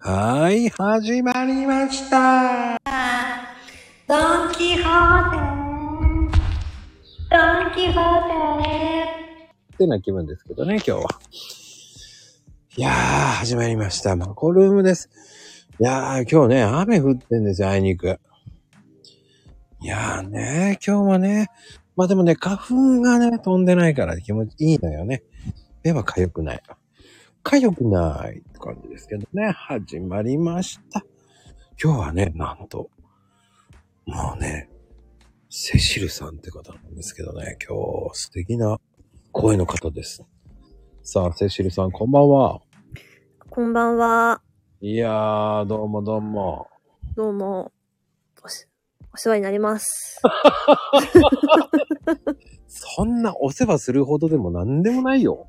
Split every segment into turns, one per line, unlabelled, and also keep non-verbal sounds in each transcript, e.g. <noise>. はーい、始まりました。
ドン・キホーテドン・キホーテ
ってな気分ですけどね、今日は。いやー、始まりました。マコルームです。いやー、今日ね、雨降ってんですよ、あいにく。いやーね、今日はね、まあでもね、花粉がね、飛んでないから気持ちいいのよね。目は痒くない。痒くないって感じですけどね、始まりました。今日はね、なんと、もうね、セシルさんって方なんですけどね、今日素敵な声の方です。さあ、セシルさん、こんばんは。
こんばんは。
いやー、どうもどうも。
どうも。おしお世話になり
<laughs>
ます。
そんなお世話するほどでも何でもないよ。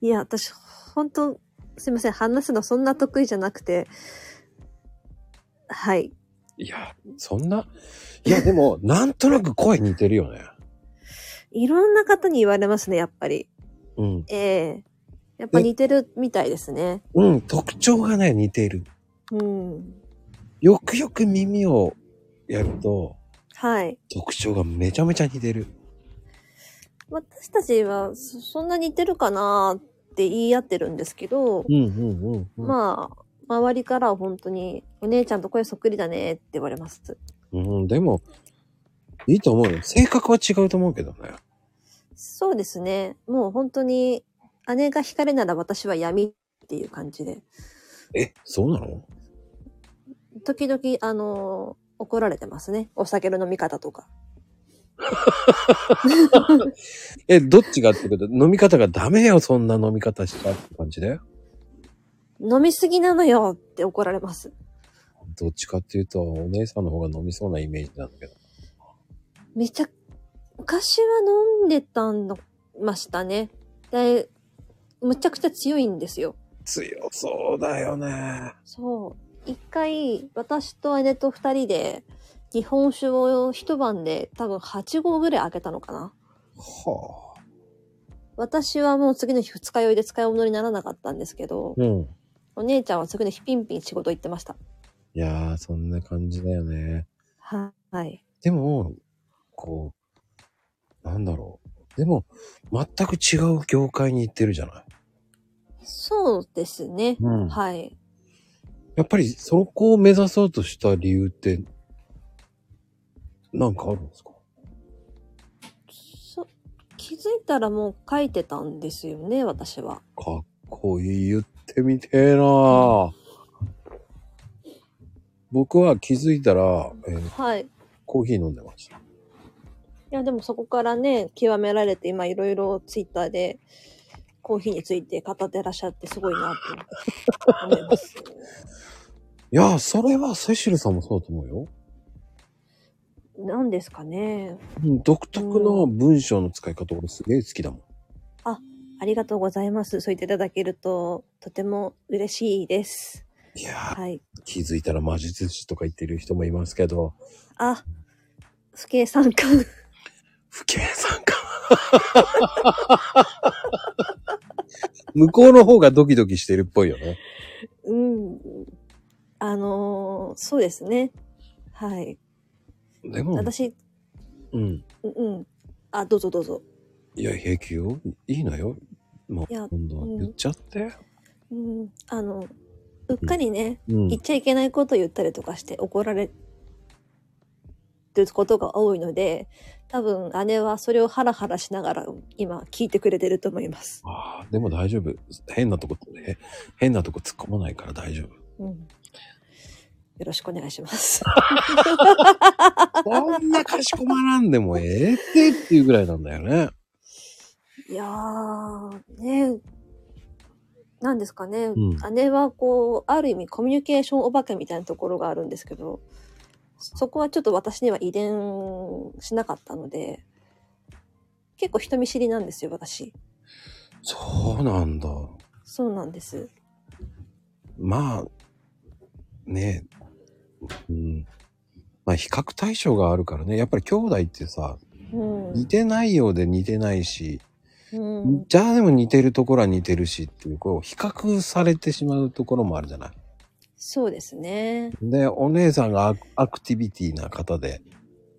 いや、私、ほんと、すいません。話すのそんな得意じゃなくて。はい。
いや、そんな、いや、でも、なんとなく声似てるよね。
いろんな方に言われますね、やっぱり。
うん。
ええやっぱ似てるみたいですね。
うん、特徴がね、似ている。
うん。
よくよく耳をやると、
はい。
特徴がめちゃめちゃ似てる。
私たちは、そそんな似てるかなーって言い合ってるんですけど、
うんうんうん、うん。
まあ、周りからは本当に、お姉ちゃんと声そっくりだねって言われます。
うん、でも、いいと思うよ。性格は違うと思うけどね。
そうですね。もう本当に、姉が光なら私は闇っていう感じで。
え、そうなの
時々、あのー怒られてますね。お酒の飲み方とか。
え、どっちがってこと飲み方がダメよ、そんな飲み方したって感じで。
飲みすぎなのよって怒られます。
どっちかっていうと、お姉さんの方が飲みそうなイメージなんだけど。
めちゃ、昔は飲んでたの、ましたね。で、むちゃくちゃ強いんですよ。
強そうだよね。
そう。一回、私と姉と二人で、日本酒を一晩で多分8合ぐらい開けたのかな。
はあ。
私はもう次の日二日酔いで使い物にならなかったんですけど、
うん。い
お姉ちゃんは次の日ピンピン仕事行ってました。
やー、そんな感じだよね。
ははい。
でも、こう、なんだろう。でも、全く違う業界に行ってるじゃない。
そうですね。
うん
はい。
やっぱり、そこを目指そうとした理由って、なんかあるんですか
そ気づいたらもう書いてたんですよね、私は。
かっこいい言ってみてえなあ僕は気づいたら、えー
はい。い
コーヒー飲んでました。
や、でもそこからね、極められて今いろいろツイッターでコーヒーについて語ってらっしゃってすごいなって思います。 <laughs>
いや、それはセシルさんもそうだと思うよ。
なんですかね。
うん独特の文章の使い方、俺すげえ好きだもん。
ありがとうございます。そう言っていただけると、とても嬉しいです。
いやー、
はい。
気づいたら魔術師とか言ってる人もいますけど、
あ、不敬参加。
不敬さんか。向こうの方がドキドキしてるっぽいよね。
<laughs> うん。あのーそうですね。はい。
でも、
私、
うん。
うん、うん。あ、どうぞどうぞ。
いや、平気よ。いいのよ。もう、
いや
今度は
うん
言っちゃって。
うん。あの、うっかりね、
うん
言っちゃいけないこと言ったりとかして怒られることが多いので、多分姉はそれをハラハラしながら今聞いてくれてると思います。
ああ、でも大丈夫。変なとこ、へ変なとこ突っ込まないから大丈夫。
うんよろしくお願いします。
そんなかしこまらんでもええってっていうぐらいなんだよね。
いやー、ね、なんですかね、
うん
姉はこう、ある意味コミュニケーションお化けみたいなところがあるんですけど、そこはちょっと私には遺伝しなかったので、結構人見知りなんですよ、私。
そうなんだ。
そうなんです。
まあ、ねえ。うん。まあ、比較対象があるからね。やっぱり兄弟ってさ、
うん。
似てないようで似てないし、
うん、
じゃあでも似てるところは似てるしっていう、こう、比較されてしまうところもあるじゃない。
そうですね。
で、お姉さんがアクアクティビティな方で、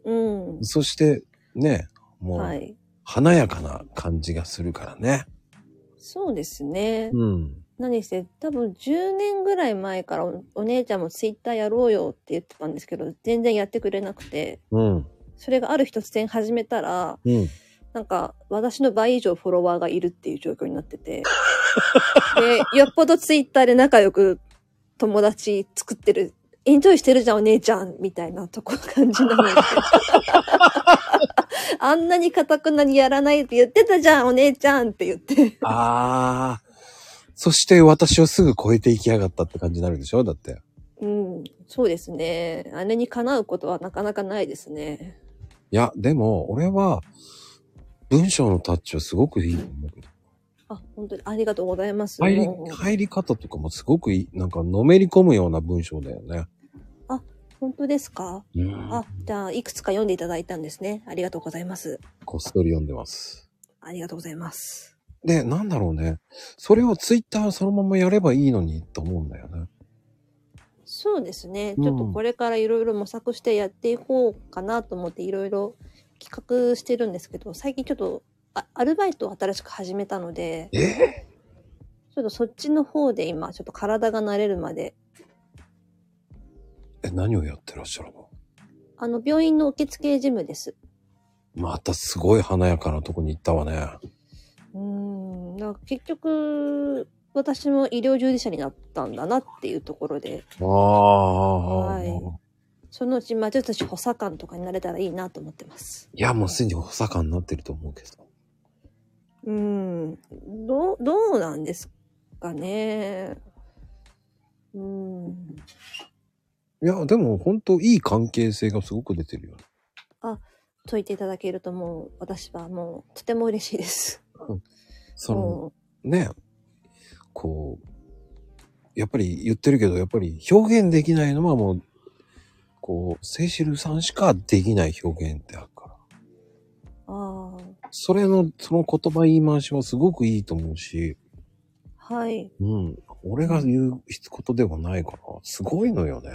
うん。
そしてね、もう
はい。
華やかな感じがするからね。
そうですね。
うん。
何せ、多分10年ぐらい前からおお姉ちゃんもツイッターやろうよって言ってたんですけど、全然やってくれなくて、
うん。
それがある日突然始めたら、
うん。
なんか、私の倍以上フォロワーがいるっていう状況になってて。で、よっぽどツイッターで仲良く友達作ってる、エンジョイしてるじゃんお姉ちゃんみたいなとこ感じなので。あんなにかたくなにやらないって言ってたじゃんお姉ちゃんって言って。
ああ。そして私をすぐ超えていきやがったって感じになるでしょだって。
うん、そうですね。姉にかなうことはなかなかないですね。
いや、でも、俺は、文章のタッチはすごくいいと思うけど、
あ、本当にありがとうございます。
入り
もう、
入り方とかもすごくいい、なんか、のめり込むような文章だよね。
本当ですか
うん。
あ、じゃあ、いくつか読んでいただいたんですね。ありがとうございます。
こっそり読んでます。
ありがとうございます。
で、なんだろうね。それをツイッターそのままやればいいのにと思うんだよね。
そうですね。
うん
ちょっとこれからいろいろ模索してやっていこうかなと思っていろいろ企画してるんですけど、最近ちょっとあアルバイトを新しく始めたので、
ええ
ちょっとそっちの方で今、ちょっと体が慣れるまで、
え、何をやってらっしゃるの
あの、病院の受付事務です。
またすごい華やかなとこに行ったわね。
うーん、なんか結局、私も医療従事者になったんだなっていうところで、
ああ、
はいそのうち、まあちょっと私補佐官とかになれたらいいなと思ってます。
いや、もうすでに補佐官になってると思うけど。
うーん、どう、どうなんですかね。うーん。
いや、でも本当いい関係性がすごく出てるよね。
といていただけるともう、私はもう、とても嬉しいです。
その、
も
ね、こう、やっぱり言ってるけど、やっぱり表現できないのはもう、こう、セイシルさんしかできない表現ってあるから。
う、あ
それの、その言葉言い回しはすごくいいと思うし、
あ、はい。
うん。俺が言うことではないから、すごいのよね。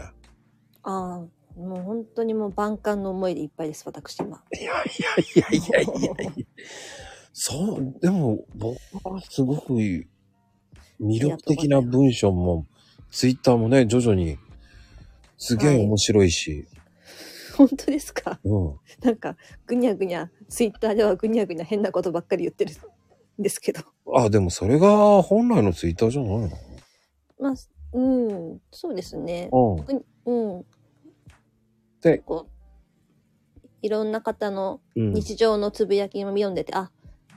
ああ、もう本当にもう万感の思いでいっぱいです、私今。 <laughs>
いやいやいやいやいやいや。そう、でも僕はすごく魅力的な文章も、ツイッターもね、徐々にすげえ面白いし、
本当ですか
うん。
なんか、ぐにゃぐにゃ、ツイッターではぐにゃぐにゃ変なことばっかり言ってるんですけど。
あ、でもそれが本来のツイッターじゃないの
まあ、うん、そうですね。
うん。
うん。
で
こう、いろんな方の
うん。
日常のつぶやきも読んでて、あ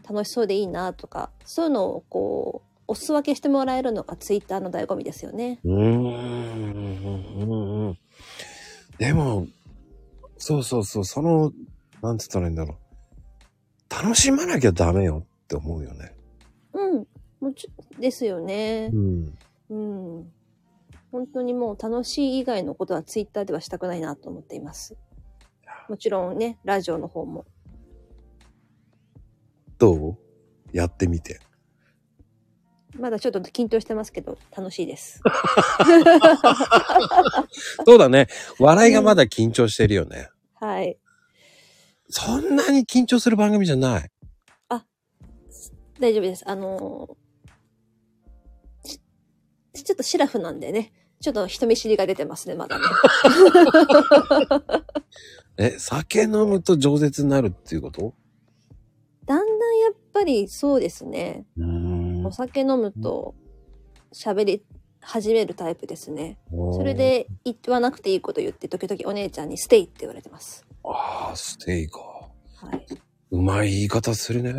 楽しそうでいいなとかそういうのをこうお裾分けしてもらえるのがツイッターの醍醐味ですよね。
うーんうんうん。でも、そうそうそう、その、なんて言ったらいいんだろう。楽しまなきゃダメよって思うよね。
うん、もちですよね。
ん。
うん本当にもう楽しい以外のことはツイッターではしたくないなと思っています。もちろんね、ラジオの方も。
どうやってみて。
まだちょっと緊張してますけど、楽しい
<laughs>
です。
そうだね。笑いがまだ緊張してるよね。
はい。
そんなに緊張する番組じゃない。
大丈夫です。あのーしちょっとシラフなんでね、ちょっと人見知りが出てますね、まだね。
え、酒飲むと饒舌になるっていうこと
だんだんやっぱりそうですね。
うーん
お酒飲むと喋り始めるタイプですね。そ
そ
れ。で言わなくていいこと言って時々お姉ちゃんにステイって言われてます。
ああ、ステイか。
はい。
うまい言い方するね。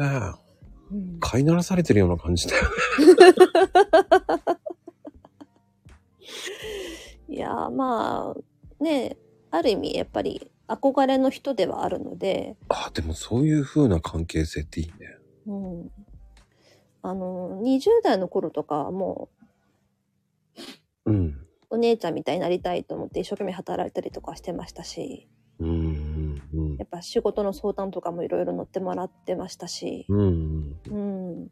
飼いならされてるような感じだよね。
いやーまあ、ねえある意味やっぱり憧れの人ではあるので、
ああ、でもそういう風な関係性っていいね。
うん。あの、20代の頃とかはも
うん。
うお姉ちゃんみたいになりたいと思って一生懸命働いたりとかしてましたし、
うんうん
やっぱ仕事の相談とかもいろいろ乗ってもらってましたし、
うん。うん
うん。
うん。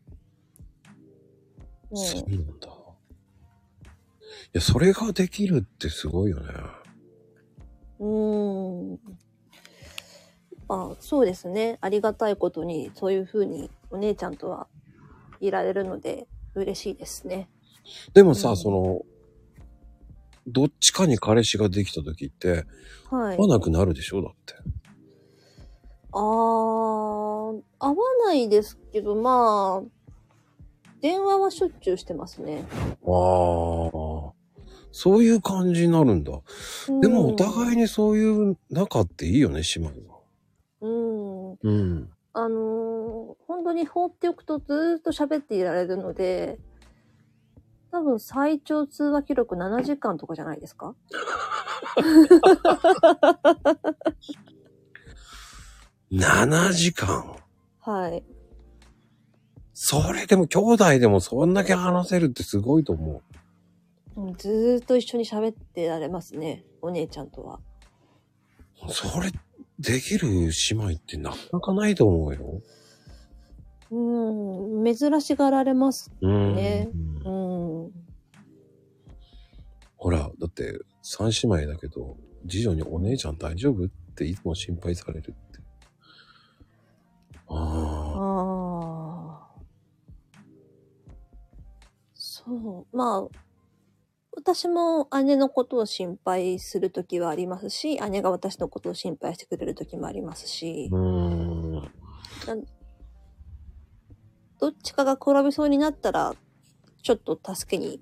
そうなんだ。や、それができるってすごいよね。
うーん。あ、そうですね。ありがたいことに、そういうふうにお姉ちゃんとはいられるので、嬉しいですね。
でもさ、
うん
その、どっちかに彼氏ができた時って、
はい。
合わなくなるでしょだって。
あー、合わないですけど、まあ、電話はしょっちゅうしてますね。
ああ。そういう感じになるんだ。でもお互い
に。
にそういう仲っていいよね、姉妹は。
うん。
うん。
あのー本当に放っておくとずーっと喋っていられるので、多分最長通話記録7時間とかじゃないですか
7時間。
はい。
それでも兄弟でもそんだけ話せるってすごいと思
うんずーっと一緒に喋ってられますね。お姉ちゃんとは。
う。それ、できる姉妹ってなかなかないと思うよ。
うん、珍しがられます。
うん。
ね
うん
うん。
ほら、だって、三姉妹だけど、次女にお姉ちゃん大丈夫っていつも心配されるって。ああ、
ああ。そう。まあ、私も姉のことを心配するときはありますし、姉が私のことを心配してくれるときもありますし、
うーん。
どっちかが転びそうになったら、ちょっと助けに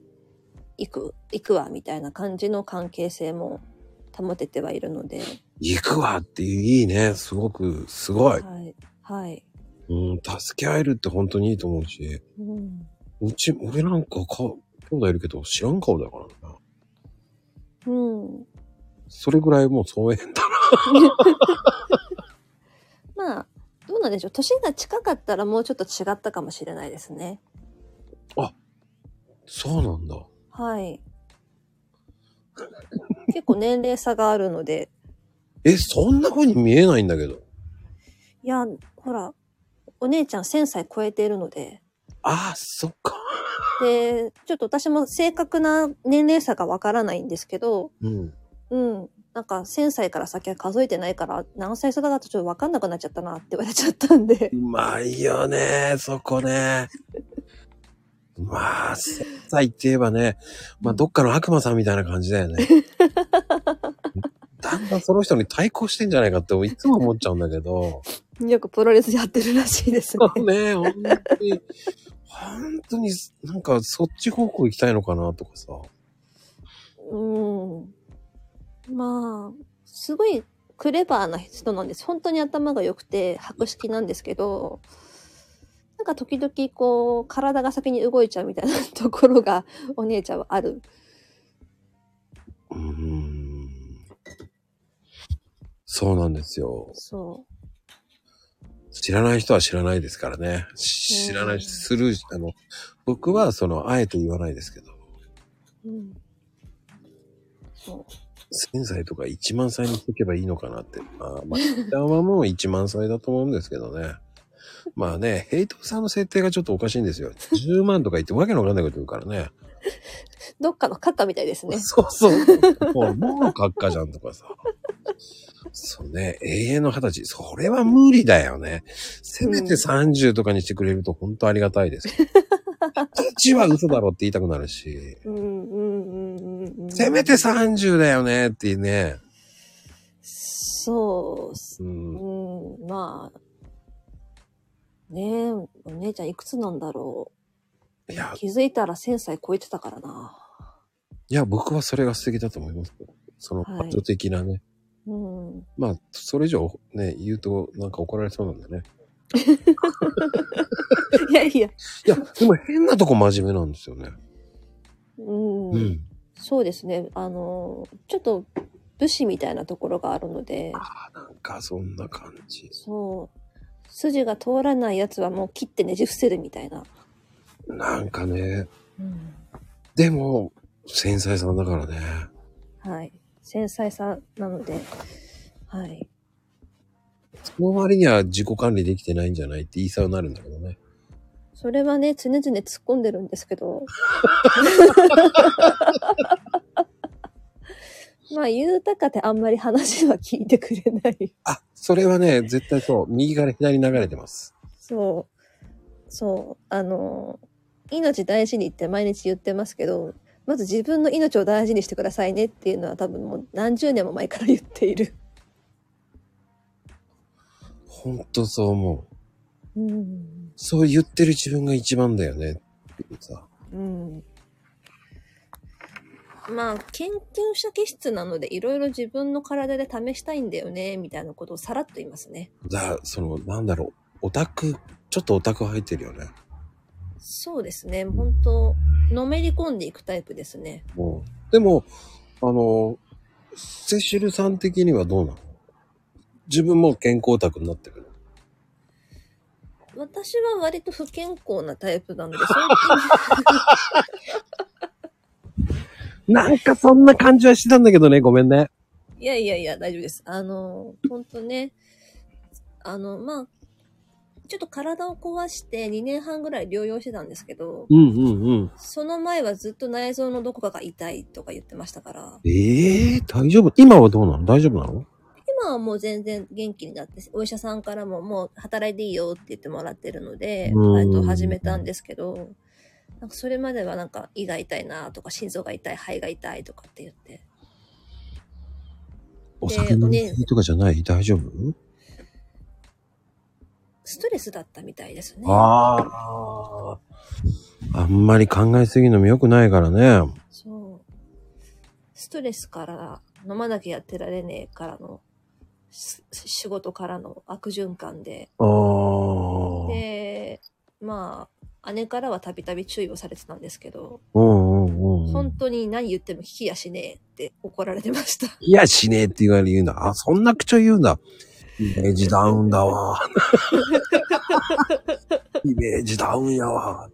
行く、行くわ、みたいな感じの関係性も保ててはいるので、
行くわっていう、いいね。すごく、すごい。
はい。はい。
うん、助け合えるって本当にいいと思うし。
うん
うち、俺なんかか、兄弟いるけど知らん顔だからな。
うん。
それぐらいもう疎遠だな。
まあ、どうなんでしょう。年が近かったらもうちょっと違ったかもしれないですね。
そうなんだ。
はい。結構年齢差があるので、
え、そんな風に見えないんだけど。
いや、ほら、お姉ちゃん1000歳超えているので、
ああ、そっか。
で、ちょっと私も正確な年齢差がわからないんですけど、
うん。
うん。なんか1000歳から先は数えてないから、何歳差だかちょっとわかんなくなっちゃったなって言われちゃったんで
う。まいよね、そこね。まあ、繊細って言えばね、まあ、どっかの悪魔さんみたいな感じだよね。だんだんその人に対抗してんじゃないかっていつも思っちゃうんだけど。
<laughs> よくプロレスやってるらしいです
ね、 <laughs>
ね。
本当に、本当に、なんかそっち方向行きたいのかなとかさ。
<laughs> うん。まあ、すごいクレバーな人なんです。本当に頭が良くて、博識なんですけど、なんか時々こう、体が先に動いちゃうみたいなところが、お姉ちゃんはある。
うーん。そうなんですよ。
そ
知らない人は知らないですからね。し知らないし、スルーし、あの、僕はその、あえて言わないですけど、
う。うん。そ
1000歳とか1万歳にしとけばいいのかなって。まあ、まあ、一旦はもう1万歳だと思うんですけどね。まあね、ヘイトさんの設定がちょっとおかしいんですよ。10万とか言ってわけのわかんないこと言うからね。
う。どっかの閣下みたいですね。
そう
<laughs>
そう。もう、もう閣下じゃんとかさ。そうね、永遠の二十歳。それは無理だよね。せめて
うん
30とかにしてくれると本当ありがたいです。土は嘘だろって言いたくなるし。
うんうんうんうんうん。
せめて。30だよねってね。
そうっす。
うん
うん、まあ。ねえ、お姉ちゃんいくつなんだろ
いや
う。、気づいたら1000歳超えてたからな。
いや、僕はそれが素敵だと思いますよ。その、
はい
感情的なね。 <laughs>
うん。
まあ、それ以上ね、言うとなんか怒られそうなんだね。
いやいや、
いや、でも変なとこ真面目なんですよね。
うん、
うん。
そうですね。あの、ちょっと武士みたいなところがあるので、
あなんかそんな感じ。
そう。筋が通らないやつはもう切ってねじ伏せるみたいな。
なんかね、
うん、
でも、繊細さんだからね。
はい。繊細さなので、はい。
その割には自己管理できてないんじゃないって言いそうになるんだけどね。
それはね、常々突っ込んでるんですけど。まあ、ゆうたかてあんまり話は聞いてくれない。
あ、それはね、絶対そう。右から左に流れてます。
そう。そう。あの、命大事にって毎日言ってますけど、まず自分の命を大事にしてくださいねっていうのは多分もう何十年も前から言っている。
ほんとそう思う。
うん。
そう言ってる自分が一番だよね。さ
うん。まあ、研究者気質なので、いろいろ自分の体で試したいんだよね、みたいなことをさらっと言いますね。
だ、その、なんだろう。オタク、ちょっとオタク入ってるよね。
そうですね。本当のめり込んでいくタイプですね。
もう。でも、あの、セシルさん的にはどうなの自分も健康オタクになってる。
私は割と不健康なタイプなので、そう
なんかそんな感じはしてたんだけどね、ごめんね。
いういやいやいや、大丈夫です。あの、本当ね、あの、まあ、ちょっと体を壊して2年半ぐらい療養してたんですけど、
うんうんうん。
その前はずっと内臓のどこかが痛いとか言ってましたから、
ええ大丈夫今はどうなの大丈夫なの
今はもう全然元気になって、お医者さんからももう働いていいよって言ってもらってるので、
うん
バイトを始めたんですけど、なんかそれまではなんか胃が痛いなとか心臓が痛い、肺が痛いとかって言って。
お酒飲みすぎとかじゃない大丈夫
ストレスだったみたいですね。
ああ。あんまり考えすぎるのも良くないからね。
そう。ストレスから飲まなきゃやってられねえからの、し仕事からの悪循環で、
ああ。
で、まあ、姉からはたびたび注意をされてたんですけど、
うんうんうんう
本
ん。
当に何言っても聞きやしねえって怒られてました。
いや、しねえって言われ言うんだ。あ、そんな口調言うんだ。イメージダウンだ
<laughs>
わ。イメージダウンやわ。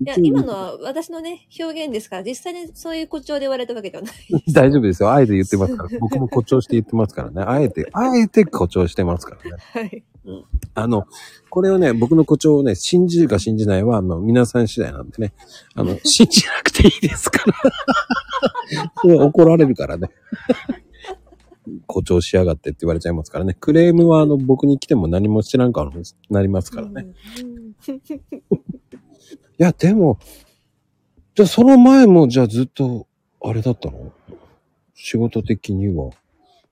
いや、今のは私のね、表現ですから、実際にそういう誇張で言われたわけではない。
<laughs> 大丈夫ですよ。あえて言ってますから。僕も誇張して言ってますからね。あえて、あえて誇張してますからね。
はい。
あの、これをね、僕の誇張をね、信じるか信じないは、まあ、皆さん次第なんでね、あ <laughs> の、信じなくていいですから。それ怒られるからね。誇張しやがってって言われちゃいますからね。クレームは、あの、僕に来ても何も知らんからなりますからね。い
うん
や、でも、じゃあその前も、じゃあずっと、あれだったの仕事的には、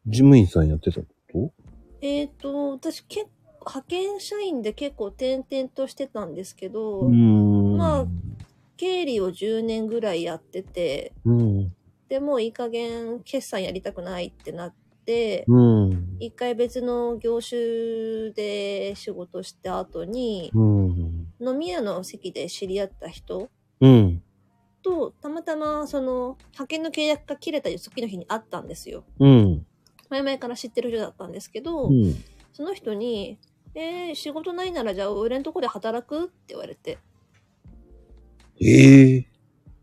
事務員さんやってたこと
えっと、私結構、派遣社員で結構転々としてたんですけど、
うーん。
まあ経理を10年ぐらいやってて、
うん。
でもういい加減決算やりたくないってなって、
うん。
一回別の業種で仕事した後に、
うん。
飲み屋の席で知り合った人
うん。
と、たまたまその派遣の契約が切れた時の日に会ったんですよ。
うん。
前々から知ってる人だったんですけど、
うん。
その人に、えー、仕事ないならじゃあ俺のとこで働くって言われて、
ええ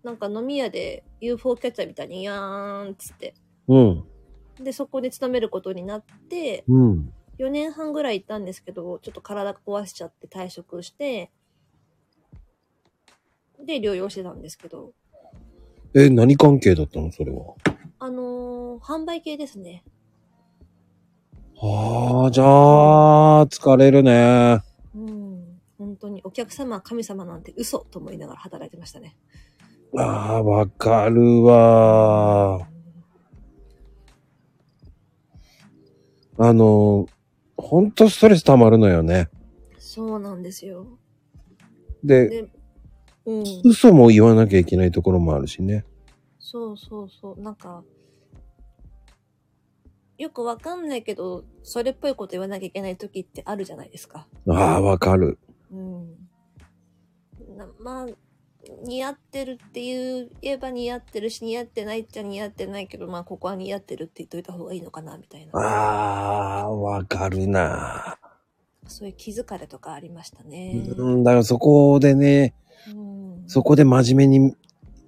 なんか飲み屋で UFO キャッチャーみたいにやーんっつって、
うん。
で、そこで勤めることになって、
うん。
4年半ぐらい行ったんですけど、ちょっと体が壊しちゃって退職して、で、療養してたんですけど、
え、何関係だったのそれは。
あのー販売系ですね。
ああ、じゃあ、疲れるね。
うん。本当にお客様は神様なんて嘘と思いながら働いてましたね。
ああ、わかるわ。あの、ほんとストレス溜まるのよね。
そうなんですよ。
で、
で、うん。
嘘も言わなきゃいけないところもあるしね。
そうそうそう。なんか、よくわかんないけど、それっぽいこと言わなきゃいけない時ってあるじゃないですか。
ああ、わかる。
うん。なまあ、似合ってるっていう言えば似合ってるし、似合ってないっちゃ似合ってないけど、まあ、ここは似合ってるって言っといた方がいいのかな、みたいな。
ああ、わかるな。
そういう気疲れとかありましたね。
うん、だからそこでね、
うん、
そこで真面目に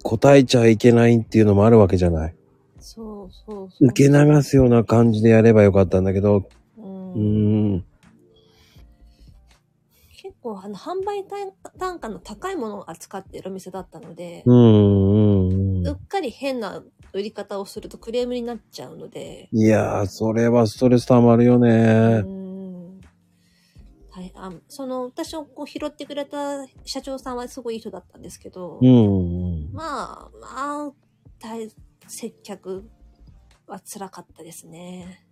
答えちゃいけないっていうのもあるわけじゃない。
そうそうそう。
受け流すような感じでやればよかったんだけど、
う
うんーん、
結構あの販売単単価の高いものを扱っているお店だったので、
うんうん
う
う
っかり変な売り方をするとクレームになっちゃうので、
ん。いやー、それはストレス溜まるよね
う。んはい、あその私をこう拾ってくれた社長さんはすごいいい人だったんですけど、
うんうん。
まあまあ大接客は辛かったですね。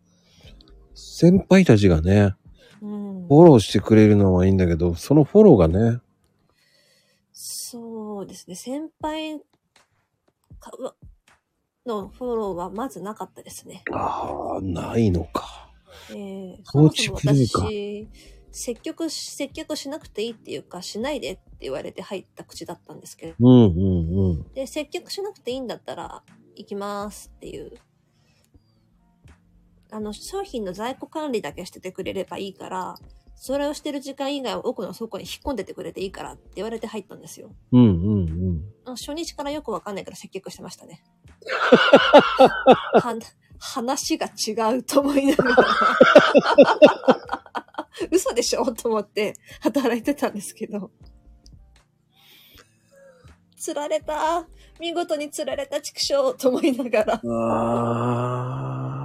先輩たちがね、
うん、
フォローしてくれるのはいいんだけど、そのフォローがね、
そうですね先輩かうわのフォローはまずなかったですね。
ああ、ないのか。
えー、そ
放
も
置
そも
クリニカ
私接客し接客しなくていいっていうかしないでって言われて入った口だったんですけど
うんうんうん。
で、接客しなくていいんだったら、行きますっていう。あの、商品の在庫管理だけしててくれればいいから、それをしてる時間以外は奥の倉庫に引っ込んでてくれていいからって言われて入ったんですよ。
うんうんうん。
あ初日からよくわかんないから接客してましたね。は話が違うと思いながら。 <laughs> 嘘でしょと思って働いてたんですけど。釣られた。見事に釣られた畜生と思いながら。
あー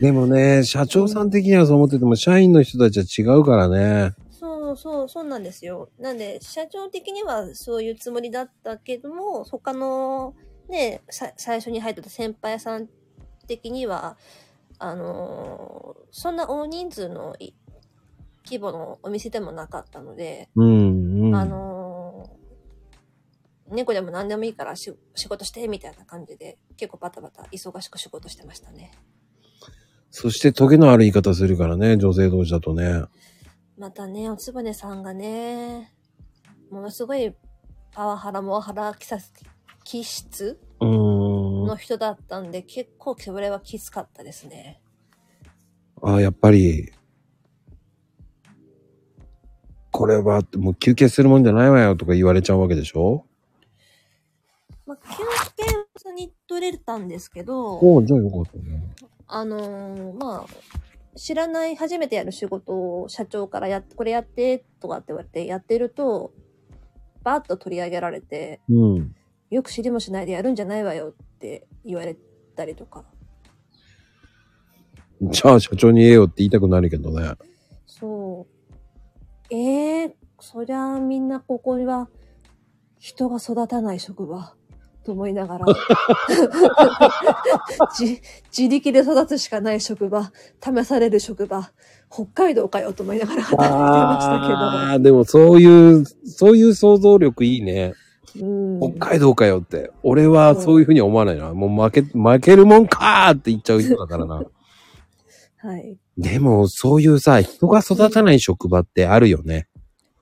でもね、社長さん的にはそう思ってても、社員の人たちは違うからね。
そうそう、そうなんですよ。なんで、社長的にはそういうつもりだったけども、他の、ね、さ最初に入ってた先輩さん的には、あのーそんな大人数のい規模のお店でもなかったので、
うんうん。
あのー猫でも何でもいいからし仕事して、みたいな感じで、結構バタバタ忙しく仕事してましたね。
そして、トゲのある言い方するからね、女性同士だとね。
またね、おつぶねさんがね、ものすごいパワハラ、モラハラ気さ気質
うーん。
の人だったんで、結構それはきつかったですね。
ああ、やっぱり。これは、もう休憩するもんじゃないわよとか言われちゃうわけでしょ
まあ、休憩は普通に取れたんですけど、
おうじゃあよかったね。
あのーまあ、知らない初めてやる仕事を社長からやっ、これやって、とかって言われてやってると、バーッと取り上げられて、
うん。
よく知りもしないでやるんじゃないわよって言われたりとか。
じゃあ、社長に言えよって言いたくなるけどね。
そう。ええそりゃあみんなここには人が育たない職場と思いながら。 <laughs> じ自力で育つしかない職場、試される職場、北海道かよと思いながら働い
あ
てま
あ、でもそういう、そういう想像力いいね。
したけど。うん、
北海道かよって。俺はそういうふうに思わないな。もう負け、負けるもんかーって言っちゃう人だから
<laughs>
な。
はい。
でも、そういうさ、人が育たない職場ってあるよね。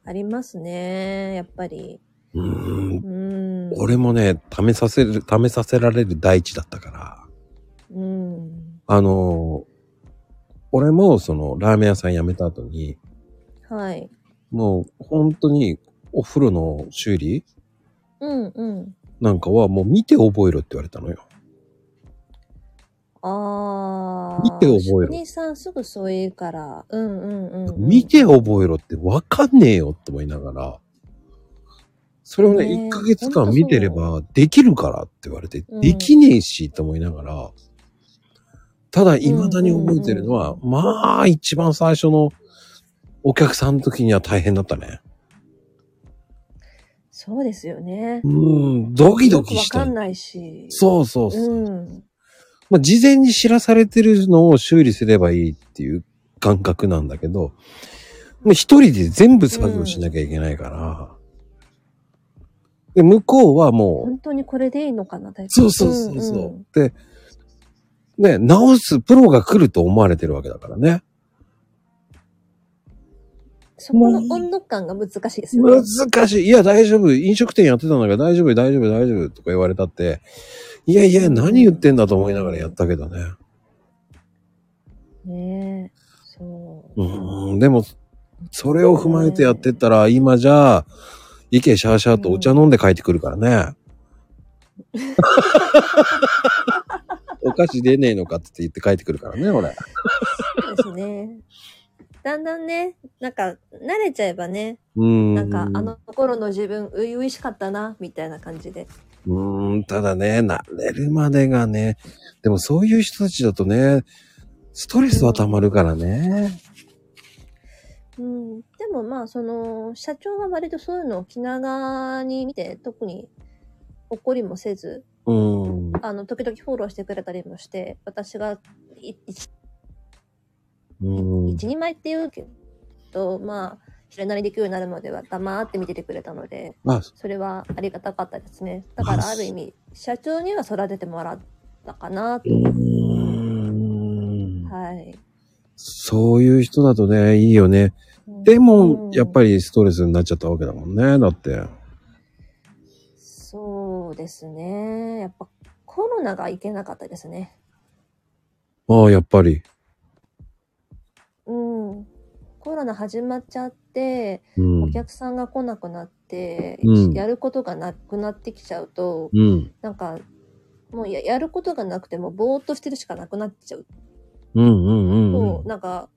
ありますね、やっぱり。
うーん。
うん。
俺もね、試させる、試させられる大地だったから。
うん。
あのー俺もその、ラーメン屋さん辞めた後に、
はい。
もう本当にお風呂の修理
うんうん。
なんかはもう見て覚えろって言われたのよ。
ああ。
見て覚えろ
職人さんすぐそう言うから。うんうんうん、うん。
見て覚えろってわかんねえよって思いながら、それをね、
ね
1
え
ヶ月間見てればできるからって言われて、
うん
できねえしと思いながら、ただ未だに覚えてるのは、まあ一番最初のお客さんの時には大変だったね。
そうですよね
う。ーん、ドキドキし
よくわ
た
か。んないし。
そうそうそう。
うん。
まあ事前に知らされてるのを修理すればいいっていう感覚なんだけど、もう一人で全部作業しなきゃいけないから、で、向こうはもう、
本当にこれでいいのかな、大
そうそうそうそう、
ん
で、ね、直すプロが来ると思われてるわけだからね。
そこの温度感が難しいですよね。
難しい。いや、大丈夫。飲食店やってたんだから大丈夫、大丈夫、大丈夫とか言われたって、いやいや、何言ってんだと思いながらやったけどね。
ねえ。そう。
うーん、でも、それを踏まえてやってったら、今じゃ、イケシャーシャーとお茶飲んで帰ってくるからね。お菓子出ねえのかって言って帰ってくるからね、俺。
そうですね。だんだんね、なんか、慣れちゃえばね、
うん。
なんか、あの頃の自分、初々しかったな、みたいな感じで。
うーん、ただね、慣れるまでがね、でもそういう人たちだとね、ストレスは溜まるからね。
うん。でもまあ、その、社長は割とそういうのを気長に見て、特に怒りもせず、
うん。
あの、時々フォローしてくれたりもして、私がい一、
うん。
一人前って言うけど、まあ、それなりできるようになるまでは黙って見ててくれたので、
まあ、
それはありがたかったですね。だからある意味、社長には育ててもらったかなと
う。ーん。
はい。
そういう人だとね、いいよね。で
う
も
ん、
やっぱりストレスになっちゃったわけだもんね、だって。
そうですね。やっぱコロナがいけなかったですね。
ああ、やっぱり。
うん。コロナ始まっちゃって、
うん。
お客さんが来なくなって、
うん
やることがなくなってきちゃうと、
うん。
なんか、もうややることがなくてもぼーっとしてるしかなくなっちゃう
うんうんう
と、
んうん。
なんか、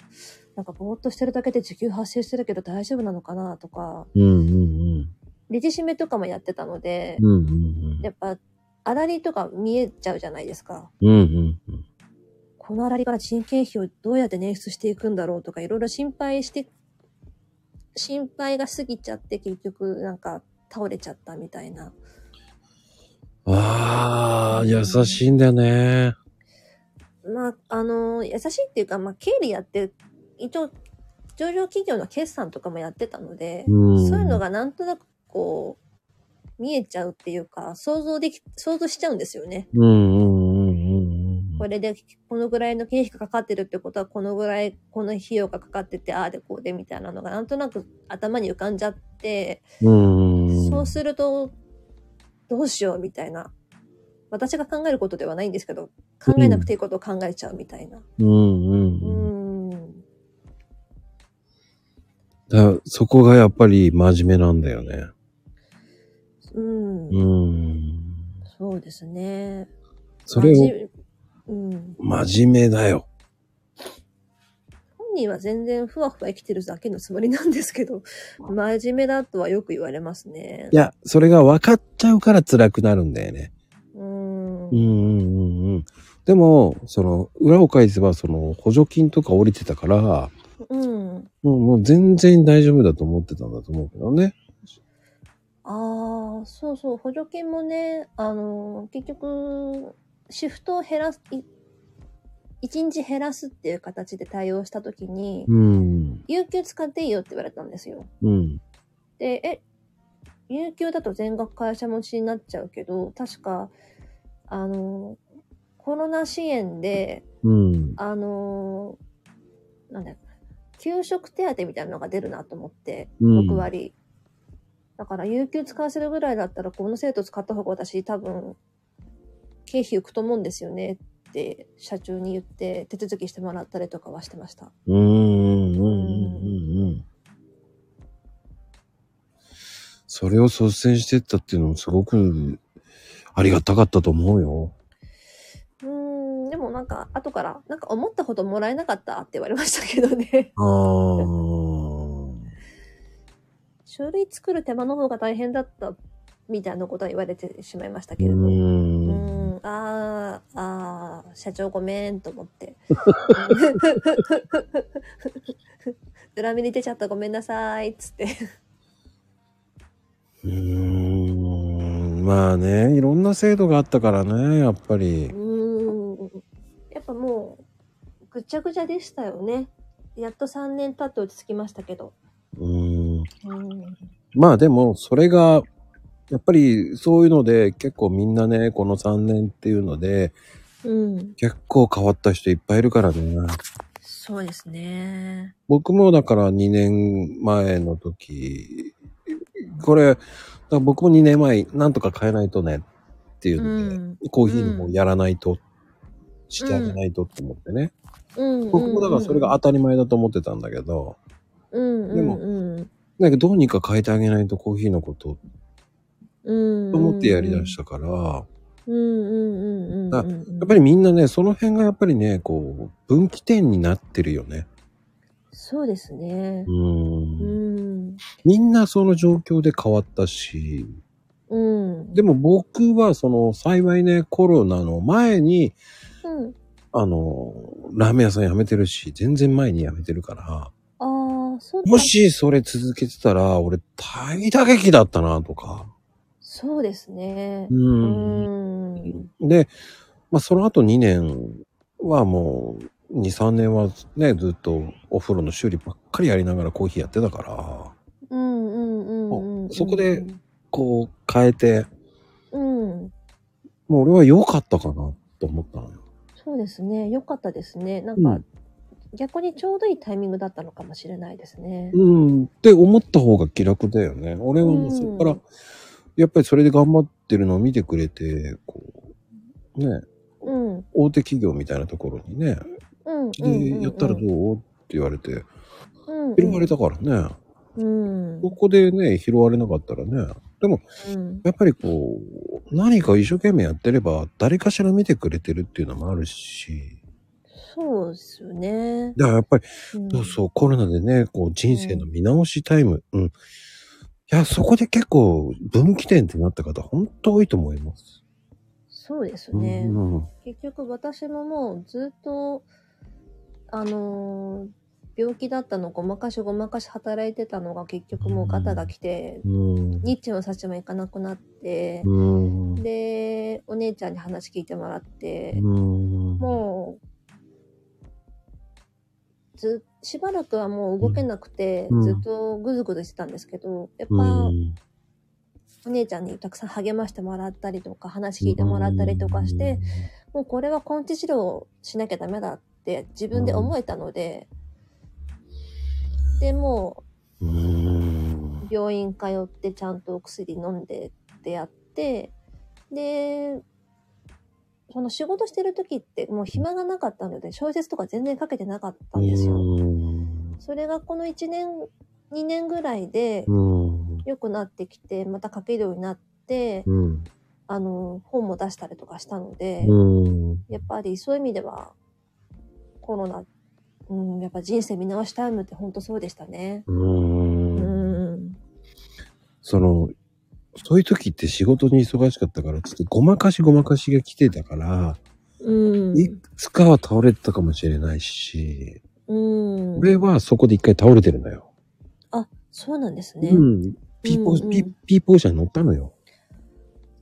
なんかぼーっとしてるだけで時給発生してるけど大丈夫なのかなとか、
うんうん
レジ締めとかもやってたので
うん。、うんうん
やっぱ、あらりとか見えちゃうじゃないですか。
うん。うんうんうん。
このあらりから人件費をどうやって捻出していくんだろうとか、いろいろ心配して、心配が過ぎちゃって結局なんか倒れちゃったみたいな。
ああ、優しいんだよね。
まあ、あの優しいっていうか、まあ、経理やって、一応、上場企業の決算とかもやってたので、
うん
そういうのがなんとなくこう、見えちゃうっていうか、想像でき、想像しちゃうんですよね。
うんうんうんうんうん。
これで、このぐらいの経費がかかってるってことは、このぐらい、この費用がかかってて、ああでこうでみたいなのが、なんとなく頭に浮かんじゃって、
うんうんうん。
そうすると、どうしようみたいな。私が考えることではないんですけど、考えなくていいことを考えちゃうみたいな。
うんう
うん
うん。
ん。
だからそこがやっぱり真面目なんだよね。
うん。
うん。
そうですね。
それを、
真面目うん。
真面目だよ。
本人は全然ふわふわ生きてるだけのつもりなんです
<laughs>
けど、真面目だとはよく言われますね
い。や、それが分かっちゃうから辛くなるんだよね。
うん。
うんうんうんうん。でも、その、裏を返せば、その、補助金とか降りてたから、も
うん。
うもう全然大丈夫だと思ってたんだと思うけどね。
ああ、そうそう、補助金もね、あのー結局、シフトを減らす、い一日減らすっていう形で対応したときに、
うん。
有給使っていいよって言われたんですよ。
うん。
で、え、有給だと全額会社持ちになっちゃうけど、確か、あの、コロナ支援で、
うん。
あの、なんだ給食手当みたいなのが出るなと思って、
うん
6割。だから、有給使わせるぐらいだったら、この生徒使った方が私多分、経費浮くと思うんですよねって、社長に言って、手続きしてもらったりとかはしてました。
うんうんうんうんうんうん。それを率先してったっていうのもすごくありがたかったと思うよ。
うーん、でもなんか、後から、なんか思ったほどもらえなかったって言われましたけどね。 <laughs>
ああ。
書類作る手間の方が大変だったみたいなことは言われてしまいましたけ
う。
れど。うんん、あーあー、社長ごめんと思って。裏目に出ちゃったごめんなさいっつって。
うん。まあね、いろんな制度があったからね、やっぱり
う。ん、やっぱもう、ぐちゃぐちゃでしたよね。やっと3年経って落ち着きましたけど。
うん。
うん、
まあでも、それが、やっぱりそういうので結構みんなね、この3年っていうので
うん、
結構変わった人いっぱいいるからね。
そうですね。
僕もだから2年前の時、これ、だから僕も2年前、なんとか変えないとねっていう
う
ので、
ん、
コーヒーもやらないと、してあげないとって思ってね。
うん、
僕もだからそれが当たり前だと思ってたんだけど、
うん、
でも
うん、うん
なんかどうにか変えてあげないとコーヒーのこと
うん
と思ってやりだしたから、
うんうんうんうんうんうん。
あやっぱりみんなね、その辺がやっぱりね、こう、分岐点になってるよね。
そうですね
う。。
うんん。
みんなその状況で変わったし、
うん。
でも僕はその幸いね、コロナの前に、
うん。
あの、ラーメン屋さん辞めてるし、全然前に辞めてるから、
ああ、そうだ
もしそれ続けてたら、俺大打撃だったなとか。
そうですね。う
うん。
ん。
で、まあその後2年はもう、2、3年はね、ずっとお風呂の修理ばっかりやりながらコーヒーやってたから、
うんうんうんうん。
そこで。こう変えて、
うん。
もう俺は良かったかなと思ったのよ。
そうですね。良かったですね。なん
う
か
ん、
逆にちょうどいいタイミングだったのかもしれないですね。
うん、って思った方が気楽だよね。俺はもうそこから、
うん
やっぱりそれで頑張ってるのを見てくれて、こう、ね、
うん。
大手企業みたいなところにね、
うん。
で
うんうん
やったらど
うん
うって言われて、
うんうん
拾われたからね、
うん。
ここでね、拾われなかったらね、でも、
うん
やっぱりこう、何か一生懸命やってれば、誰かしら見てくれてるっていうのもあるし、
そうですよね。
だからやっぱり、
うん
そうそう、コロナでね、こう、人生の見直しタイム、うん。いや、そこで結構、分岐点ってなった方、本当多いと思います。
そうですね
う。ん、
結局私ももうずっと、あのー病気だったのごまかしごまかし働いてたのが結局もう肩が来て、
うん。
ニッチもサッチも行かなくなって、
うん。
で、お姉ちゃんに話聞いてもらって、
うん。
もう、ず、しばらくはもう動けなくて、
うん
ずっとぐずぐずしてたんですけど、やっぱ、
うん、
お姉ちゃんにたくさん励ましてもらったりとか、話聞いてもらったりとかして、もうこれは根治治療をしなきゃダメだって自分で思えたので、で、も
うん、うん
う病院通ってちゃんとお薬飲んでってやって、で、その仕事してる時ってもう暇がなかったので、小説とか全然書けてなかったんですよ。
うん
それがこの1年、2年ぐらいで
うん
良くなってきて、また書けるようになって、
うん
あの、本も出したりとかしたので、
うん
やっぱりそういう意味では、コロナ、うん、やっぱ人生見直しタイムって本当そうでしたね。う
うん
ん。
そのそういう時って仕事に忙しかったからちょっとごまかしごまかしが来てたから、
うん。
いつかは倒れてたかもしれないし、
うん。
俺はそこで一回倒れてるのよ。
あ、そうなんですね。
うん。ピーポー、
うんうん
ピーピーポー車に乗ったのよ。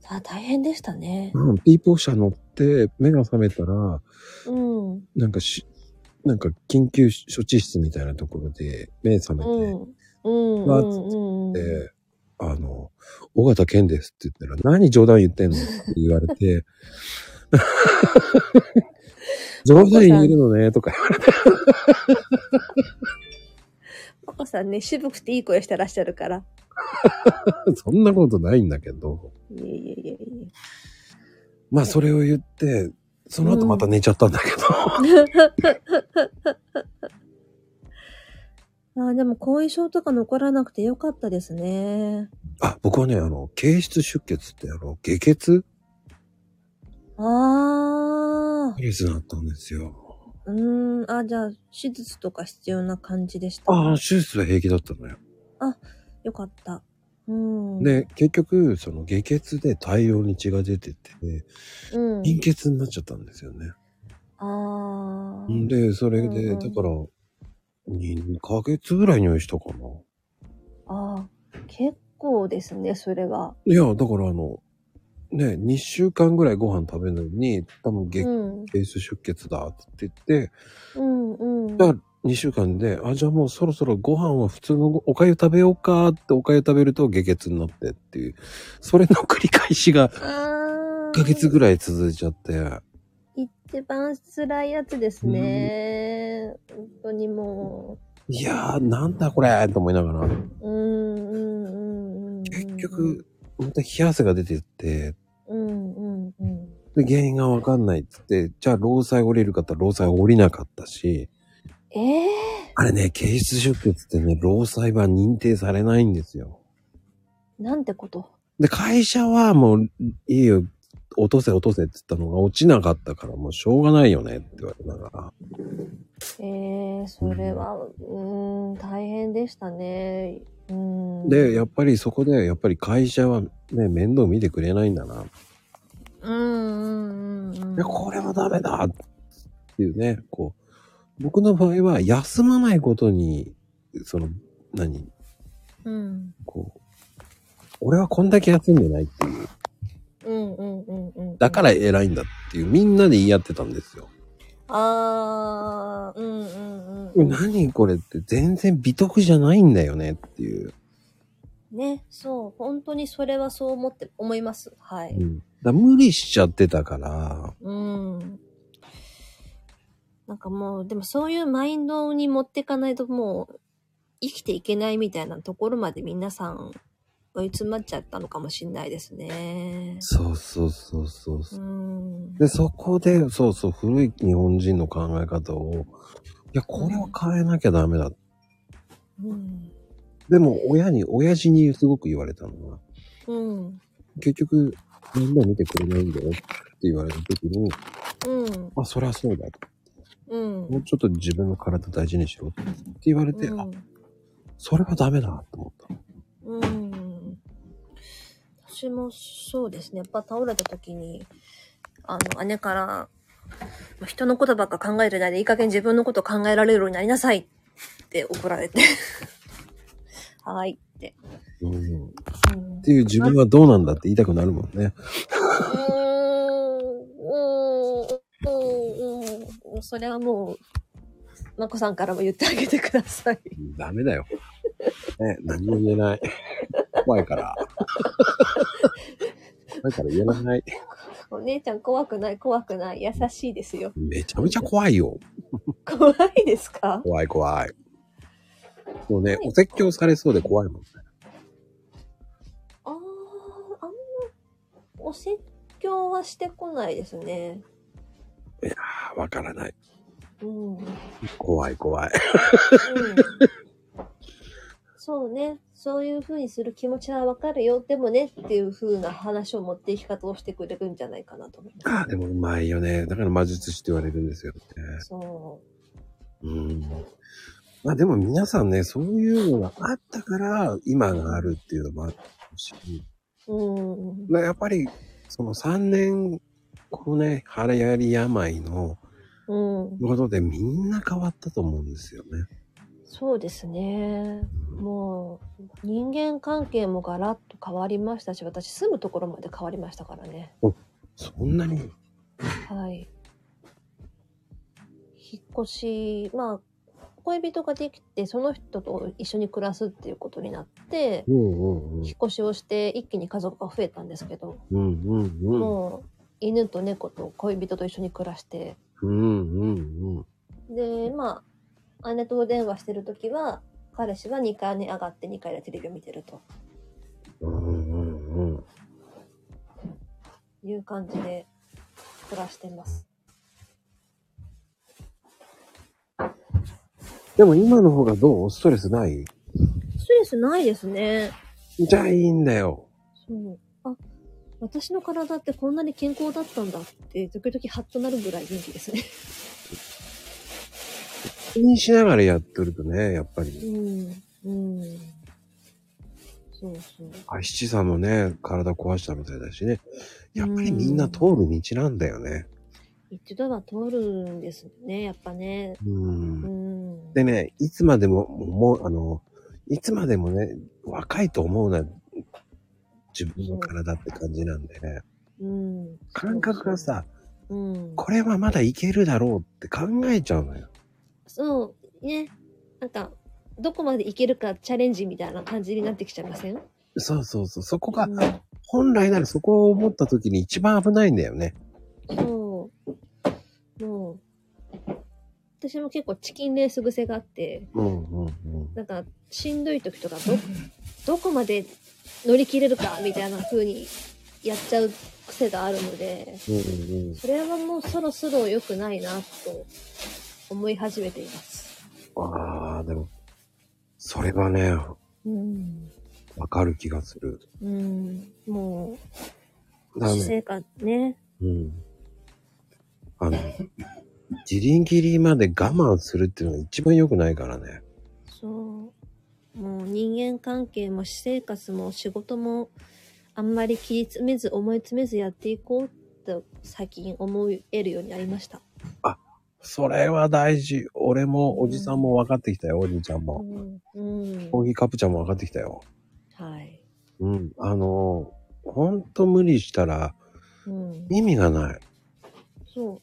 あ、大変でしたね。
うん、ピーポー車乗って目が覚めたら、
うん。う
なんかし、なんか緊急処置室みたいなところで目覚めて、
ん。うん。
まあ
うん。
で、あの、尾形健ですって言ったら、何冗談言ってんのって言われ <laughs> て、冗談言えるのね、とか。
パコさんね、渋くていい声してらっしゃるから。
そんなことないんだけど。
いえいえいえいえ。
まあ、それを言って、その後また寝ちゃったんだけど。
あ、でも後遺症とか残らなくてよかったですね。
あ、僕はね、あの、形質出血って、あの、下血
ああ。
ニュースだったんですよ。
うーん。あ、じゃあ、手術とか必要な感じでした。
ああ、手術は平気だったのよ。
よかった。うん。
で、結局、その下血で大量に血が出てて、
うん。
貧血になっちゃったんですよね。
ああ。
で、それで、
うんうん
だから、2ヶ月ぐらい入院したかな。
ああ。結構ですね、それは。
いや、だからあの、ね、2週間ぐらいご飯食べるのに、多分
う
月
ん。
経出血だって言って、
うんうん。
だから2週間で、あ、じゃあもうそろそろご飯は普通のお粥食べようかってお粥食べると下血になってっていう、それの繰り返しが
ああ。
1ヶ月ぐらい続いちゃって、
一番辛いやつですね。本当にも
いやー、なんだこれと思いながら、
う。うんうんうんうん。
結、局、また冷や汗が出てって、
うんうんうん。
で、原因がわかんないっつって、じゃあ、労災降りるかって言ったら労災降りなかったし、
ええ
あれね、形質出血ってね、労災は認定されないんですよ。
なんてこと。
で、会社はもう、いいよ、落とせ落とせって言ったのが落ちなかったから、もうしょうがないよねって言われながら。
えー、それは、うーん、大変でしたね。うん。
で、やっぱりそこで、やっぱり会社はね、面倒見てくれないんだな。
うんうんうんうん。
いや、これはダメだっていうね、こう、僕の場合は休まないことに、その、何、
うん。
こう、俺はこんだけ休んでないっていう、
うんうんうんうん。。
だからら偉いんだっていう、みんなで言い合ってたんですよ。
あー、うんうんうんうん。
何これって全然美徳じゃないんだよねっていう。
ね、そう。本当にそれはそう思って、思います。は
う
い。
ん、だから無理しちゃってたから、
うん。なんかもう、でもそういうマインドに持っていかないともう、生きていけないみたいなところまで皆さん追い詰まっちゃったのかもしれないですね。
そうそうそうそうそうう。
ん。
で、そこで、そうそう、古い日本人の考え方を、いや、これは変えなきゃダメだ。
うん。
でも、親に、親父にすごく言われたのは、
うん。
結局、みんな見てくれないんだよって言われた時に、
うん。
あ、そりゃそうだと。
うん。
もうちょっと自分の体大事にしろって言われて、あ、それはダメだと思った。
うん。私もそうですね。やっぱ倒れた時に、あの、姉から、まあ人のことばっか考えるなで、いい加減自分のこと考えられるようになりなさいって怒られて。 <laughs> はーいって。
うん。っ
うん
ていう自分はどうなんだって言いたくなるもんね。
うーん、うーん、うーん。それはもう、まこさんからも言ってあげてください。
ダメだよ。 <laughs> ね、何も言えない。怖いから。怖いから言えない。
お姉ちゃん怖くない、怖くない。優しいですよ。
めちゃめちゃ怖いよ。
怖いですか
怖い怖い。もうね、お説教されそうで怖いもんね。
あーあんま、お説教はしてこないですね。
いやー、わからない。
うん。うん、
怖い怖い。 <laughs>
そうね。そういう風にする気持ちはわかるよ。でもね、っていう風な話を持っていき方をしてくれるんじゃないかなと思いま
あーでもうまいよね。だから魔術師って言われるんですよね。
す。そ
うん。まあでも皆さんね、そういうのがあったから、今があるっていうのもあるし、
う。うん。
まあやっぱり、その3年、このね、腹やり病の
うん。
ことでみんな変わったと思うんですよね。
そうですね。もう、人間関係もガラッと変わりましたし、私住むところまで変わりましたからね。
そんなに、
はい。引っ越し、まあ、恋人ができて、その人と一緒に暮らすっていうことになって、
うんうんうん。
引っ越しをして一気に家族が増えたんですけど、
うんうんうん。
もう犬と猫と恋人と一緒に暮らして、
うんうんうん。
で、まあ、姉とお電話してるときは、彼氏は2階に上がって2階でテレビを見てると
うんうんうん。
いう感じで暮らしてます。
でも今の方がどうストレスない
ストレスないですね。
じゃあいいんだよ。
そう。あ、私の体ってこんなに健康だったんだって、時々ハッとなるぐらい元気ですね。
気にしながらやってるとね、やっぱり。
うん。うん。そうそう。
あ、七さんもね、体壊したみたいだしね。やっぱりみんな通る道なんだよね。
一度は通るんですね、やっぱね。
うん
う。ん。
でね、いつまでも、もう、あの、いつまでもね、若いと思うな、自分の体って感じなんでね。
うん。
感覚がさ、
うん。
これはまだいけるだろうって考えちゃうのよ。
そう。ね。なんか、どこまでいけるかチャレンジみたいな感じになってきちゃいません
そうそうそう。そこが
う、ん
本来ならそこを思った時に一番危ないんだよね。
そう。もう。私も結構チキンレース癖があって。
うんうんうん。
なんかしんどい時とかどどこまで乗り切れるかみたいな風にやっちゃう癖があるので
うんうんうん
それはもうそろそろ良くないなと思い始めています。
ああ、でも、それがね、
うん、
わかる気がする。
うん、もう
だから
私
ね、
生活ね。
うん。あの、ギリギリまで我慢するっていうのが一番良くないからね。
そう。もう人間関係も私生活も仕事もあんまり切り詰めず思い詰めずやっていこうって最近思えるようになりました。
それは大事。俺もおじさんも分かってきたよ、おじいちゃん
う
も。
ん。うん。
コーヒーカップちゃんも分かってきたよ。
はい。
うん。あのー、ほんと無理したら
うん。
意味がない。
そう。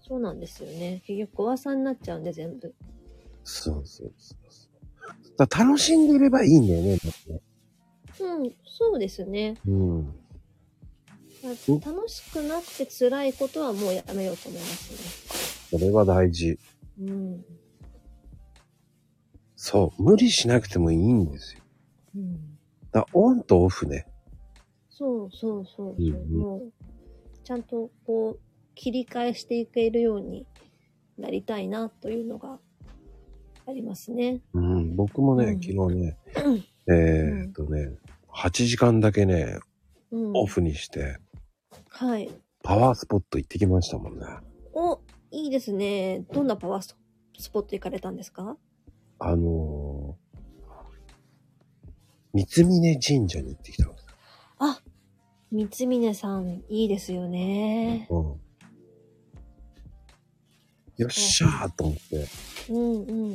そうなんですよね。結局、小さになっちゃうんで、全部。
そうそうそうそう。だから楽しんでいればいいんだよね。だってね
うん、そうですね。
うん。ん
楽しくなくて辛いことはもうやめようと思います
それは大事。
ね。うん。
そう。無理しなくてもいいんですよ。
うん、
だからオンとオフね。
そうそうそうそう、
うんうん
もう、ちゃんとこう、切り替えしていけるようになりたいなというのがありますね。
うん。僕も
う
ね
ん、
昨日ね、
うん
えーっとね、8時間だけね、
うん。
オフにして、
はい。
パワースポット行ってきましたもんね。
お、いいですね。どんなパワーススポット行かれたんですか
あのー、三峯神社に行ってきたの。
あ、三峰さん、いいですよね。
うん。よっしゃーと思って、
うんうんうんう
ウ
ん。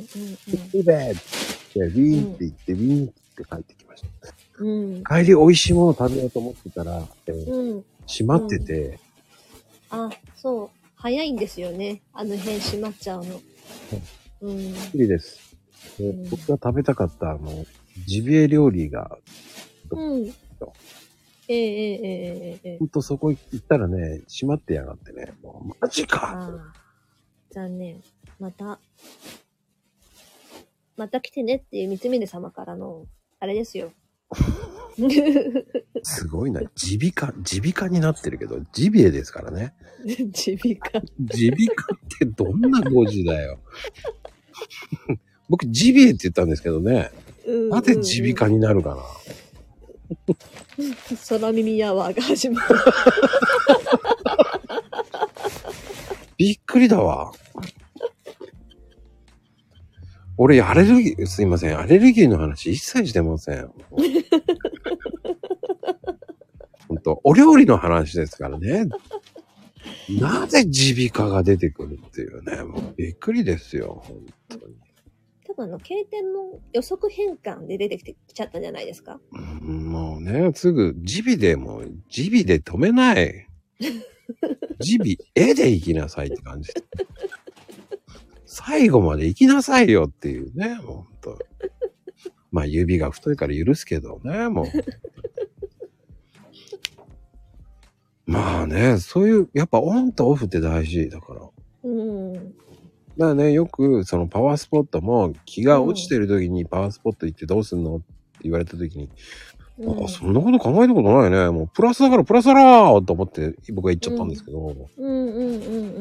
ベーって、ウィーンって行って、ウィーンって帰ってきまし
うん。
た。帰り美味しいもの食べようと思ってたら、えー
うん。
閉まってて、
あ、そう。早いんですよね。あの辺閉まっちゃうの。うん。
びっくりです。で
うん
僕が食べたかった、あの、ジビエ料理が、
うん。ええええええええ。
ほんとそこ行ったらね、閉まってやがってね、もうマジか
ああ。残念。また、また来てねっていう三峰様からの、あれですよ。 <laughs>
すごいな、ジビカ、ジビカになってるけど、ジビエですからね。
耳鼻科。
ジビカってどんな誤字だよ。僕、ジビエって言ったんですけどね。
うん
なぜジビカになるかな。
空耳アワーが始まる。
びっくりだわ。俺、アレルギー、すいません。アレルギーの話一切してません。本当お料理の話ですからね。なぜジビカが出てくるっていうね。もうびっくりですよ。本当に。
多分あの、経典の予測変換で出てきてきちゃったんじゃないですか。
うんもうね、すぐ、ジビでも、ジビで止めない。ジビ、絵で行きなさいって感じ。最後まで行きなさいよっていうね、もうほんと。まあ、指が太いから許すけどね、もう。まあね、そういう、やっぱオンとオフって大事だから。だか
うん。
らね、よく、そのパワースポットも、気が落ちてる時にパワースポット行ってどうすんのって言われた時に、
うん
あ、そんなこと考えたことないね。もうプラスだからプラスだなーと思って僕は言っちゃったんですけど、
うんうんうんうんう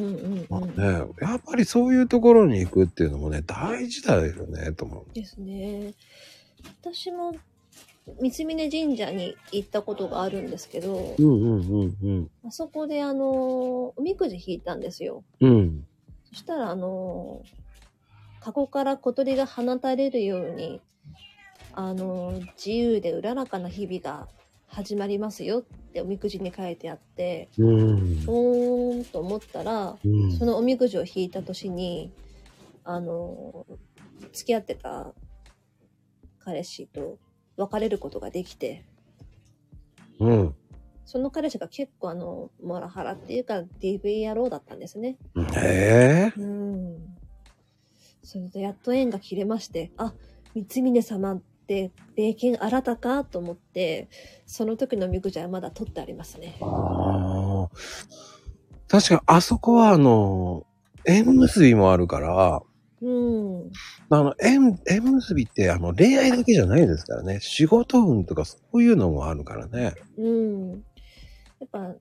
ん
まあ
うん。
ね、やっぱりそういうところに行くっていうのもね、大事だよね、と思
ですね。私も三峯神社に行ったことがあるんですけど
う。、うんうんうん
あそこであの、おみくじ引いたんですよ。
うん。うん。
そしたらあの、過去から小鳥が放たれるように、あの、自由でうららかな日々が始まりますよっておみくじに書いてあって、
うん。
おーんと思ったら、
うん
そのおみくじを引いた年に、あの、付き合ってた彼氏と別れることができて、
うん。
その彼氏が結構あの、モラハラっていうか DV 野郎だったんですね。
ええ
うん。それでやっと縁が切れまして、あ、三峰様って霊剣新たかと思って、その時のおみくじはまだ取ってありますね。
ああ。確かあそこはあの、縁結びもあるから、
うん。
あの、縁、縁結びってあの、恋愛だけじゃないですからね。仕事運とかそういうのもあるからね。
うん。やっぱ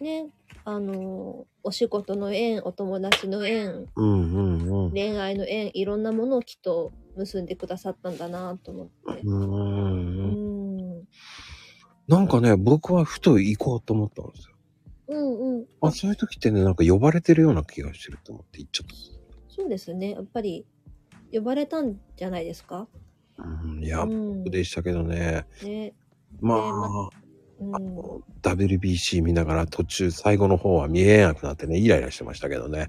ね、あの、お仕事の縁、お友達の縁、
うんうんうん。
恋愛の縁、いろんなものをきっと結んでくださったんだなと思って。
うんうん
う
うん。
ん。
なんかね、僕はふと行こうと思ったんですよ。
うんうん。
あ、そういう時ってね、なんか呼ばれてるような気がしてると思って行っちゃっ
そうですね。やっぱり、呼ばれたんじゃないですか
た。うん、いや
う、ん。
でしたけどね。
ね。
ま
ね
あ、
うん。
WBC 見ながら途中最後の方は見えなくなってね、イライラしてましたけど <laughs> ね。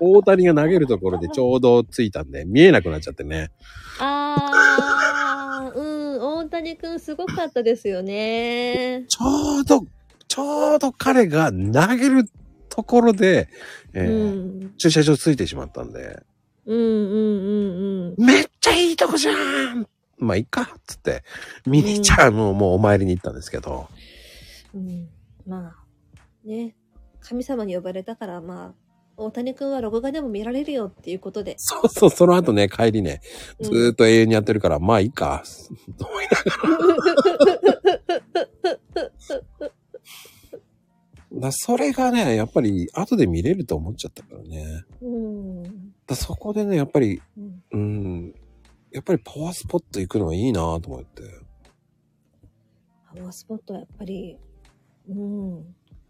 大谷が投げるところでちょうどついたんで、見えなくなっちゃってね。
あー、うん。大谷くんすごかったですよね。
ちょうど、ちょうど彼が投げるところで、え
う
ー
ん。
駐車場ついてしまったんで、
うんうんうんうん。
めっちゃいいとこじゃんまあ、いっかっつって、見に行っちゃうのをもうお参りに行ったんですけど。
うん、まあね神様に呼ばれたからまあ大谷君は録画でも見られるよっていうことで、
そうそう、その後ね、帰りね、
うん
ずーっと永遠にやってるから、まあいい <laughs> か。だそれがね、やっぱり後で見れると思っちゃったからね。
うん
だそこでね、やっぱり、
う
う
ん
ん、やっぱりパワースポット行くのはいいなと思って。
パワースポットはやっぱり、うん、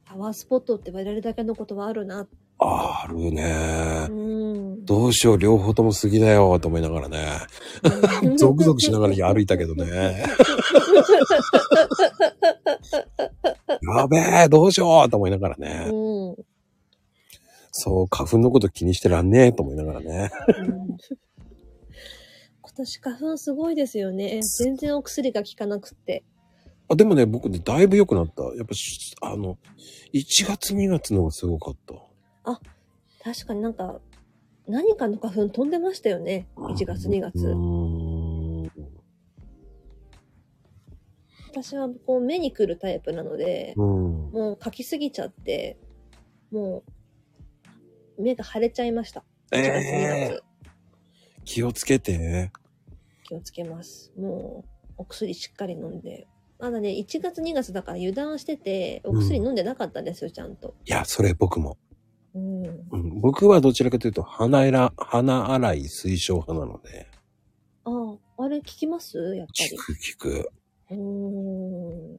パワースポットって言われるだけのことはあるな、
あるね
う。
<laughs>
ん、
どうしよう、両方とも過ぎだよ、と思いながらね。ゾクゾクしながら歩いたけど
<laughs>
ね。やべえ、どうしようと思いながら
う
ね。
ん、うん
そう、花粉のこと気にしてらんねえと思いながらね。
今年花粉すごいですよね全然お薬が効かなくって
あでもね、僕ね、だいぶ良くなった。やっぱし、あの、1月2月のがすごかった。
確かになんか何かの花粉飛んでましたよね1月2月、
うーん。
私はこう目にくるタイプなので、
うん。
もう書きすぎちゃって、もう目が腫れちゃいました。1月
え
2
え
月。
気をつけて。
気をつけます。もうお薬しっかり飲んで。まだね、1月2月だから油断してて、お薬飲んでなかったんですよ、ちゃんと。
いや、それ僕も。
うん。
うん、僕はどちらかというと、鼻えら、鼻洗い推奨派なので。
ああ、あれ効きますやっぱ
聞く聞く。
り。うーん。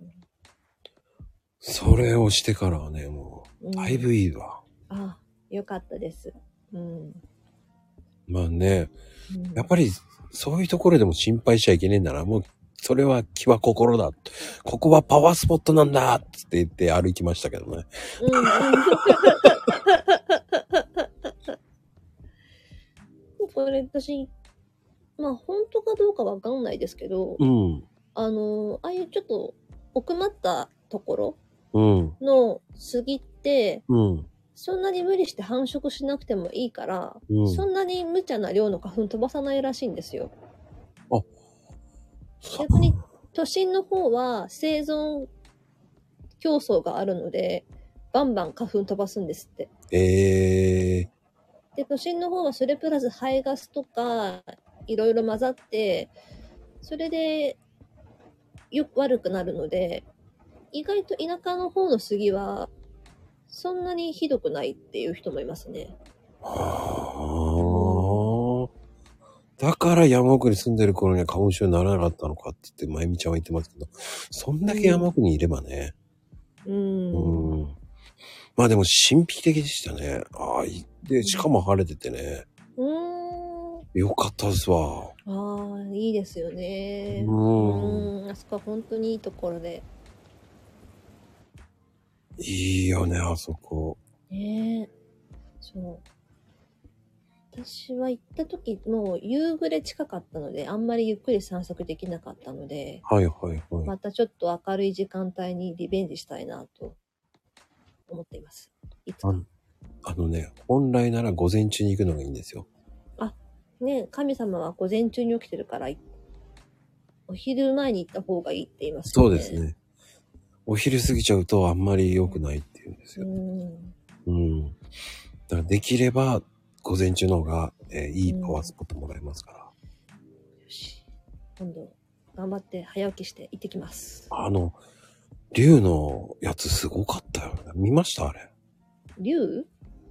それをしてからはね、も
うん
う、だいぶいいわ。
あよかったです。うん。
まあね、
うん
やっぱり、そういうところでも心配しちゃいけねえんだな。もう、それは気は心だ。ここはパワースポットなんだって言って歩きましたけどね。
うんうんこれ私、まあ本当かどうかわかんないですけど、
うん。
あの、ああいうちょっと奥まったところ
うん。
の杉って、
うん。
そんなに無理して繁殖しなくてもいいから、
うん
そんなに無茶な量の花粉飛ばさないらしいんですよ。
あ
逆に都心の方は生存競争があるので、バンバン花粉飛ばすんですって。
ええ
で、都心の方はそれプラス排ガスとか、いろいろ混ざって、それで、よく悪くなるので、意外と田舎の方の杉は、そんなにひどくないっていう人もいますね。
はあ。だから山奥に住んでる頃には花粉症にならなかったのかって言って、まゆみちゃんは言ってますけど、そんだけ山奥にいればね。う
う。
んん。まあでも神秘的でしたね。ああ、いで、しかも晴れててね。
うーん。
よかったですわ。
ああ、いいですよね。
うん。
うん。あそこは本当にいいところで。
いいよね、あそこ。
ねえ。そう。私は行った時、もう夕暮れ近かったので、あんまりゆっくり散策できなかったので、
はいはいはい。
またちょっと明るい時間帯にリベンジしたいなと思っています。いつ
あ
か。
のあのね、本来なら午前中に行くのがいいんですよ。
ね神様は午前中に起きてるから、お昼前に行った方がいいって言います
そうです。ね。お昼過ぎちゃうとあんまり良くないっていうんです
う
よ。
ん。
うん。だからできれば午前中の方が、えーいいパワースポットもらえますから。
よし。今度、頑張って早起きして行ってきます。
あの、竜のやつすごかったよね。見ましたあれ。
竜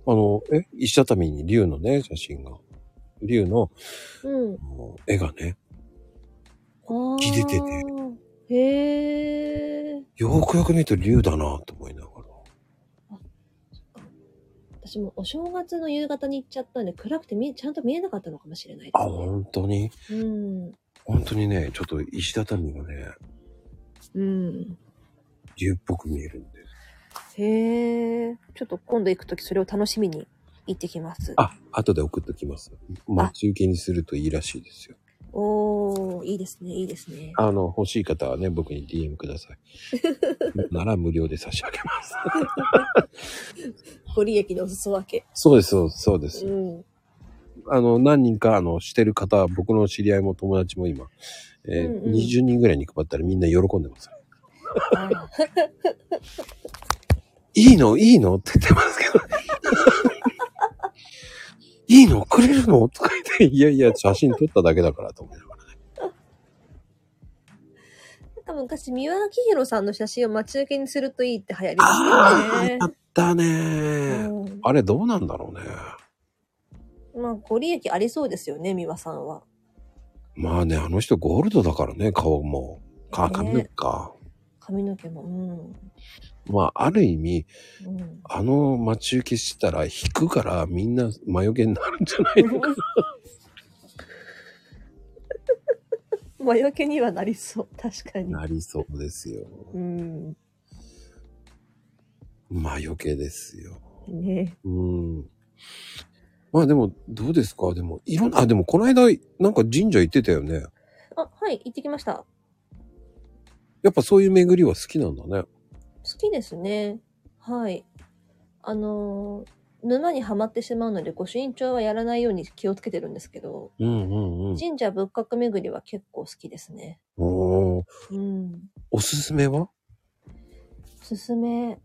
あの、え、石畳に竜のね、写真が。竜の
うん。
あの絵がね、
ああ。
出てて
へえ。
よくよく見ると竜だなと思いながら。
私もお正月の夕方に行っちゃったんで、暗くて見えちゃんと見えなかったのかもしれないで
あ、本当に
す。うん。
本当にね、ちょっと石畳がね、
うん。
竜っぽく見えるんです。
へえ。ちょっと今度行くときそれを楽しみに行ってきます。
あ、後で送っときます。待ち受けにするといいらしいですよ。
おー、いいですね、いいですね。
あの、欲しい方はね、僕に DM くだ <laughs> さい。なら無料で差し上げます。
ご利益のお裾分け。
そうです、そうですそうです。
うん。
あの、何人か、あの、してる方、僕の知り合いも友達も今、えー
うんうん
20人ぐらいに配ったらみんな喜んでます。
あ
いいのいいのって言ってますけ <laughs> ど。いいのくれるのとか言って、いやいや、写真撮っただけだからと思いながら。
なんか昔、三輪明宏さんの写真を待ち受けにするといいって流行りま
ああ
したよね
ー、あ。ったねー。
う
あれどうなんだろうね。
ん、まあ、ご利益ありそうですよね、三輪さんは。
まあね、あの人ゴールドだからね、顔も。か、
ね
かんぬか。
髪の毛も。う
まあ、ある意味、
ん。 <laughs> うん、
あの待ち受けしたら引くからみんな魔除けになるんじゃないの
魔除けにはなりそう、確か
<laughs>
に。
なりそうですよ。
うん。
魔除けですよ。
ね
うん。まあでも、どうですかでも、いろんな、あ、でもこの間、なんか神社行ってたよね。
あ、はい、行ってきました。
やっぱそういう巡りは好きなんだね。
好きですね。はい。あのー沼にはまってしまうので、御朱印帳はやらないように気をつけてるんですけど、
うんうんうん。
神社仏閣巡りは結構好きですね。
おー
うん。
おすすめは
おすすめ。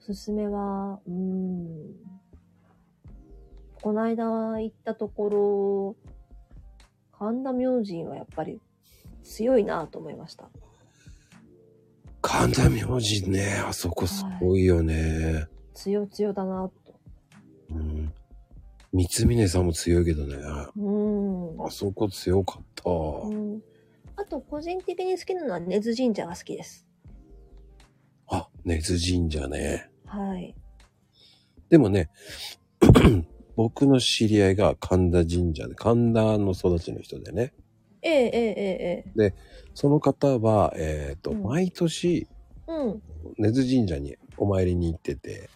おすすめは、うーん。こないだ行ったところ、神田明神はやっぱり強いなと思いました。
神田明神ね、あそこすごいよね。
強強だなと。
うん。三峰さんも強いけどね。あ
うーん。
そこ強かった。
うんあと、個人的に好きなのは根津神社が好きです。
あ、根津神社ね。
はい。
でもね、 <clears throat> 僕の知り合いが神田神社で、神田の育ちの人でね。
ええええええええ。
その方は、えっ、と、
うん
毎年、
うん。
根津神社にお参りに行ってて、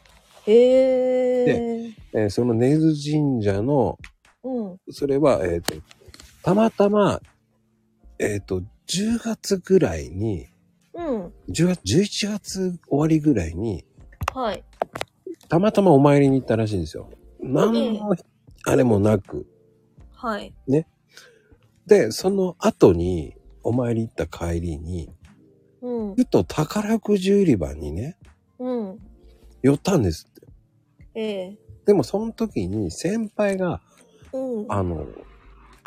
ええ。
えーその根津神社の、
うん。
それは、えっ、と、たまたま、えっ、と、10月ぐらいに、
うん。
10月、11月終わりぐらいに、
はい。
たまたまお参りに行ったらしいんですよ。何の、あれもなく。
はい。
で、その後に、お参り行った帰りに、
うん。
ふと宝くじ売り場にね、
うん。
寄ったんですって。
ええ。
でもその時に先輩が、
うん。
あの、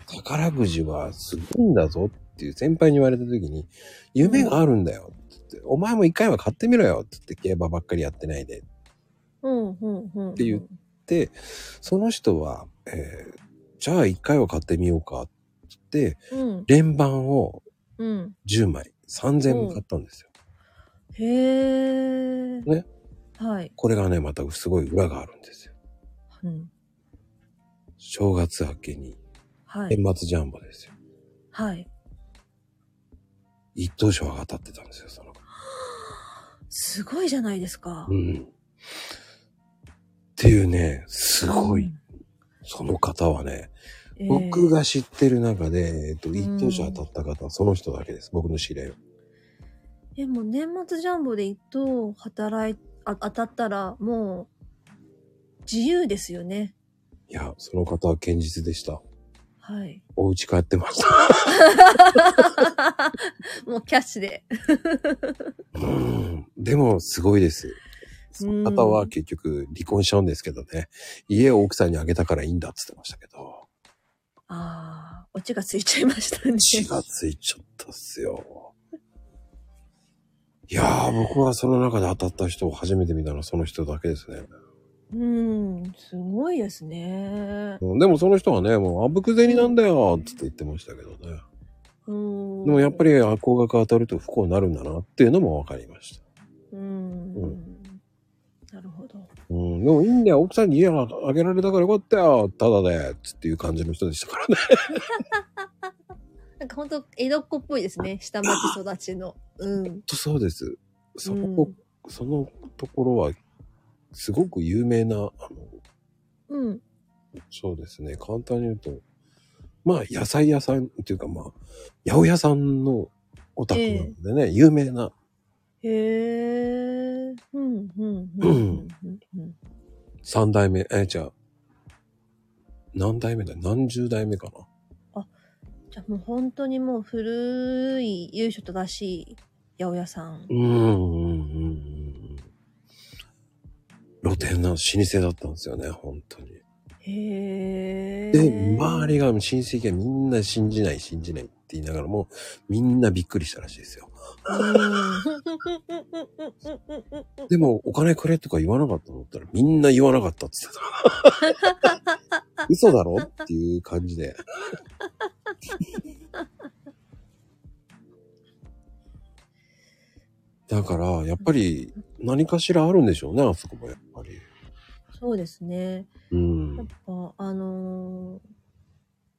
宝くじはすごいんだぞっていう先輩に言われた時に、夢があるんだよって言って、お前も一回は買ってみろよって言って、競馬ばっかりやってないで。
うん。うん。うん。
ていう。で、その人は、えーじゃあ一回は買ってみようかって言って、
うん。
連番を
うん。
10枚、3000円買ったんですよ。
へえ。
ね。
はい。
これがね、またすごい裏があるんですよ。
うん。
正月明けに、
はい。
年末ジャンボですよ。
はい。
一等賞が当たってたんですよ、その子。
すごいじゃないですか。
うん。っていうね、すごい。その方はね、
うん。
僕
が。
が知ってる中で、えっと、一等賞当たった方はその人だけです。僕の知り合いは。
え、もう年末ジャンボで一等働い、あ当たったら、もう、自由ですよね。
いや、その方は堅実でした。 <laughs>
はい。
お家帰ってました。
もうキャッシュで。
うん。でも、すごいです。その方は結局離婚しちゃうんですけどね。家を奥さんにあげたからいいんだって言ってましたけど。
ああ、オチがついちゃいましたね。
血がついちゃったっすよ。いやー、僕はその中で当たった人を初めて見たのはその人だけですね。
うん、すごいですね。
うんでもその人はね、もう、あぶく銭なんだよって言ってましたけどね。
うーん。
でもやっぱり光が当たると不幸になるんだなっていうのも分かりました。
うーん。。
うん
なるほど。
うん、でもいいんだよ。奥さんに家があげられたからよかったよ。ただで、つっていう感じの人でしたからね。
なんか本当江戸っ子っぽいですね。下町育ちの。うん。
とそうです。そこ、
うん
そのところは、すごく有名な、あの、
うん。
そうですね。簡単に言うと、まあ、野菜屋さんっていうか、まあ、八百屋さんのお宅なんでね、有名な。
へえ。うん、うん、うん
う
うんん。
<clears throat>
うん
三代目、え、じゃあ、何代目だ何十代目かな
じゃあもう本当にもう古い由緒正しい八百屋さん
う。んうんうんうんうん。露店の老舗だったんですよね、本当に。
へえ。
で、周りが親戚がみんな信じない信じないって言いながらも、みんなびっくりしたらしいですよ。
うん
でも、お金くれとか言わなかったと思ったら、みんな言わなかったって言ってた。嘘だろっていう感じで。だから、やっぱり、何かしらあるんでしょうね、あそこもやっぱり。
<laughs> そうですね。
うん
やっ。ぱ、あの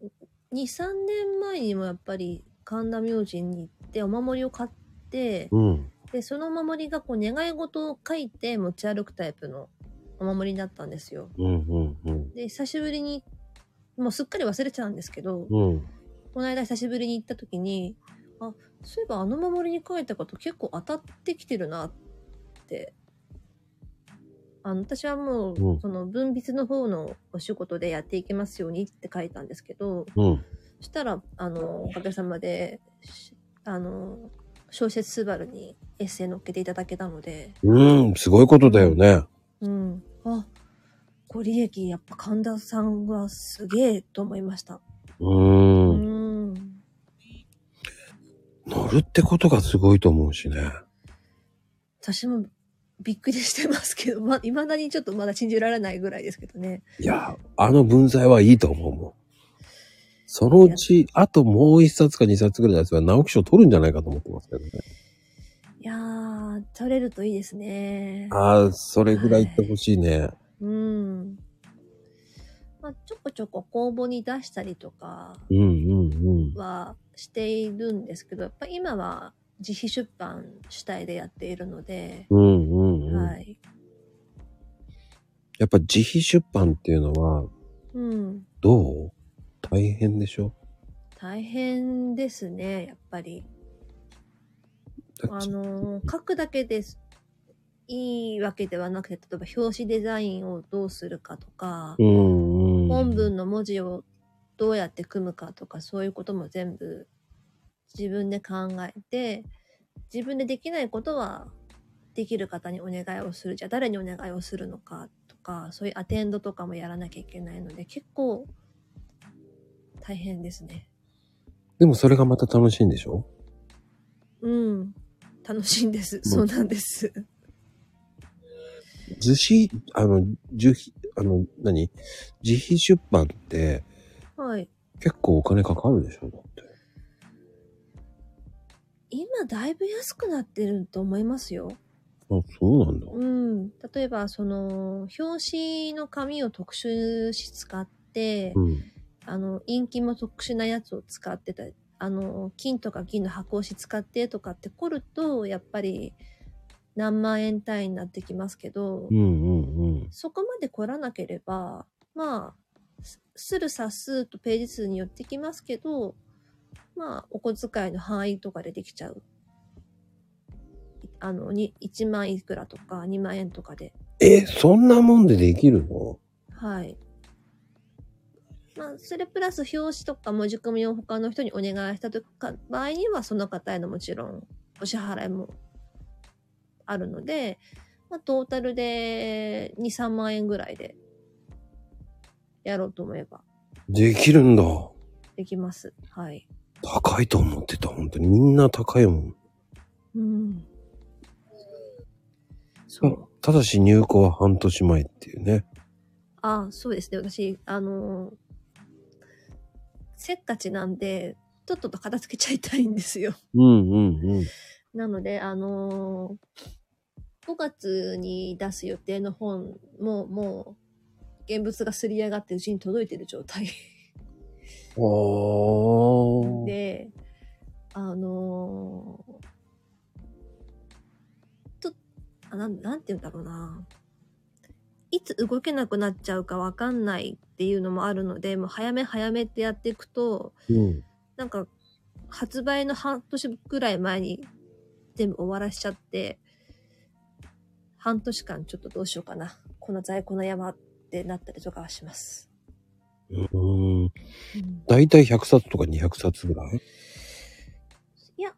ー、2、3年前にもやっぱり神田明神に行ってお守りを買って、
うん。
で、そのお守りがこう願い事を書いて持ち歩くタイプのお守りだったんですよ。
うん。うん。うん。
で、久しぶりに、もうすっかり忘れちゃうんですけど、
うん。
この間久しぶりに行った時に、あ、そういえばあの守りに書いたこと結構当たってきてるなって。あの、私はもう、
うん
その分泌の方のお仕事でやっていきますようにって書いたんですけど、
うん。
そしたら、あの、おかげさまで、しあの、小説スバルにエッセイ載っけていただけたので、
うん。すごいことだよね。
うん。あ、ご利益、やっぱ神田さんはすげえと思いました。
う。
うんん
乗るってことがすごいと思うしね。
私もびっくりしてますけど、ま、未だにちょっとまだ信じられないぐらいですけどね。
いや、あの文才はいいと思うもん。そのうち、あともう一冊か二冊ぐらいのやつは直木賞取るんじゃないかと思ってますけどね。
いやー、取れるといいですね。
ああ、それぐらい言ってほしいね。
うん。まあ、ちょこちょこ公募に出したりとか
うんうん
はしているんですけど、やっぱ今は自費出版主体でやっているので、
うん。うんうんうん。
はい。
やっぱ自費出版っていうのは、
うん。
どう大変でしょ
大変ですね、やっぱり。
だ
あのー書くだけです。いいわけではなくて、例えば表紙デザインをどうするかとか
う、んうん。
本文の文字をどうやって組むかとか、そういうことも全部自分で考えて、自分でできないことはできる方にお願いをする。じゃあ誰にお願いをするのかとか、そういうアテンドとかもやらなきゃいけないので、結構大変ですね。
でもそれがまた楽しいんでしょ
うん。楽しいんです。
うん
そうなんです。
自費、あの、自費、あの、何自費出版って
はい。
結構お金かかるでしょだって。
今だいぶ安くなってると思いますよ。
あ、そうなんだ。
うん。例えば、その、表紙の紙を特殊紙使って、
うん。
あの、インキも特殊なやつを使ってたり、あの、金とか銀の箱押し使ってとかって来ると、やっぱり何万円単位になってきますけど、
うんうんうん。
そこまで来らなければ、まあ、すする冊数とページ数によってきますけど、まあ、お小遣いの範囲とかでできちゃう。いあの、に1万いくらとか2万円とかで。
え、そんなもんでできるの
はい。まあ、それプラス表紙とか文字組みを他の人にお願いしたとか、場合にはその方へのもちろんお支払いもあるので、まあ、トータルで2、3万円ぐらいでやろうと思えば
できるんだ。
できます。はい。
高いと思ってた、本当に。みんな高いもん。
うん。そう。
ただし入校は半年前っていうね。
あ、そうですね。私、あのーせっかちなんで、とっとと片付けちゃいたいんですよ。
うんうんうん。
なので、あのー、5月に出す予定の本も、もう、現物がすり上がってうちに届いてる状態
おー。
で、あのー、と、あなん、なんて言うんだろうな。いつ動けなくなっちゃうかわかんないっていうのもあるので、もう早め早めってやっていくと、
うん。
なんか、発売の半年くらい前に全部終わらしちゃって、半年間ちょっとどうしようかな。この在庫の山ってなったりとかはします。
うん。だいたい100冊とか200冊ぐらい
いや、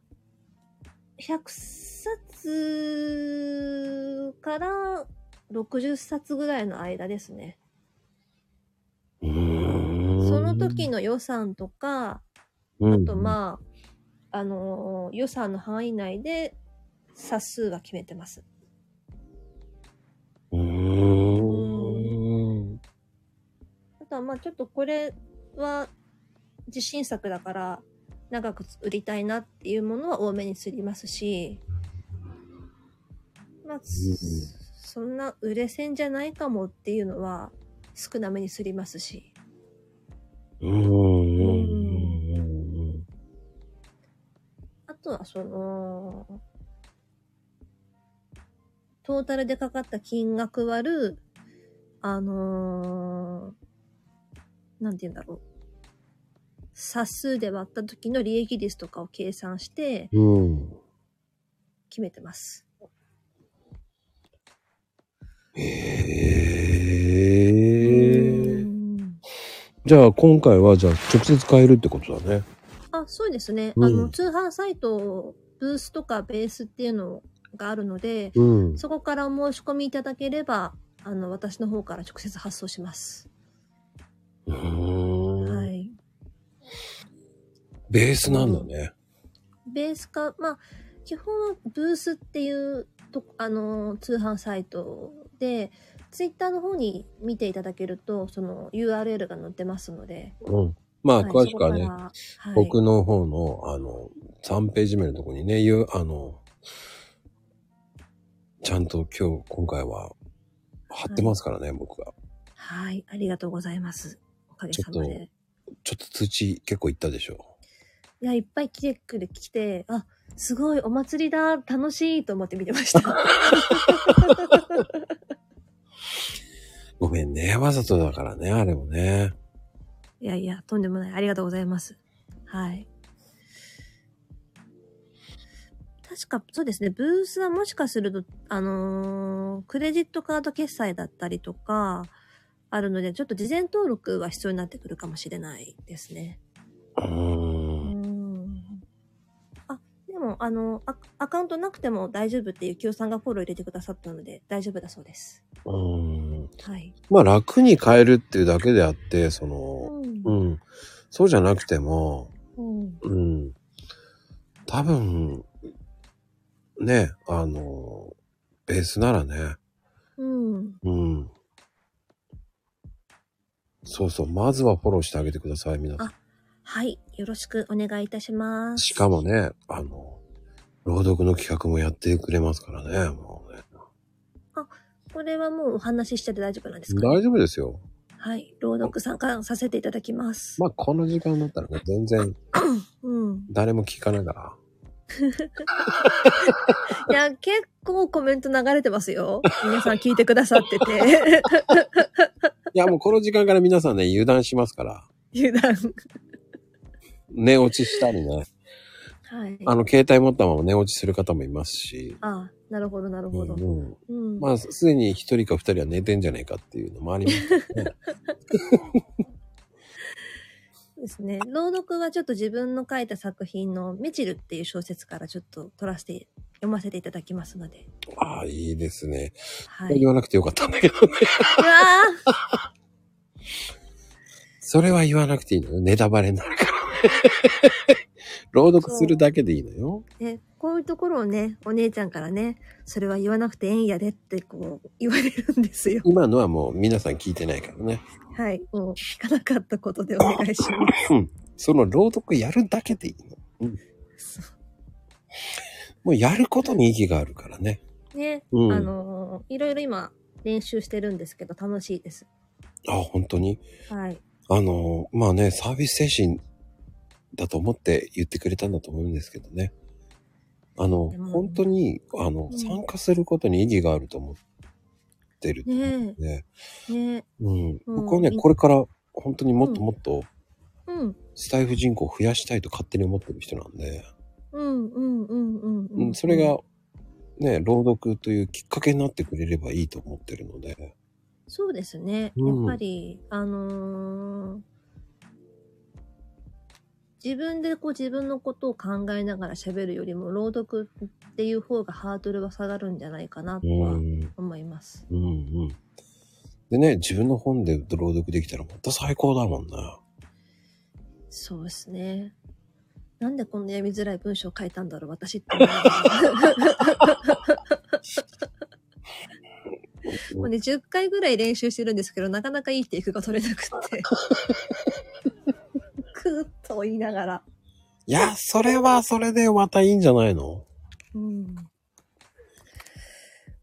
100冊から60冊ぐらいの間ですね。
うーん。
その時の予算とか、
うん、
あとまあ、あのー予算の範囲内で冊数は決めてます。
うーん。
あとはまあちょっとこれは自信作だから長く売りたいなっていうものは多めにすりますし、まあ、そんな売れ線じゃないかもっていうのは少なめにすりますし、
うんうんうん
あとはその、トータルでかかった金額割る、あのーなんて言うんだろう。冊数で割った時の利益率とかを計算して、
うん。うん。
決めてます。
へえ。
うん
じゃあ今回はじゃあ直接買えるってことだね。
あ、そうですね。
うん
あの、通販サイト、ブースとかベースっていうのがあるので、
うん。
そこからお申し込みいただければ、あの、私の方から直接発送します。
う
は
ーん
い。
ベースなんだね。
ベースか、まあ、基本はブースっていうと、あの、通販サイトで、ツイッターの方に見ていただけると、その URL が載ってますので、
うん。まあ
はい
詳しくは
そ
ね
こ、からはい、
僕の方の、あの、3ページ目のとこにね、いう、あの、ちゃんと今日、今回は貼ってますからね、僕が。
はい、ありがとうございます。おかげさま
ちょっ
で。
ちょっと通知結構いったでしょ。
いや、いっぱい来てくる、来て、あ、すごい、お祭りだ、楽しいと思って見てました。
ごめんね、わざとだからね、あれもね。
いやいや、とんでもない。ありがとうございます。はい。確か、そうですね、ブースはもしかすると、あのークレジットカード決済だったりとか、あるので、ちょっと事前登録は必要になってくるかもしれないですね。
うー。
うんん。あ、でも、あの、アアカウントなくても大丈夫っていう Q さんがフォロー入れてくださったので、大丈夫だそうです。
うーん。
はい。
まあ楽に変えるっていうだけであって、その、う。
うん
そうじゃなくても、
ん。
うん。多分、ね、あの、ベースならね、
うん。
うん。そうそう、まずはフォローしてあげてください、皆さん。
はい。よろしくお願いいたします。
しかもね、あの、朗読の企画もやってくれますからね、もうね。
これはもうお話ししてて大丈夫なんですか、
大丈夫ですよ。
はい。朗読参加させていただきます。
まあ、この時間だったらね、全然 <laughs>
うん。
誰も聞かないから。
いや、結構コメント流れてます
<laughs>
よ。皆さん聞いてくださってて。 <laughs>
いや、もうこの時間から皆さんね、油断しますから。
油断。
寝落ちしたりね。
はい。
あの、携帯持ったまま寝落ちする方もいますし。
あなるほど、なる
う
ほ
ん
ど。
うん、
うん。
まあ、すでに一人か二人は寝てんじゃねえかっていうのもありますからね。
ですね。朗読はちょっと自分の書いた作品のメチルっていう小説からちょっと取らせて、読ませていただきますので。
ああ、いいですね。
はい。
言
うわ
わなくてよかったんだけどね。
ー
それは言わなくていいのよ。ネタバレになるからね。朗読するだけでいいのよ。
ね、こういうところをね、お姉ちゃんからね、それは言わなくてええんやでってこう言われるんですよ。
今のはもう皆さん聞いてないからね。
はい。もう聞かなかったことでお願いします。
その朗読やるだけでいいの。
そう
もうやることに意義があるからね。
<laughs> ね、
うん
あのーいろいろ今練習してるんですけど楽しいです。
あ、本当に。
はい。
あの、まあね、サービス精神だと思って言ってくれたんだと思うんですけどね。あの
でも、
本当に、あの
う、ん
参加することに意義があると思ってる。
ね
ね。
え、ねえ。
うん。
うん
僕はね、これから本当にもっともっと
うん、
スタイフ人口を増やしたいと勝手に思ってる人なんで、
うん、うん、うん、うん
う
うん
ん、それが、、ね、朗読というきっかけになってくれればいいと思ってるので、
そうですね。や
うん
っぱり、あのー自分でこう自分のことを考えながら喋るよりも、朗読っていう方がハードルは下がるんじゃないかなと
う
は
ん、
思います。
うん、うん。でね、自分の本で朗読できたらまた最高だもんね。
そうですね。なんでこんな読みづらい文章を書いたんだろう、私って思いながら。もうね、10回ぐらい練習してるんですけど、なかなかいいテイクが取れなくって。くーっと言いながら。
いや、それはそれでまたいいんじゃないの
うん。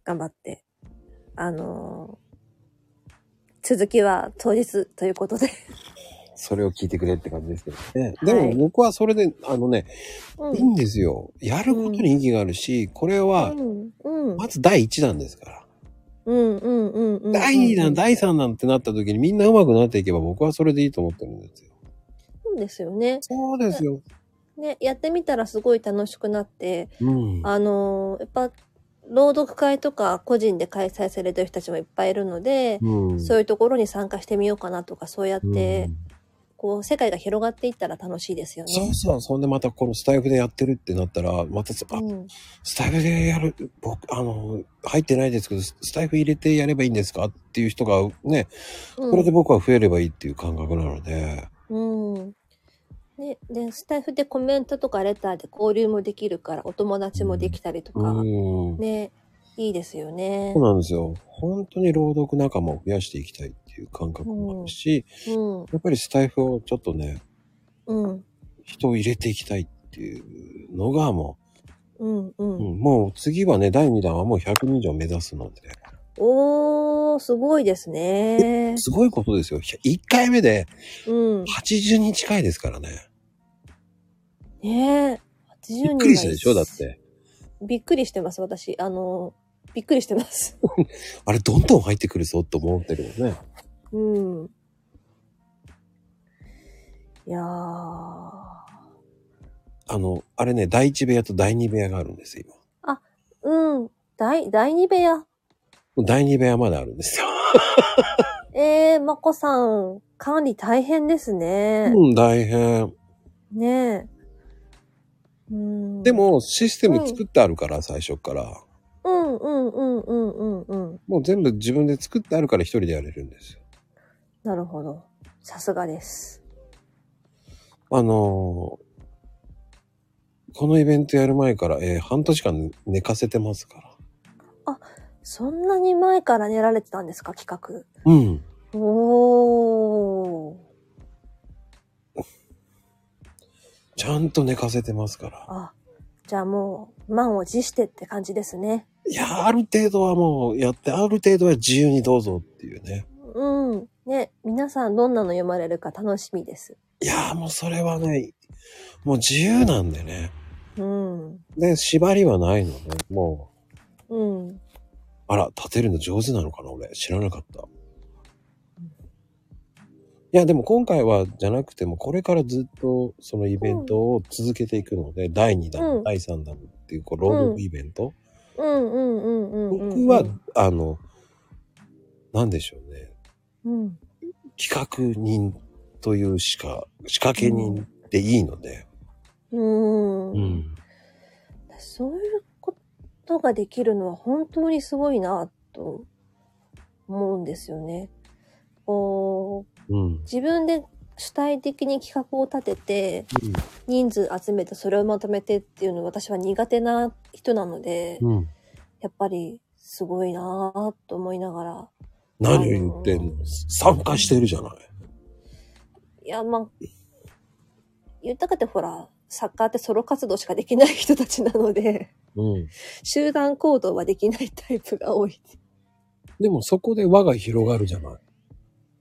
頑張って。あのー続きは当日ということで。
それを聞いてくれって感じですけどね。
はい
でも僕はそれで、あのね、
う
いいんですよ。やることに意義があるし、これは、
ん。うん。
まず第一弾ですから。
うん。うん。うん。うん。
第二
う
弾、
ん
第三弾ってなった時にみんな上手くなっていけば僕はそれでいいと思ってるんですよ。
そうですよね。
そうですよ。
ね、やってみたらすごい楽しくなって、
うん。
あのーやっぱ、朗読会とか個人で開催されてる人たちもいっぱいいるので、
うん。
そういうところに参加してみようかなとか、そうやって、
うん
こう、世界が広がっていったら楽しいですよ
そ
ね
う。そう。そんでまたこのスタイフでやってるってなったら、またそ、あ、
うん、
スタイフでやる、僕、あの、入ってないですけど、スタイフ入れてやればいいんですかっていう人がね、これで僕は増えればいいっていう感覚なので、
うん。ね、で、スタイフでコメントとかレターで交流もできるから、お友達もできたりと
う
か、
ん。
ね、いいですよね
そう。なんですよ。本当に朗読仲間を増やしていきたいっていう感覚もあるし、
うん、
やっぱりスタイフをちょっとね、
うん、
人を入れていきたいっていうのがも
うん、う。
う、うんんもう次はね、第2弾はもう100人以上目指すので、
おー、すごいですね。
すごいことですよ。1回目で
うん。
80人近いですからね。
ね80人
び
が
っくりしたでしょだっ。て。
びっくりしてます、私。あの、びっくりし
<laughs>
てます。
あれ、どんどん入ってくるぞと思ってるもんね。
うん。いやー。
あの、あれね、第1部屋と第2部屋があるんですよ、今。
うん。第、第2部屋。
第2部屋まであるんですよ。
ええー、まこさん、管理大変ですね。
うん、大変。
ねえ。うん。
で、も、システム作ってあるから、最初から。
うんうんうんうんうんうん。
もう全部自分で作ってあるから一人でやれるんですよ。
なるほど。さすがです。
あのーこのイベントやる前から、えー半年間寝かせてますから。
そんなに前から練られてたんですか、企
うん。
画。おー。
ちゃんと寝かせてますから。
あ、じゃあもう、満を持してって感じですね。
いや、ある程度はもうやって、ある程度は自由にどうぞっていうね。
うん。ね、皆さんどんなの読まれるか楽しみです。
いやーもうそれはね、もう自由なんでね。
うん。
で、縛りはないのね。もう、
うん。
あら、立てるの上手なのかな俺、知らなかった。いや、でも今回はじゃなくても、これからずっとそのイベントを続けていくので、第2弾、
うん
第3弾っていう、こう、朗読イベント。
うんうんうんうんうん、うん。
僕は、あの、なんでしょうね。
うん。
企画人というしか、仕掛け人でいいので。
うん。
うん。
そういうことができるのは本当にすごいなと思うんですよね。こう、
うん。
自分で主体的に企画を立てて、人数集めてそれをまとめてっていうのは私は苦手な人なので、
うん。うん、
やっぱりすごいなと思いながら。
何を言ってんの参加してるじゃない。
いや、まあ、言ったかってほら、サッカーってソロ活動しかできない人たちなので、 <laughs>
うん。
集団行動はできないタイプが多い。
でもそこで輪が広がるじゃない。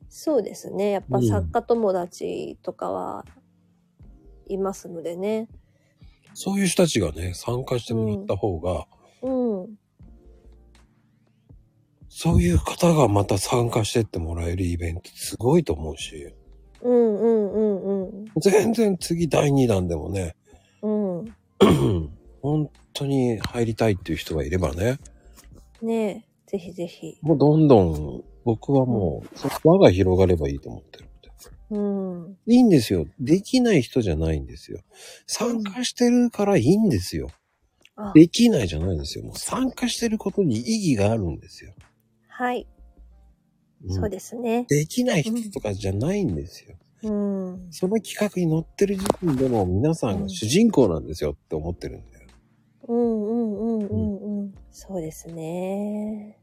そうですね。やっぱ
うん
作家友達とかはいますのでね。
そういう人たちがね、参加してもらった方が、
うん。
そういう方がまた参加してってもらえるイベントすごいと思うし、
うんうんうん
全然次第2弾でもね、 <clears throat>
うん。うん。
本当に入りたいっていう人がいればね、
ねえ。ぜひぜひ。
もうどんどん僕はもう、そ輪が広がればいいと思ってるんで。
うん。
いいんですよ。できない人じゃないんですよ。参加してるからいいんですよ。
あ
できないじゃないんですよ。もう参加してることに意義があるんですよ。
はい。
ん
そうですね。
できない人とかじゃないんですよ。
うん。
その企画に乗ってる時点でも皆さんが主人公なんですよって思ってるんだよ。
うんうんうんうんうん。そうですね。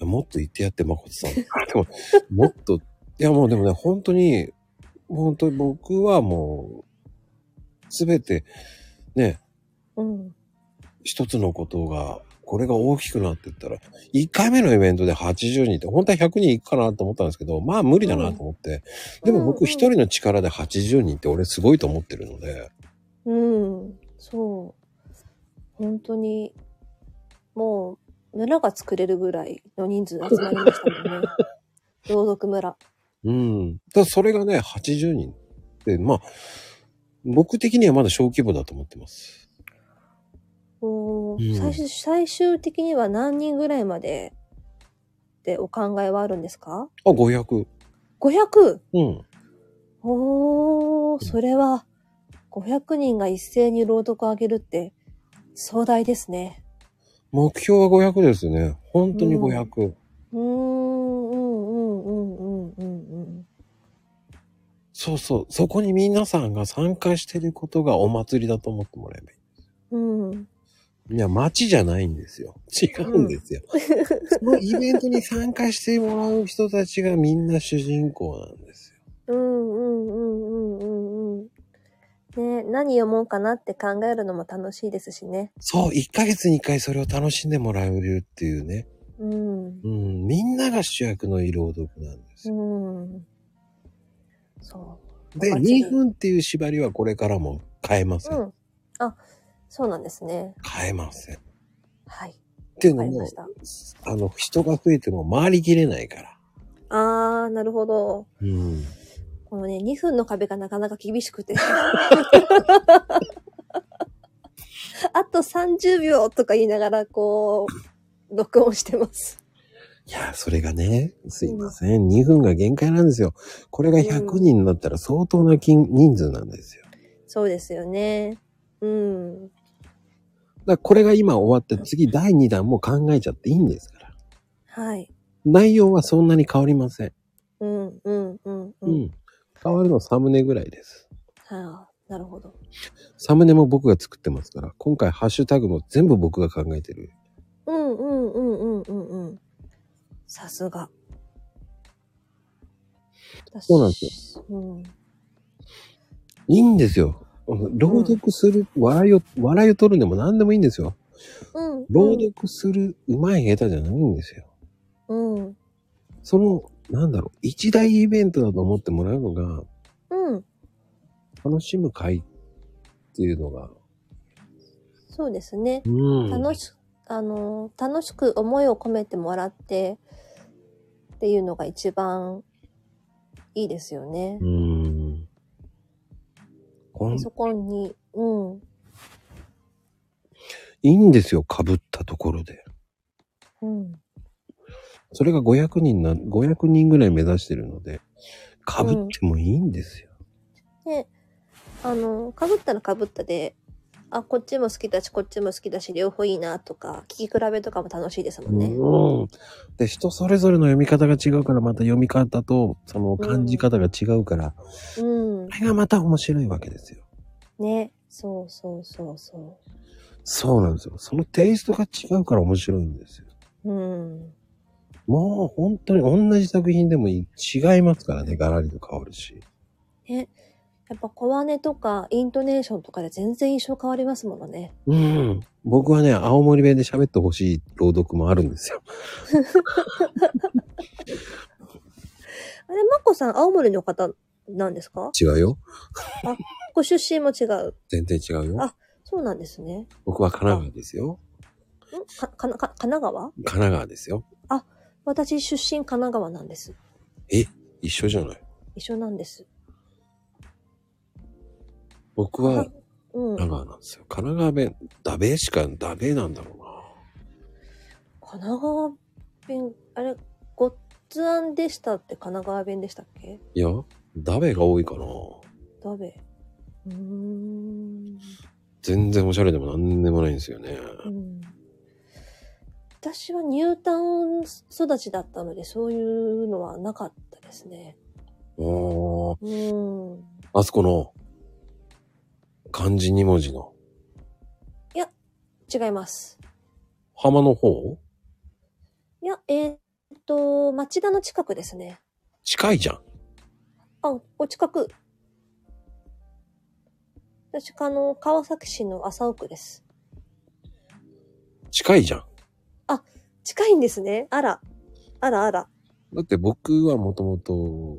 もっと言ってやって、誠さん。でも、 <laughs> もっと、いやもうでもね、本当に、本当に僕はもう、すべて、ね、
うん。
一つのことが、これが大きくなってったら、1回目のイベントで80人って、本当は100人いくかなと思ったんですけど、まあ無理だなと思って、でも僕一
人。
人の力で80人って俺すごいと思ってるので、
うん。そう。本当に、もう、村が作れるぐらいの人数集まりました
<laughs>
もんね。朗読村。
うん。ただそれがね、80人って、まあ、僕的にはまだ小規模だと思ってます。
お
うん
ー最終最終的には何人ぐらいまでってお考えはあるんですか
あ、500。
500
うん。
おー、それは、500人が一斉に朗読を上げるって、壮大ですね。
目標は500ですね。本当に500。
うーん、うん、うん、うん、うん、うん。
そうそう。そこに皆さんが参加してることがお祭りだと思ってもらえばいい。
うん、
いや、街じゃないんですよ。違うんですよ。 <laughs> そのイベントに参加してもらう人たちがみんな主人公なんですよ。
うん、うん、うん、うん、うん。ね、何読もうかなって考えるのも楽しいですしね。
そう、1ヶ月に1回それを楽しんでもらえるっていうね。
うん、
うん、みんなが主役の色男なんです
う
よ。
ん。そ
で、
バッチリ
2分っていう縛りはこれからも変えませ
う。
ん。
うん。あ、そうなんですね。
変えません。っ
はい。
ていう
わ
の
かりま
も
し、た。
あの、人が増えても回りきれないから。
あー、なるほど。
うん。
このね、2分の壁がなかなか厳し <laughs> くて。あと30秒とか言いながら、こう、録音してます。
いや、それがね、すいません。2分が限界なんですよ。これが100人になったら相当な金人数なんですよ。
そうですよね。うん。
だからこれが今終わって次第2弾も考えちゃっていいんですから。
はい。
内容はそんなに変わりません。
うん、うん、うん、
う
うん。
ん。変わるのサムネぐらいです。
はあ、なるほど。
サムネも僕が作ってますから、今回ハッシュタグも全部僕が考えてる。
うん、うん、うん、うん、うん、うん。さすが。
そうなんです
よ。うん。
いいんですよ。朗読する、笑いを、笑いを取るでも何でもいいんですよ。
うん、うん。
朗読する、うまい下手じゃないんですよ。
うん。
その、なんだろう、一大イベントだと思ってもらうのが、
うん。
楽しむ会っていうのが、
そうですね。
うん。
楽し、あの、楽しく思いを込めてもらってっていうのが一番いいですよね
う。ん。こん
そこに、うん。
いいんですよ、被ったところで。
うん。
それが500人な、500人ぐらい目指してるので、被ってもいいんですよ。
で、あの、かぶったらかぶったで、あ、こっちも好きだし、こっちも好きだし、両方いいなとか、聞き比べとかも楽しいですもんね。
うん。で、人それぞれの読み方が違うから、また読み方と、その感じ方が違うから、
うん
こ。れがまた面白いわけですよ。
ね。そうそうそうそ
そうなんですよ。そのテイストが違うから面白いんですよ。
う。うん。
もう本当に同じ作品でもいい違いますからね、ガラリと変わるし。
やっぱ小姉とかイントネーションとかで全然印象変わりますものね。
うん。僕はね、青森弁で喋ってほしい朗読もあるんですよ。
あれ、マッコさん、青森の方なんですか
違うよ。
ご出身も違う。
全然違うよ
あ。そうなんですね。ん
僕は神奈川ですよ。
か、かな、か、神奈川
神奈川ですよ。
私出身神奈川なんです。
一緒じゃない。
一緒なんです。
僕は
うん。
神奈川
神
なんですよ。神奈川弁、ダベしか、ダベなんだろうな。
奈川弁、あれ、ごっつあんでしたって神奈川弁でしたっけ
いや、ダベが多いかな。
だべ。うーん。
全然おしゃれでもなんでもないんですよね。
うん私はニュータウン育ちだったので、そういうのはなかったですね。
おー、
うん。
あそこの、漢字二文字の、
違います。
浜の方
いや、えーっと、町田の近くですね。
近いじゃん。
あ、お近く。私、あの、川崎市の麻生区です。
近いじゃん。
近いんですね。あら。あらあら。
だって僕はもともと、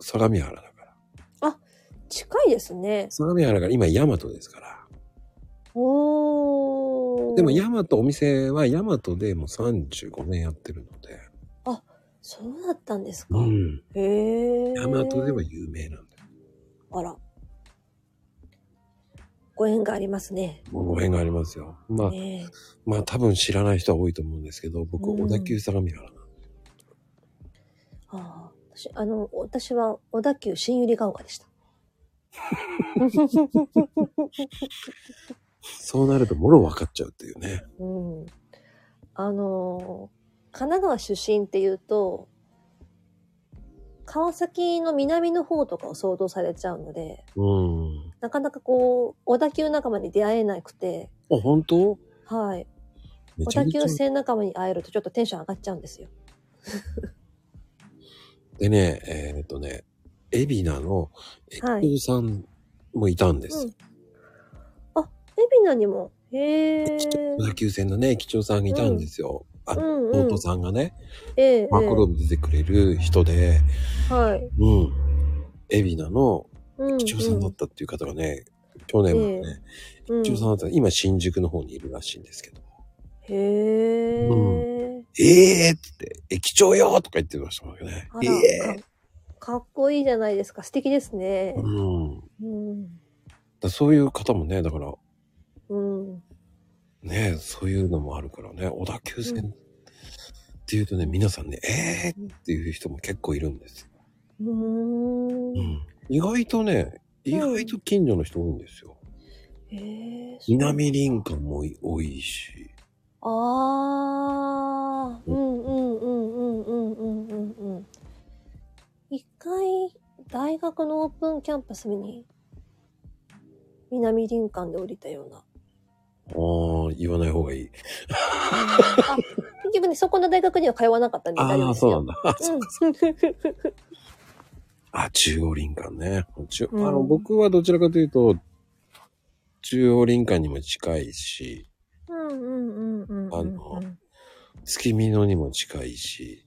相模原だから。
近いですね。
相模原が今、大和ですから。
おー。
でも、大和、お店は大和でもう35年やってるので。
そうだったんですか。
うん。
へえ。
大和では有名なんだよ。
あら。ご縁がありますね。
ご縁がありますよ。まあ、
ねえ
まあ多分知らない人は多いと思うんですけど、僕、
うん
小田急相模原。
ああ私、あの、私は小田急新百合ヶ丘でした。
そうなると、もろ分かっちゃうっていうね。
うん。あのー、神奈川出身っていうと、川崎の南の方とかを想像されちゃうので、
うん。
なかなかこう、小田急仲間に出会えなくて、
あ、本当
はい。
め
小
ちゃ
田
めちゃ
急。線仲間に会えるとちょっとテンション上がっちゃうんですよ。
でね、えーっとね、海老名の
はい
駅長さんもいたんです。
うん海老名にも、へえ。
小田急線のね、駅長さんがいたんですよ。あ
う
の、
ん
弟
うん。
さんがね、
ええ
マクロに出てくれる人で、
はい。
うん。海老名の
うん、うん。
駅長さんだったっていう方がね、去年もね、
うん
駅長さんだったら今新宿の方にいるらしいんですけど。
へえ。
ええー、って、駅長よとか言ってましたもんね
あ。
え
ら、
え
かかっこいいじゃないですか。素敵ですね
ー、。うん。だか
うん。
らそういう方もね、だから、
うん。
ね、そういうのもあるからね、小田急線、
うん
っていうとね、皆さんね、ええー、っていう人も結構いるんですよ。
うー。
うんん。意外とね、意外と近所の人多いんですよ。
へえ。
南林間も多いし、
ああ、うんうんうんうんうんうんうんうん。一回、大学のオープンキャンパスに、南林間で降りたような。
ああ、言わない方がいい。
あ結局ね、そこの大学には通わなかったんで大丈
ああ、
夫です
そうな
よ
ん。だ。 <laughs> あ
うん。
あ、中央林間ね。中
うん
あの、僕はどちらかというと、中央林間にも近いし、
うんうんうんうんうんうん。
あの月見野にも近いし、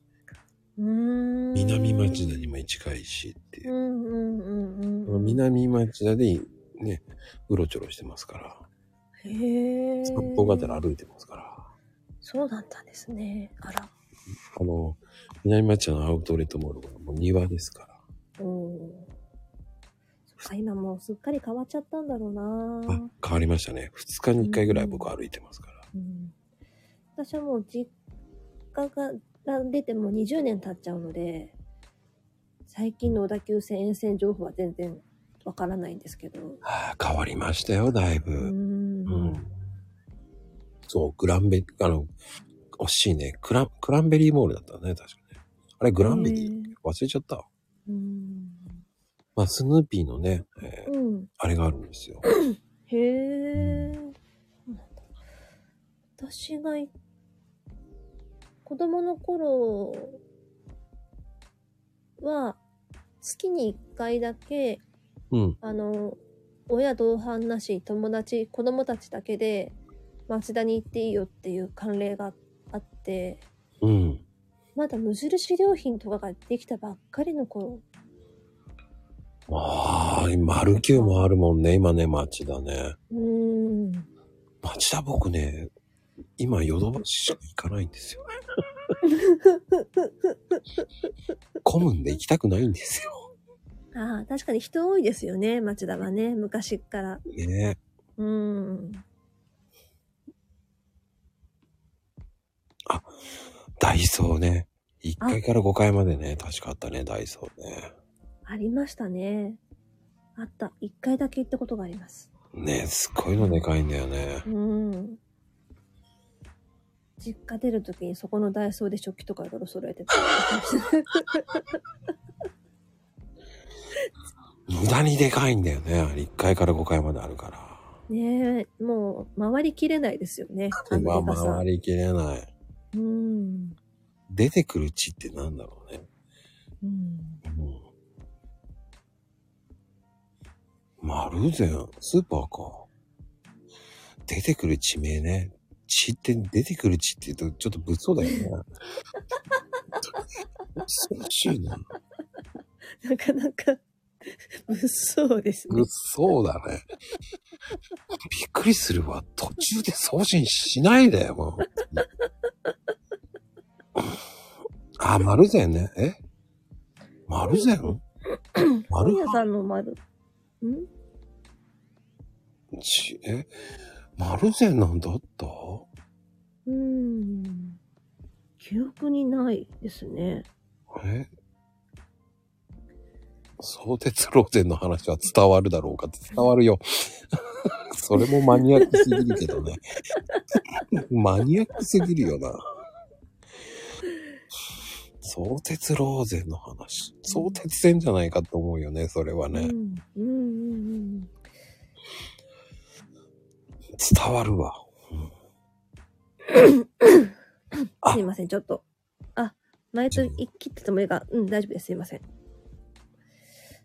うーん、
南町田にも近いしっていうう。
んうんうんうんうん。
南町田で、ね、うろちょろしてますから、
へえ。
散歩がてら歩いてますから、
そうだったんですね。あら。
あの、南町田のアウトレットモールはもう庭ですから。
うん。そっか、今もうすっかり変わっちゃったんだろう
あ
な。、
変わりましたね。2日に1回ぐらい僕歩いてますから。
うん、私はもう実家が出てもう20年経っちゃうので、最近の小田急線沿線情報は全然わからないんですけど。
あー変わりましたよ、だいぶ。
うん。
うんそう、グランベリー、あの、惜しいね。クラン、クランベリーモールだったね、確かね。あれ、グランベリー
へえ
忘れちゃった。
うん。
まあ、スヌーピーのね、えー
うん。
あれがあるんですよ。
へえ。そうなんだ私がい子供の頃は月に1回だけ
うん。
あの、親同伴なし、友達、子供たちだけで、町田に行っていいよっていう慣例があって、
うん。
まだ無印良品とかができたばっかりの頃。
ああ、今、丸九もあるもんね、今ね、町だね。
うーん。
町田僕ね、今、ヨドバシしか行かないん
<laughs>
ですよ。混むんで行きたくないんですよ。
ああ、確かに人多いですよね、町田はね、昔っから。
ね
うーん。
ダイソーね。1階から5階までね、確かあったね、ダイソーね。
ありましたね。あった。一回だけ行ったことがあります。
ねえ、すっごいのでかいんだよね
う。ーん。実家出るときにそこのダイソーで食器とかいろいろ揃え
<laughs>
てた。
無駄にでかいんだよね。1階から5階まであるから。
ねえ、もう回りきれないですよね。あ
ま
の
あ、
でかさ
回。りきれない。
うーん。
出てくる地ってなんだろうね。
うん。
うん。マルゼン、スーパーか。出てくる地名ね。地って、出てくる地って言うとちょっと物騒だよ <laughs> ね。恐ろしいな。
なかなか、 <laughs> 物騒ですね
物。騒だね。びっくりするわ。途中で送信しないでよ、もう。 <laughs> あ、マルゼンね。えマルゼ <laughs> ンマル
本屋さんの丸。ん
ち、え、マルゼンなんだった
うーん。記憶にないですね。
え相鉄ローゼンの話は伝わるだろうかって伝わるよ。 <laughs> それもマニアックすぎるけどね。 <laughs> マニアックすぎるよな。相鉄ローゼンの話。相鉄線じゃないかと思うよね、それは
う
ね。
ん。うんうんうん。
伝わるわ。あ
すいません、ちょっと。あ、前と言い切っててもいいが、うん、大丈夫です。すいません。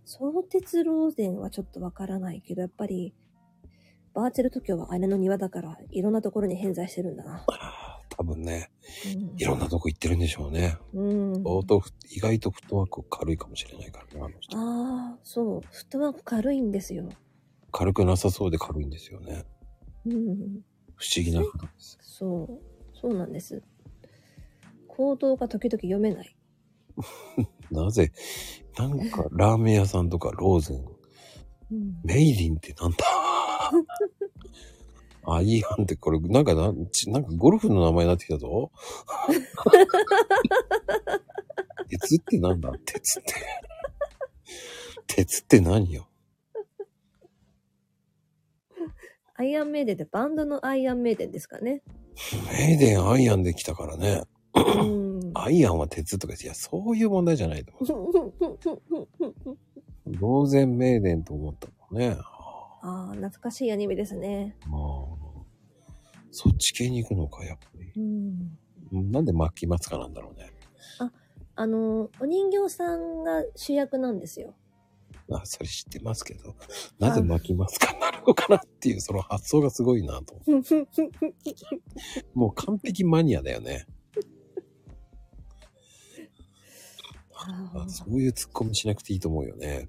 相鉄ローゼンはちょっとわからないけど、やっぱり、バーチャル東京は姉の庭だから、いろんなところに偏在してるんだな。
多分ね、いろんなとこ行ってるんでしょうね。
うん。うん、
相当ふ、意外とフットワーク軽いかもしれないからね、あの人。
ああ、そう。フットワーク軽いんですよ。
軽くなさそうで軽いんですよね。
うん。
不思議な方です。
そう。そうなんです。行動が時々読めない。
なぜ、なんかラーメン屋さんとかローゼン、
うん。
メイリンってなんだ <laughs> あ、いいやんって、これ、なんかな、ちなんかゴルフの名前になってきたぞ。 <laughs> 鉄ってなんだ鉄って。鉄って何よ
アイアンメイデンってバンドのアイアンメイデンですかね。
メイデン、アイアンできたからね。
うん。
アイアンは鉄とか、いや、そういう問題じゃないと思う。ローゼン、メイデンと思ったもんね。
ああ、懐かしいアニメですね。
まあ、そっち系に行くのか、やっぱり。
うん。
なんで巻き松かなんだろうね。
あの、お人形さんが主役なんですよ。
あ、それ知ってますけど、なぜ巻きますかなるのかなっていう、その発想がすごいなと。もう完璧マニアだよね。あそういうツッコミしなくていいと思うよね。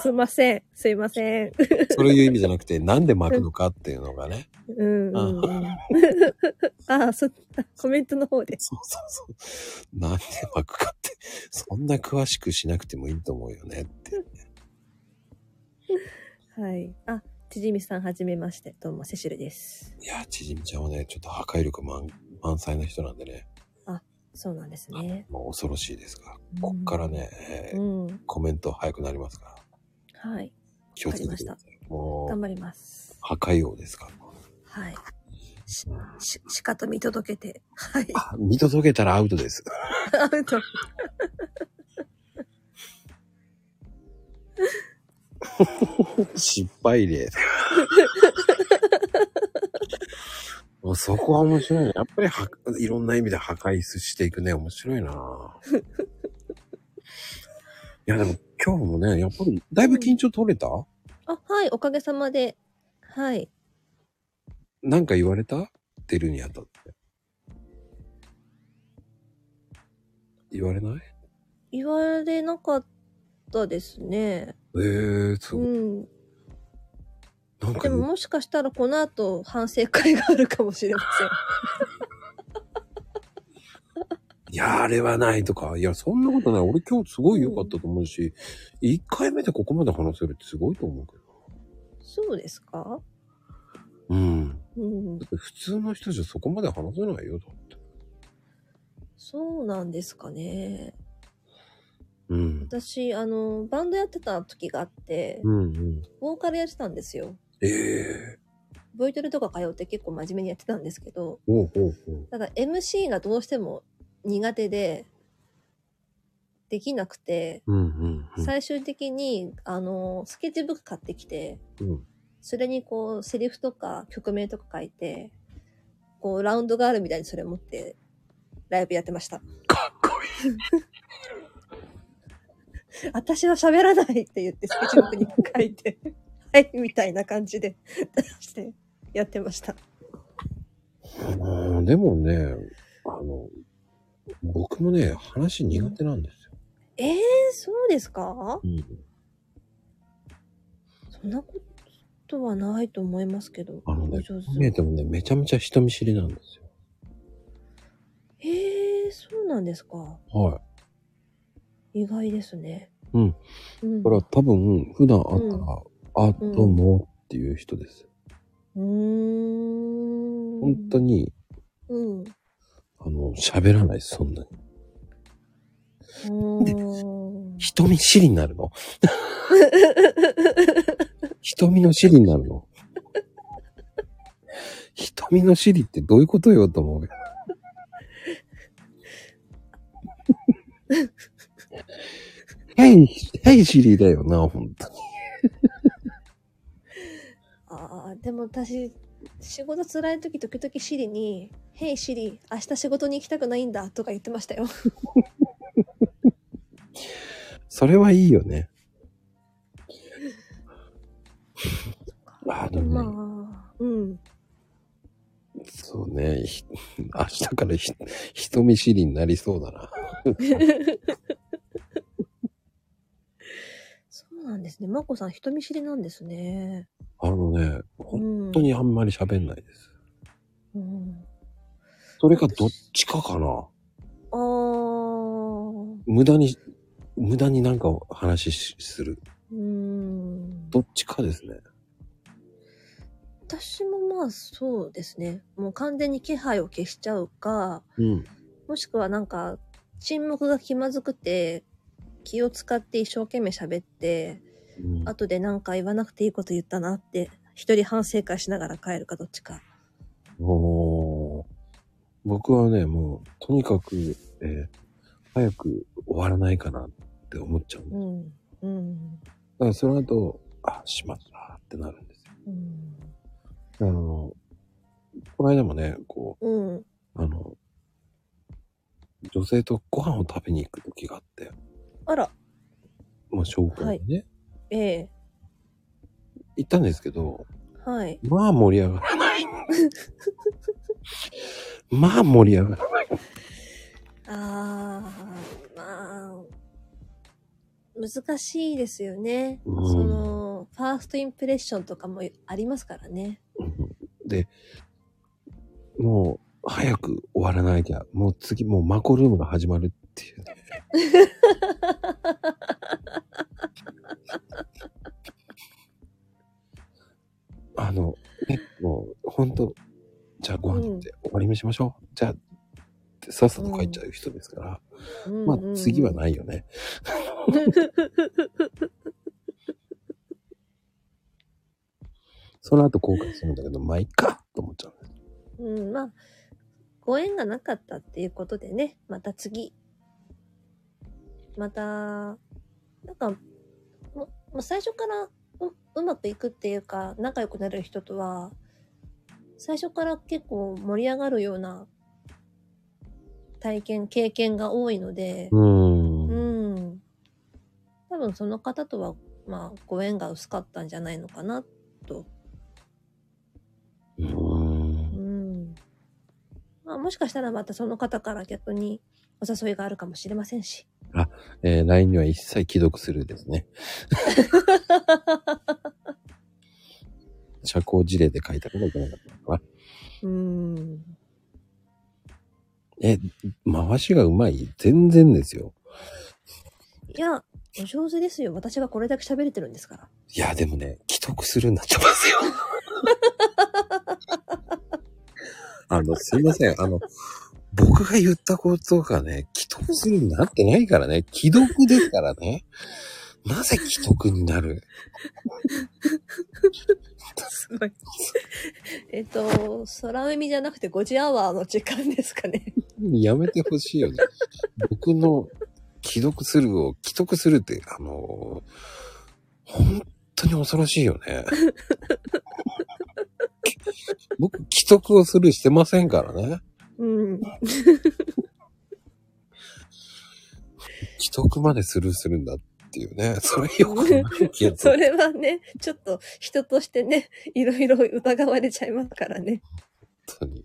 すいません。すいません。
そういう意味じゃなくて、なんで巻くのかっていうのがね。
うん、うんうん。ああ、そ、コメントの方で。
そうそうそう。なんで巻くかって、そんな詳しくしなくてもいいと思うよねって。
はい。あ、ちじみさんはじめまして。どうも、セシルです。
いや、ちじみちゃんはね、ちょっと破壊力満満載な人なんでね、
そうなんですね。
もう恐ろしいですが、こっからね、え
う
ー
ん。
コメント早くなりますから、
はい。
気をつけてください。もう
頑、張ります。
破壊王ですから。
はい。し、し、しかと見届けて。はい。 <laughs>
あ見届けたらアウトです。 <laughs>
アウト。
失敗
<laughs>
例。もうそこは面白いね。やっぱりはいろんな意味で
<laughs>
破壊していくね。面白いなぁいやでも今日もね、やっぱり、だいぶ緊張取れた、
あ、はい、おかげさまで。はい。
なんか言われた出るにあたって。言われない
言われなかったですね。
えー、す
う
ごい。
ん。
なんか
でも
ね、
もしかしたらこの後反省会があるかもしれません。
いや、あれはないとか。いや、そんなことない。俺今日すごい良かったと思うし、一回目でここまで話せるってすごいと思うけど。
そうですか
うん。
うん
だ。って普通の人じゃそこまで話せないよ、だって。
そうなんですかね。
うん。
私、あの、バンドやってた時があって、
うんうん。
ボーカルやってたんですよ。
ええ
ボイトレとか通って結構真面目にやってたんですけど、
おうおうおう。
ただ MC がどうしても苦手で、できなくて、
うんうんうん。
最終的に、あの、スケッチブック買ってきて、
うん
それにこう、セリフとか曲名とか書いて、こう、ラウンドガールみたいにそれ持って、ライブやってました。
かっこいい。
<laughs> 私は喋らないって言って、スケッチブックに書いて、 <laughs> はい、みたいな感じで、出して、やってました。
あーでもね、あの、僕もね、話苦手なんですよ。
えー、そうですか
うん、
そんなことはないと思いますけど。
あのね
お上手
見えてもね、めちゃめちゃ人見知りなんですよ。
えー、そうなんですか。
はい。
意外ですね。
うん。
うん。
だから多分、普段会ったら、あ、
うん
どうもっていう人です。
うーん。
本当に、
うん。
あの、喋らないです、そんなに。
うーん。
人見知りになるの人見の尻になるの人見の尻ってどういうことよと思うけど。ヘイ、ヘイ尻だよな、本当に。
ああ、でも私、仕事辛い時時々シリに、ヘイシリ、明日仕事に行きたくないんだとか言ってましたよ。
それはいいよね。あでもね、
まあ、うん。
そうね、ひ明日からひ人見知りになりそうだな。
そうなんですね。まこさん人見知りなんですね。
あのね、本
本
当。にあんまり喋んないです。
うん、
それかどっちかかな。
ああ。
無駄に、無駄になんか話しする。
うーん
どっちかですね。
私もまあそうですね。もう完全に気配を消しちゃうか、
うん。
もしくはなんか沈黙が気まずくて、気を使って一生懸命喋って、
あ
後でなんか言わなくていいこと言ったなって、一人反省会しながら帰るかどっちか。
もう、僕はね、もう、とにかく、えー早く終わらないかなって思っちゃう。だ
うん。うん。
からその後、あ、しまったってなるんですよ。
うん。
あの、この間もね、こ
うん。
う、あの、女性とご飯を食べに行く時があって、
あら、
まあ、紹介でね、
ええ
行ったんですけど、
はい。
まあ盛り上がらない。 <laughs> まあ盛り上がらない。
ああ、まあ、難しいですよね。
うん
その、ファーストインプレッションとかもありますからね。
で、もう早く終わらなきゃ、もう次、もうマコルームが始まるっていう <laughs> ね。あの、ね、もう本当じゃあご飯食べて終わりにしましょう。じゃあ、ってさっさと帰っちゃう人ですから、まあ次は
うん
ないよ
<laughs>
ね。その後後悔するんだけど、まあいっかと思っちゃう。
うんうん。うん、まあ、ご縁がなかったっていうことでね、また次。また、なんか、ももう最初からううまくいくっていうか、仲良くなれる人とは、最初から結構盛り上がるような体験、経験が多いので、
うーん。
うん。多分分その方とは、まあ、ご縁が薄かったんじゃないのかな、と。
う。
うんん。まあ、もしかしたらまたその方から逆にお誘いがあるかもしれませんし。
えー LINE には一切既読するです
<laughs>
ね。社交辞令で書いたことがいけなかったのかな。
うん。
え、回しがうまい全然ですよ。
いや、お上手ですよ。私がこれだけ喋れてるんですから。
いや、でもね、既得するようになってますよ。あの、すいません。あの、僕が言ったことがね、既得するようになってないからね、既読ですからね。なぜ既得になる
すごい。 <laughs> えっと、空海じゃなくて5時アワーの時間ですかね。
やめてほしいよね。僕の既読するを既得するって、あの、本当に恐ろしいよね。僕、既得をするしてませんからね。
うん。
既得までするするんだっていうね。それよくないけど。
それはね、ちょっと人としてね、いろいろ疑われちゃいますからね。
本当 <laughs> に。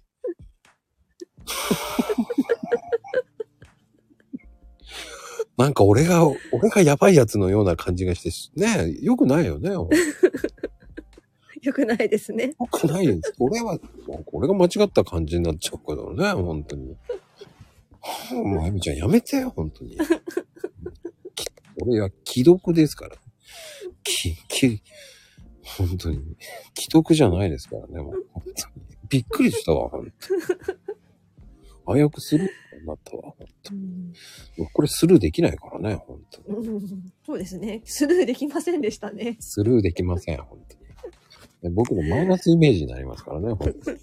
なんか俺が、俺がやばいやつのような感じがしてし、ねえ、よくないよね。よ
よくないですね。
くないよ。俺は、俺が間違った感じになっちゃうからね、本当に。まゆみちゃんやめてよ、本当に。き俺は既読ですから。き、き、本当に。既読じゃないですからね、もう本当に。びっくりしたわ、本当に。危うくスルーになったわ。
うん
これスルーできないからね、本当に。
うんそうですね。スルーできませんでしたね。
スルーできません、本当に。で僕のマイナスイメージになりますからね、本当に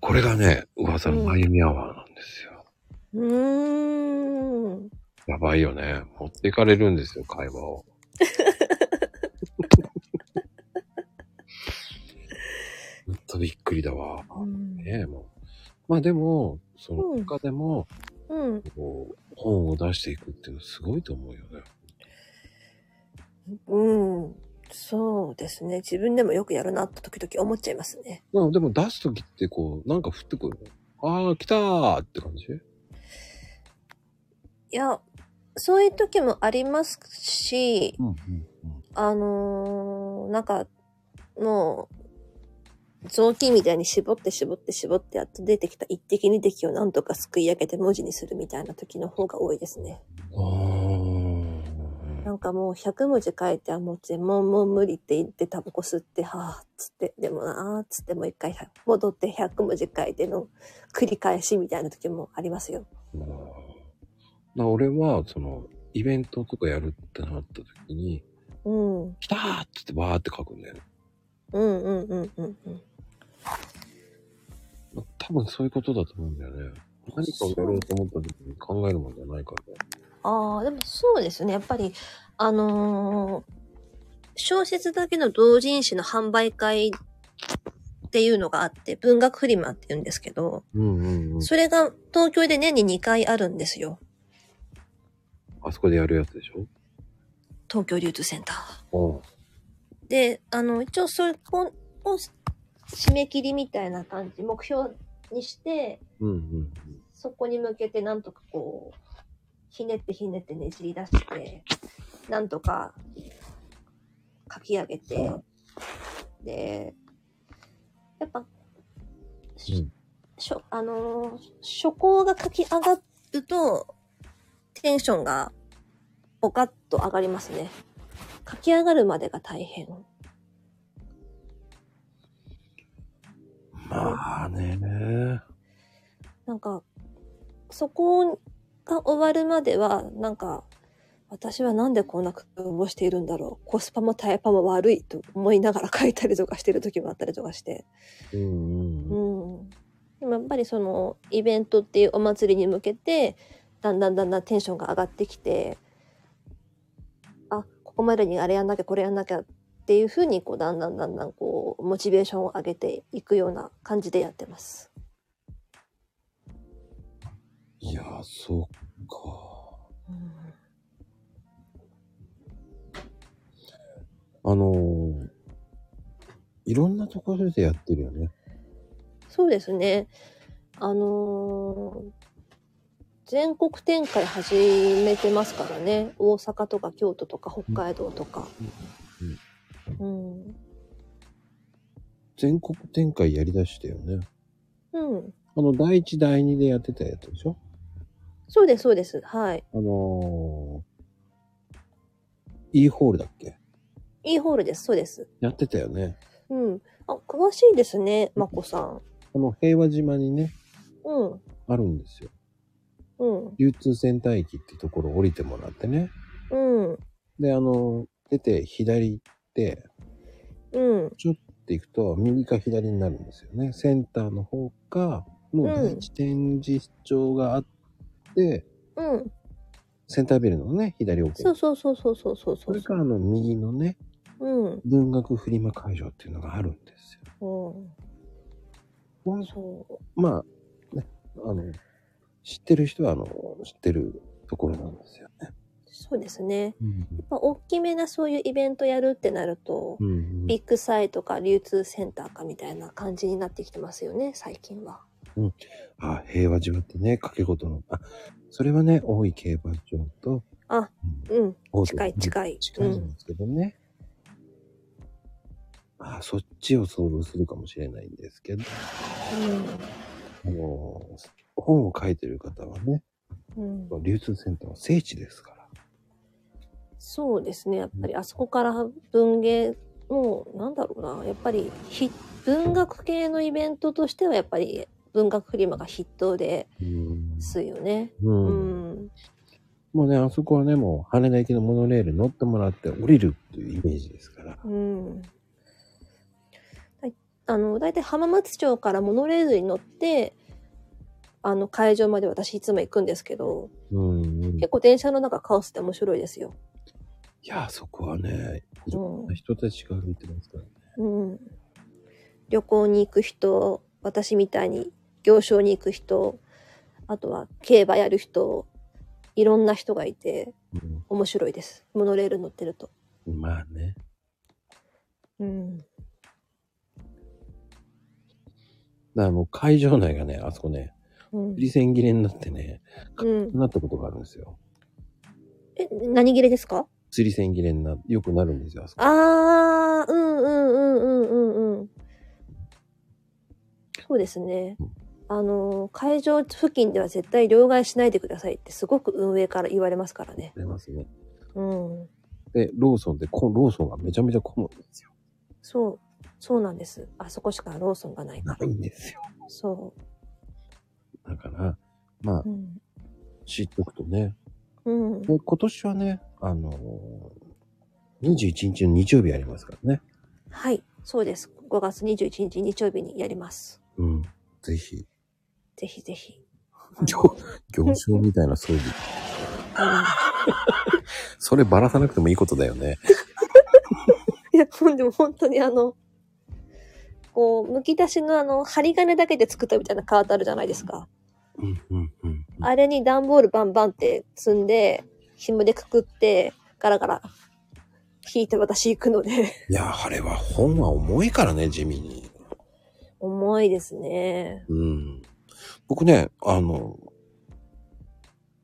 これがね、噂のまゆみアワーなんですよ。
うーん。
やばいよね。持ってかれるんですよ、会話を。 <laughs> ほんとびっくりだわ。
うん
ねえ、もう。まあでも、その中でも、
うん。
こう本を出していくっていうのすごいと思うよね。
うん。そうですね。自分でもよくやるなって時々思っちゃいますね。
まあでも出すときってこう、なんか降ってくるの。ああ、来たーって感じ
いや、そういう時もありますし、
うんうん
あのーなんか、もう、雑巾みたいに絞って絞って絞ってやっと出てきた一滴二滴をなんとかすくい上げて文字にするみたいな時の方が多いですね。
うん。あ
な
あ。
んかもう100文字書いてはもう全もうもう無理って言ってタバコ吸ってはあっつってでもなあっつってもう一回100戻って100文字書いての繰り返しみたいな時もありますよ。
だから俺は、その、イベントとかやるってなったときに、
うん。うん
来たーって言ってバーって書くんだよね。
うんうんうんうん。
多分そういうことだと思うんだよね。何かをやろうと思った時に考えるもんじゃないからね。
ああ、でもそうですね。やっぱり、あのー小説だけの同人誌の販売会っていうのがあって、文学フリマって言うんですけど、
うんうんうん。
それが東京で年に2回あるんですよ。
あそこでやるやつでし
東京流通センター。
ょ
で、あの、一応それを、を締め切りみたいな感じ、目標にして、
うん。うんうん
そこに向けてなんとかこう、ひねってひねってねじり出して、なんとか書き上げて、で、やっぱ、し
うん
しょ、あのー初稿が書き上がると、テンションが、ボカッと上がりますね。書き上がるまでが大変。
うん。まあねー。
なんか、そこが終わるまでは、なんか、私はなんでこんな工夫をしているんだろう。コスパもタイパも悪いと思いながら書いたりとかしてる時もあったりとかして。
うん
う
うん。
ん。でもやっぱりそのイベントっていうお祭りに向けて、だんだんだんだんテンションが上がってきて、あ、ここまでにあれやんなきゃこれやんなきゃっていうふうに、こう、だんだんだんだんこう、モチベーションを上げていくような感じでやってます。
いやー、そっか。
うん
あのーいろんなところでやってるよね。
そうですね。あのー全国展開始めてますからね。大阪とか京都とか北海道とか。うん。
全国展開やりだしたよね。
うん。
あの、第一、第二でやってたやつでしょ
そうです、そうです。はい。
あのー、E ホールだっけ
いいホールです、そうです。
やってたよね。
うん。あ、詳しいですね、まこさん。
あの、平和島にね、
うん。
あるんですよ。
うん。
流通センター駅ってところ降りてもらってね。
うん。
で、あのー出て左行って、
うん。
ちょっと行くと右か左になるんですよね。センターの方か、もう
うん
第一展示場があって、
うん。
センタービルのね、左奥
そうそうそうそうそうそうそ
そうれ。からあの右のね、
うん。
文学フリマ会場っていうのがあるんですよ。
うん。
まあ
そ
まあ、ね、あの、知ってる人はあの、知ってるところなんですよね。
う。そうですね。
うん。
まあ、大きめなそういうイベントやるってなると、
うん、
ビッグサイトか流通センターかみたいな感じになってきてますよね、最近は。
あ、平和島ってね、掛け事の、あ、それはね、大井競馬場と、
あうん。
うん、
近い近い。
近
う
いん
ん。
ですけどね。あそっちを想像するかもしれないんですけど、あの、本を書いてる方はね、
うん。うん、
流通センターは聖地ですから。
そうですね。やっぱりあそこから文芸、もうなんだろうな。やっぱりひ文学系のイベントとしてはやっぱり文学フリマが筆頭で
うん
すよね。う
うん。
ん。
もうね、あそこはね、もう羽田行きのモノレール乗ってもらって降りるっていうイメージですから。
うん。だいあの、だいたい浜松町からモノレールに乗って、あの、会場まで私いつも行くんですけど、
うん。い
結構電車の中カオスって面白いですよ。
や、そこはね、いろ
うん
んな人たちが見てますからね。
うん、旅行に行く人私みたいに行商に行く人あとは競馬やる人いろんな人がいて面白いですモノレール乗ってると、
うん、まあね。
うん、
だからもう会場内がね、あそこね、
うん
売り線切れになってね、
うん
なったことがあるんですよ。
え何切れですか
釣り線切れにな、よくなるんですよ、あそこ。
あーうんうんうんうんうんうんそうですね
うん
あの会場付近では絶対両替しないでくださいってすごく運営から言われますからね
ありますね。
うん
で、ローソンで、こローソンがめちゃめちゃ混むんですよ。
そう、そうなんです。あそこしかローソンがないか
ないんですよ。
ら。そ
だから、まあ
う。、うん。
知っとくとね。
うん。
で今年はね、あのー、21日の日曜日やりますからね。
はい、そうです。5月21日日曜日にやります。
うん。ぜひ。
ぜひぜひ。
行、 <laughs> 行商みたいな装備。そればらさなくてもいいことだよね。
いや、ほんでも本当にあの、こう、剥き出しのあの、針金だけで作ったみたいなカートあるじゃないですか。
うん、うん、うん。
あれに段ボールバンバンって積んで、紐でくくって、ガラガラ、引いて私行くので、
いや、あれは本は重いからね、地味に。
重いですね。
うん。僕ね、あの、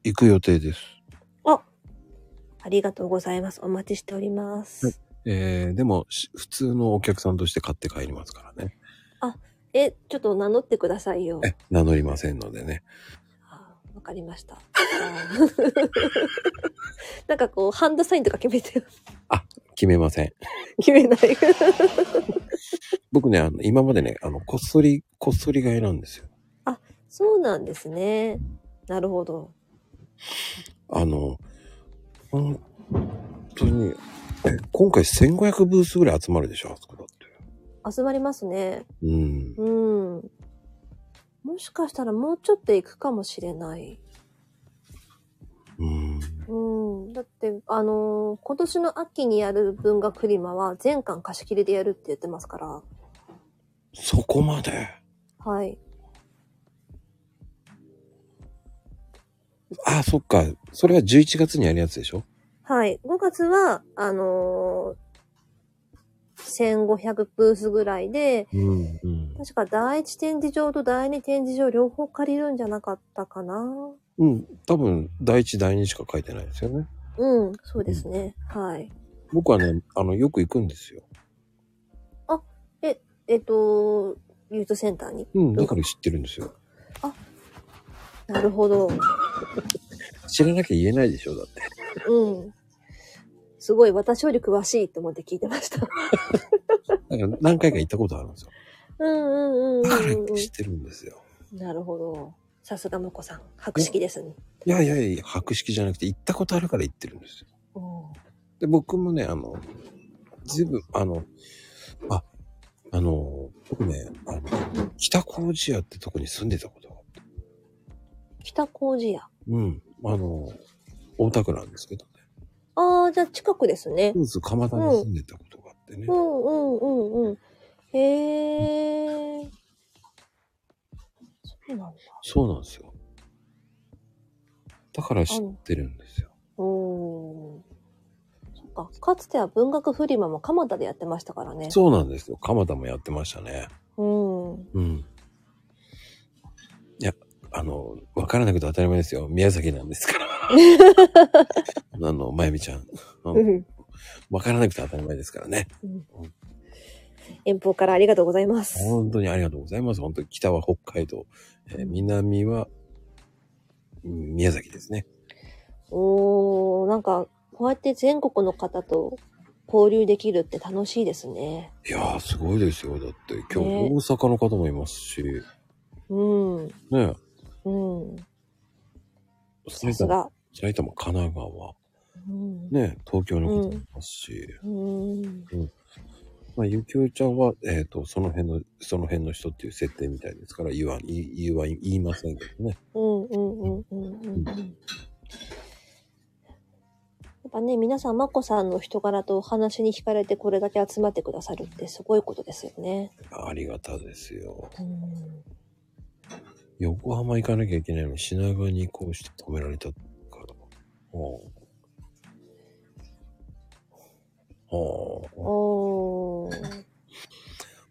行く予定です。
ありがとうございます。お待ちしております。
はいえー、でも、し普通のお客さんとして買って帰りますからね。
え、ちょっと名乗ってくださいよ。
え、名乗りませんのでね。
あーわかりました。あ <laughs> ーなんかこう、ハンドサインとか決めて、 <laughs>
決めません。
決めない。 <laughs>
僕ね、あの、今までね、あの、こっそり、こっそり買いなんですよ。
そうなんですね。なるほど。
あの、本当に、え、今回1500ブースぐらい集まるでしょ、あそこだって。
集まりますね。
うん。
うん。もしかしたらもうちょっと行くかもしれない。
うん。
うん。だって、あのー今年の秋にやる文学フリマは全館貸し切りでやるって言ってますから。
そこまで。
はい。
あ、そっか。それは11月にやるやつでしょ
はい。5月は、あのー1500ブースぐらいで、
うん、うん。
確か第一展示場と第二展示場両方借りるんじゃなかったかな。
うん、多分、第一、第二しか書いてないですよね。
うん、そうですね。はい。
僕はね、あの、よく行くんですよ。
えっと、ユートセンターに。
うん、だから知ってるんですよ。
なるほど。
知らなきゃ言えないでしょ、だって。
うん。すごい、私より詳しいと思って聞いてました。 <laughs>
なんか何回か行ったことあるんですよ。
うんうんうん
だから
うん、う
知ってるんですよ。
ん。なるほど。さすがむこさん。博識ですね。
いやいやいや、博識じゃなくて行ったことあるから行ってるんですよ。
うん
で、僕もね、あの、ずいぶん、あの、あ、あの、僕ね、あの、北麹屋ってとこに住んでたことがあって
北麹屋。
うん。あの、大田区なんですけどね。
ああ、じゃあ近くですね。
そうです、蒲田に住んでたことがあってね。
うんうんうんうん。へえ。そうなんだ。
そうなんですよ。だから知
あ
ってるんですよ。
うーん。そっか。かつては文学フリマも蒲田でやってましたからね。
そうなんですよ。蒲田もやってましたね。
う。うん。
うん。いや、あの、わからなくて当たり前ですよ。宮崎なんです <laughs> から。あの、まゆみちゃん。あの
うん
わからなくて当たり前ですからね。
遠方からありがとうございます。
本当にありがとうございます。本当に北は北海道、えー南はうん宮崎ですね。
おー、なんか、こうやって全国の方と交流できるって楽しいですね。
いやー、すごいですよ。だって、今日大
ね
阪の方もいますし、ね
うん。う
え
ん。さ
埼
す
玉、
が。
埼玉、神奈川、
うん。
ねえ東京の方もいますし、
うん。
まあ、ゆきおちゃんは、えっ、と、その辺の、その辺の人っていう設定みたいですから、言わ、言い言いは言いませんけどね。
うんうんうんうんうんうん。やっぱね、皆さん、まこさんの人柄とお話に惹かれてこれだけ集まってくださるってすごいことですよね。
ありがたですよ。
うん。
横浜行かなきゃいけないのに、品川にこうして止められたから。ほう。ほう。
おー。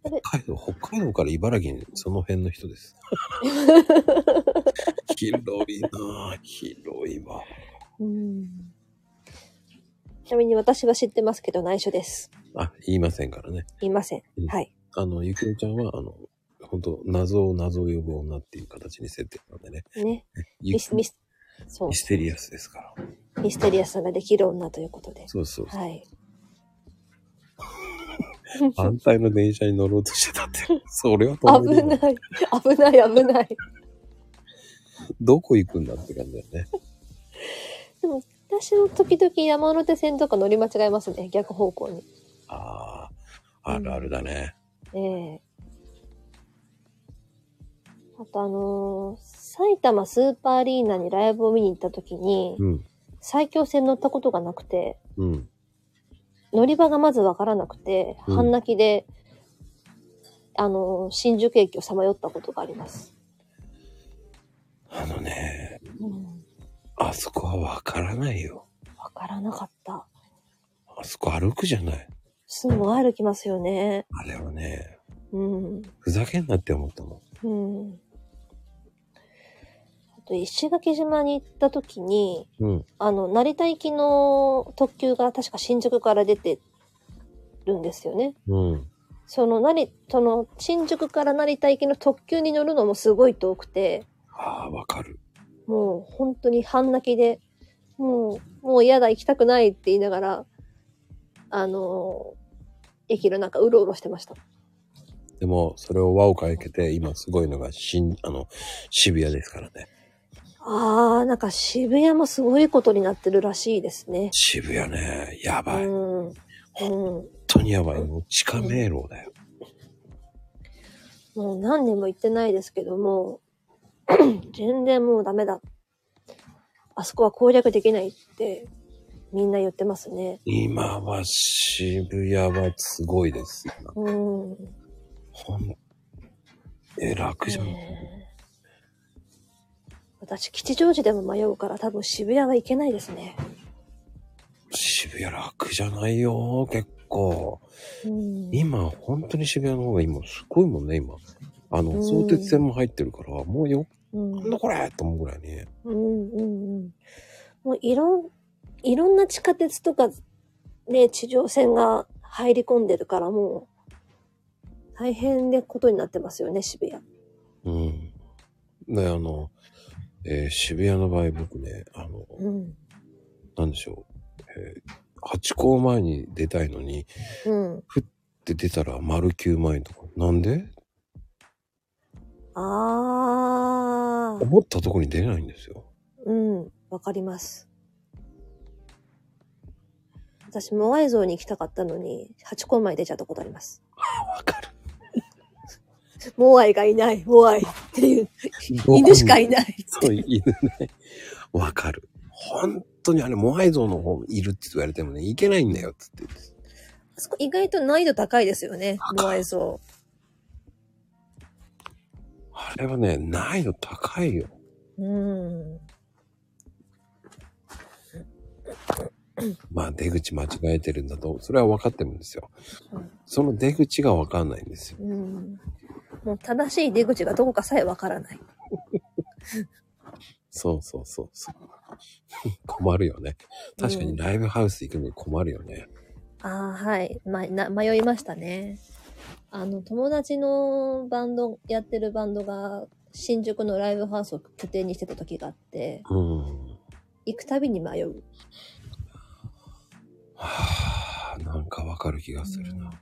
北海道、北海道から茨城にその辺の人
<laughs>
です。広いなぁ、広いわ。
うん。ちなみに私は知ってますけど内緒です。
あ、言いませんからね。
言いません
うん。
はい。
あの、ゆきおちゃんは、あの、本当謎を謎を呼ぶ女っていう形に設定なんでね。
ね。
ゆ
ミス、ミス、そ
ミステリアスですから。
う。ミステリアスができる女ということで。
そうそう。
はい。
反対の電車に乗ろうとしてたって。それは飛んで
危
る
な
よ
い。危ない、危ない。
どこ行くんだって感じだよね。
私も時々山手線とか乗り間違えますね。逆方向に。
ああ、あるあるだね。
ええあとあのー埼玉スーパーアリーナにライブを見に行った時に、
うん。
埼京線乗ったことがなくて、
うん。
乗り場がまずわからなくて、
うん
半泣きで、あのー新宿駅をさまよったことがあります。
あのね、
うん。
あそこはわからないよ。
わからなかった。
あそこ歩くじゃない。
すぐ歩きますよね。
あれはね、
うん。
ふざけんなって思ったもん。
うん。あと、石垣島に行った時に、
うん。
あの、成田行きの特急が確か新宿から出てるんですよね。
うん。
その、なり、その、新宿から成田行きの特急に乗るのもすごい遠くて、
ああ、わかる。
もう本当に半泣きで、もう、もう嫌だ、行きたくないって言いながら、あのー駅の中、うろうろしてました。
でも、それを輪をかけて、今すごいのが、新、あの、渋谷ですからね。
あー、なんか渋谷もすごいことになってるらしいですね。
渋谷ね、やばい。
う
本
ん。うん。
当にやばい。もう地下迷路だよ。
もう何年も行ってないですけども、 <clears throat> 全然もうダメだ。あそこは攻略できないって、みんな言ってますね。
今は渋谷はすごいですよ。
うん。
ほん、え、楽じゃん。
ねえ私、吉祥寺でも迷うから多分渋谷は行けないですね。
渋谷楽じゃないよ、結構。
うん。
今、本当に渋谷の方が今、すごいもんね、今。あ
う
の、
ん
相鉄線も入ってるから、もうよ、
うん
なんだこれと思うぐらいね。
うんうんうん。もういろん、いろんな地下鉄とか、ね、地上線が入り込んでるからもう、大変なことになってますよね、渋谷。
うん。で、あの、えー渋谷の場合、僕ね、あの、
うん。
なんでしょう。えー、8校前に出たいのに、
うん。
で出たら丸9万円とか。なんで
あー。
思ったとこに出れないんですよ。
うん。わかります。私、モアイ像に行きたかったのに、8個前に出ちゃったことあります。
わかる。
モアイがいない、モアイっていう、犬しかいない。
そう、犬ね。わかる。本当にあれ、モアイ像の方いるって言われてもね、いけないんだよっつって言って。
あそこ意外と難易度高いですよね、モアイ像。
あれはね、難易度高いよ。
うん。
まあ、出口間違えてるんだと、それは分かってるんですよ
うん。
その出口が分かんないんですよ。
うん。もう正しい出口がどこかさえわからない。
そうそうそうそう。 <laughs> 困るよね。確かにライブハウス行くのに困るよね。
ああ、はい。ま、な、迷いましたね。あの、友達のバンド、やってるバンドが、新宿のライブハウスを拠点にしてた時があって、
うん。
行くたびに迷う。
はあ、なんか分かる気がするな。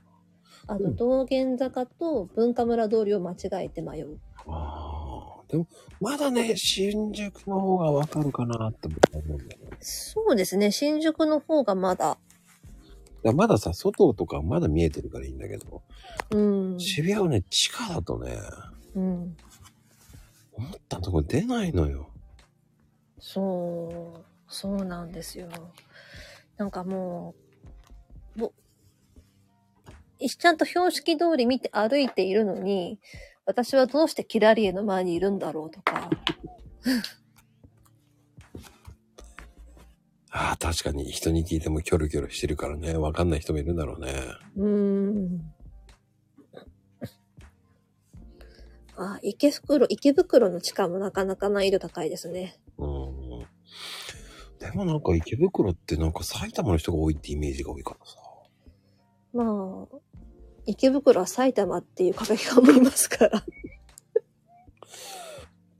あ
う
の、
ん
道玄坂と文化村通りを間違えて迷う。
ああ。でも、まだね、新宿の方がわかるかなって僕は思うんだよね。だか
そうですね。新宿の方がまだ、
らまださ、外とかまだ見えてるからいいんだけど、
うん。
渋谷はね、地下だとね、
うん。
思ったとこ出ないのよ。
そう、そうなんですよ。なんかもう、ぼ、いちゃんと標識通り見て歩いているのに、私はどうしてキラリエの前にいるんだろうとか。
ああ、確かに人に聞いてもキョロキョロしてるからね、わかんない人もいるんだろうね。
うーん。あ、池袋、池袋の地下もなかなか難易度高いですね。
うん。でもなんか池袋ってなんか埼玉の人が多いってイメージが多いからさ。
まあ、池袋は埼玉っていう壁がもいますから。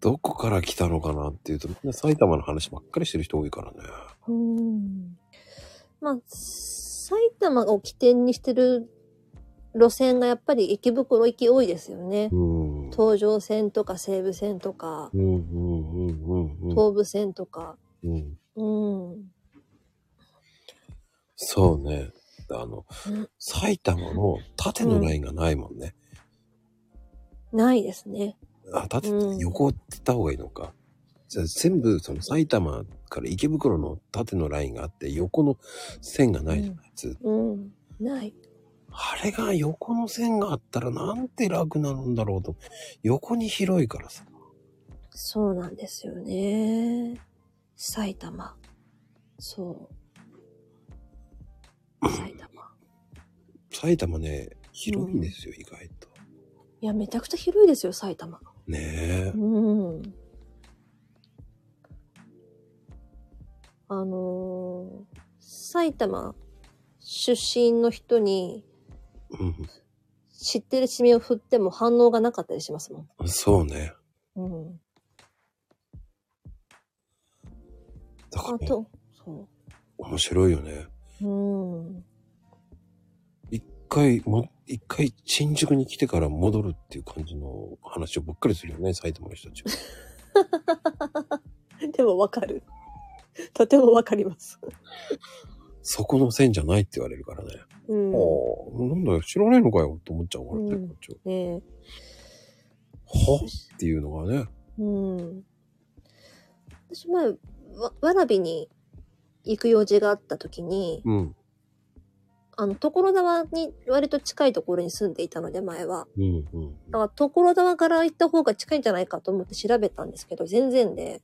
どこから来たのかなっていうと、みんな埼玉の話ばっかりしてる人多いからね。
うーんまあ、埼玉を起点にしてる路線がやっぱり池袋行き多いですよね
う。ん。
東上線とか西武線とか
う、んうんうんうんうん
東武線とか。
うん。
うん。
そうね。あの
うん、
埼玉の縦のラインがないもんね。
ないですね。
あ、縦、
うん
横って言った方がいいのか。じゃあ全部、その埼玉から池袋の縦のラインがあって、横の線がないじゃないですか。
うん。ない。
あれが横の線があったらなんて楽なんだろうと。横に広いからさ。
そうなんですよね。埼玉。そう。埼玉。
埼玉ね、広いんですよ、意外と。
いや、めちゃくちゃ広いですよ、埼玉。
ねえ。
うん。あのー埼玉出身の人に
うん。
知ってる地名を振っても反応がなかったりしますも
そうね。
ん。うん。
だか
あ
ら、
と、そ
面白いよね。
う。うん。
一回、も、一回、新宿に来てから戻るっていう感じの話をばっかりするよね、埼玉の人た
<laughs>
ち。
でもわかる。 <laughs> とてもわかります。
そこの線じゃないって言われるからね。
うん。
ああ、なんだよ、知らないのかよ、と思っちゃうからね、
うん
こっちは。
ねえ
はっていうのがね。
うん。私前、わ、わらびに行く用事があった時に、
うん。
あの、所沢に割と近いところに住んでいたので、前は。
うんうん。
だから、所沢から行った方が近いんじゃないかと思って調べたんですけど、全然で。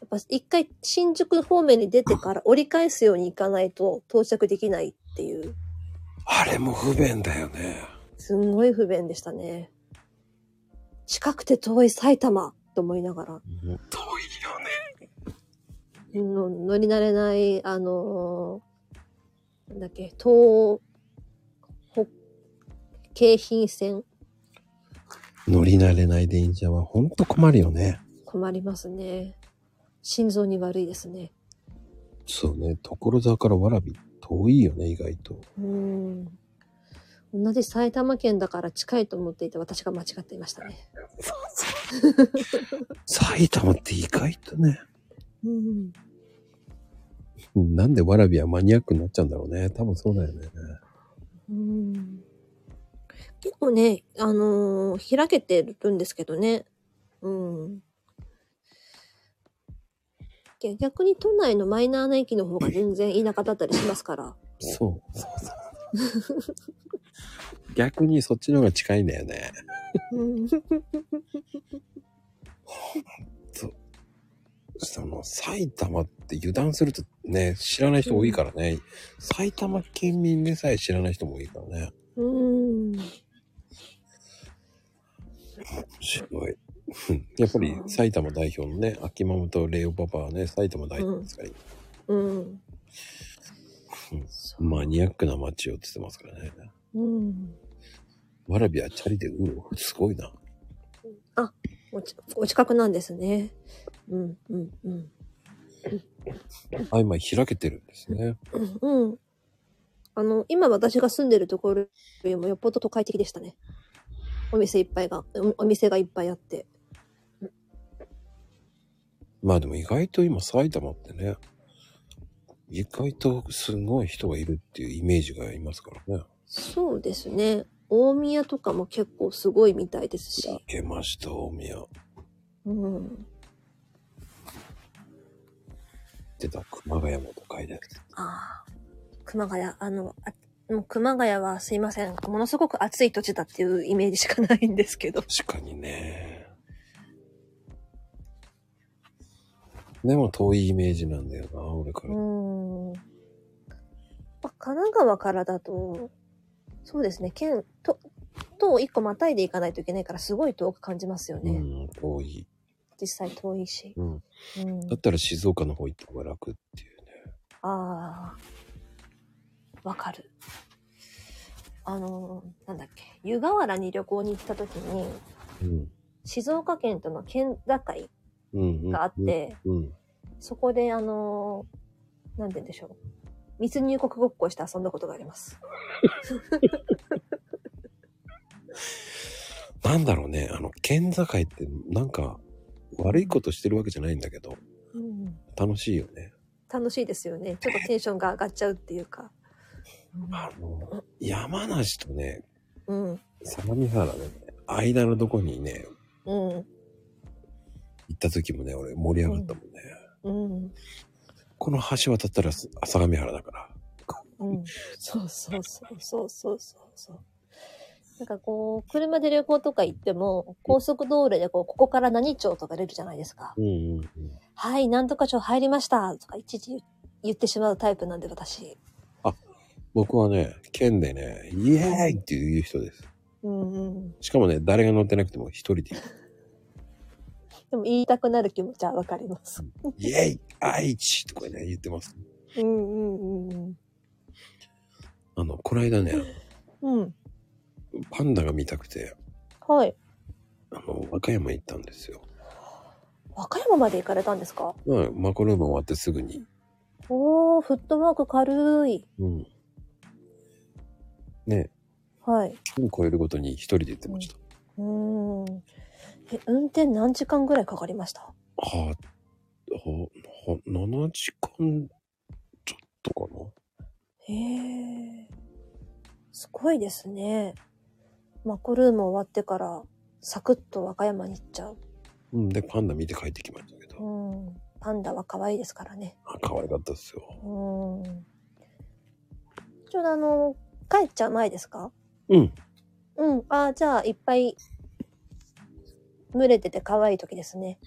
やっぱ、一回、新宿方面に出てから折り返すように行かないと到着できないっていう、
あれも不便だよね。
すんごい不便でしたね。近くて遠い埼玉と思いながら、
遠いよね。
うん乗り慣れない、あのーなんだっけ、東、北、京浜線、
乗り慣れない電車はほんと困るよね。
困りますね。心臓に悪いですね。
そうね。所沢からわらび遠いよね、意外と。
うん。同じ埼玉県だから近いと思っていて私が間違っていましたね。
埼玉って意外とね。
うん。
うんなんでわらびはマニアックになっちゃうんだろうね。多分そうだよね。
うん、結構ね、あのー開けてるんですけどね。うん。け逆に都内のマイナーな駅の方が全然田舎だったりしますから。
そう。そうそう逆にそっちの方が近いんだよね。
うん。
その埼玉って油断するとね、知らない人多いからね。埼玉県民でさえ知らない人も多いからね。
うん。
すごい。うんやっぱり埼玉代表のね、秋ママとレオパパはね、埼玉代表ですから、
うん。
マニアックな街をって言ってますからね。
うん。
わらびはチャリで、うろすごいな。
おちお近くなんですね。うん、うん、うん。
あ、今開けてるんですね。
うんうん。あの、今私が住んでるところよりもよっぽど都会的でしたね。お店いっぱいが、おお店がいっぱいあって。
まあでも意外と今埼玉ってね、意外とすごい人がいるっていうイメージがありますからね。
そうですね。大宮とかも結構すごいみたいです
開
し。
けました、大宮。
うん。
出た熊谷も都会だけど。
ああ。熊谷、あの、あもう熊谷はすいません。ものすごく暑い土地だっていうイメージしかないんですけど。
確かにね。でも遠いイメージなんだよな、俺か
う
ら。
ん。まあ、神奈川からだと、そうですね、県、と、と一個またいでいかないといけないから、すごい遠く感じますよ
う
ね。
ん、遠い。
実際遠いし。
うん。
うん。
だったら静岡の方行った方が楽っていうね。
ああ。わかる。あのーなんだっけ、湯河原に旅行に行った時に、
うん。
静岡県との県境
うん、うん。
があって、
うん。
そこで、あのーなんて言うんでしょう。密入国ごっこして遊んだことがあります。
なんだろうね、あの、県境ってなんか悪いことしてるわけじゃないんだけど、
うん。
楽しいよね。
楽しいですよね。ちょっとテンションが上がっちゃうっていうか。
あの、山梨とね、
うん。
相模原のね、間のとこにね、
うん。
行った時もね、俺盛り上がったもんね。
うん。
この橋渡ったらす相模原だから。
うん。そうそうそうそうそうそうそう。なんかこう、車で旅行とか行っても、高速道路でこう、ここから何町とか出るじゃないですか。
うんうんうん。
はい、なんとか町入りましたとか、いちいち言ってしまうタイプなんで、私。
僕はね、県でね、イエーイっていう人です。
うんうん。
しかもね、誰が乗ってなくても一人で行く。
でも言いたくなる気持ちはわかります。
イエーイ愛知とかね、言ってます。
うんうんうん
あの、この間ね、
うん。うん。
パンダが見たくて、
はい。
あの、和歌山行ったんですよ。
和歌山まで行かれたんですか
まあ、マコルーム終わってすぐに。
おー、フットワーク軽い。
うん。ね、
はい。
1超えるごとに一人で行ってました。
うーん。え、運転何時間ぐらいかかりました
はあ、はあ、7時間ちょっとかな
へえ。すごいですね。マコルーム終わってから、サクッと和歌山に行っちゃう。
うん、で、パンダ見て帰ってきましたけど、
うん。パンダは可愛いですからね。
あ可愛かったですよ。
うん。ちょうどあの、帰っちゃう前ですか
うん。
うん。ああ、じゃあ、いっぱい、群れてて可愛い時ですね。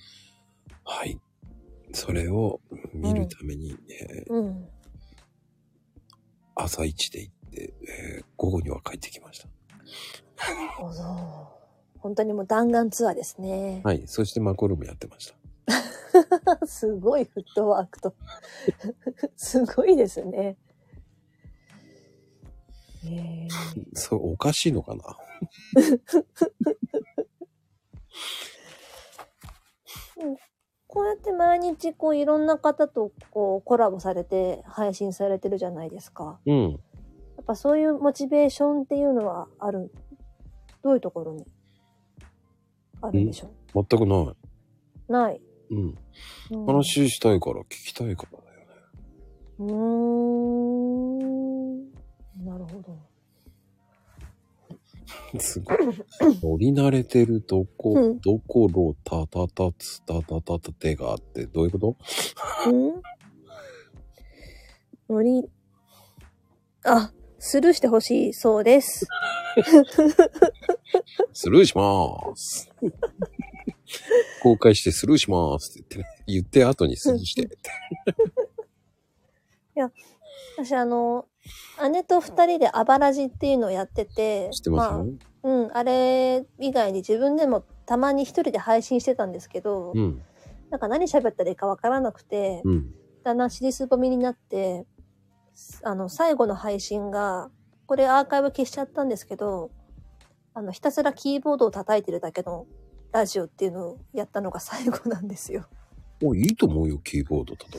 はい。それを見るために、えー
うん。
朝一で行って、えー午後には帰ってきました。
おそう本当にもう弾丸ツアーですね。
はい。そしてマコルームやってました。
<laughs> すごいフットワークと。 <laughs> すごいですね。えー
それおかしいのかな
こうやって毎日こういろんな方とこうコラボされて配信されてるじゃないですか。
うん。
やっぱそういうモチベーションっていうのはある。どういうところにあるんでしょ
全くな
うない。
い。うん。
うん
話したいから、聞きたいからだよね。
うーん。なるほど。
すごい。乗り慣れてるどこ、
うん
どころ、たたたつ、たたたたてがあって、どういうこと
うん乗り、あ、スルーしてほしいそうです。
スルーしまーす。公開してスルーしまーすって言ってね。言って後にスルーしてって。
私あの、姉と二人であばらじっていうのをやってて、
知ってますよ、
あ、うん、あれ以外に自分でもたまに一人で配信してたんですけど、
うん。
なんか何喋ったらいいかわからなくて、
うん。
だんだん尻すぼみになって、あの、最後の配信が、これアーカイブ消しちゃったんですけど、あの、ひたすらキーボードを叩いてるだけのラジオっていうのをやったのが最後なんですよ。
お、いいと思うよ、キーボードとと。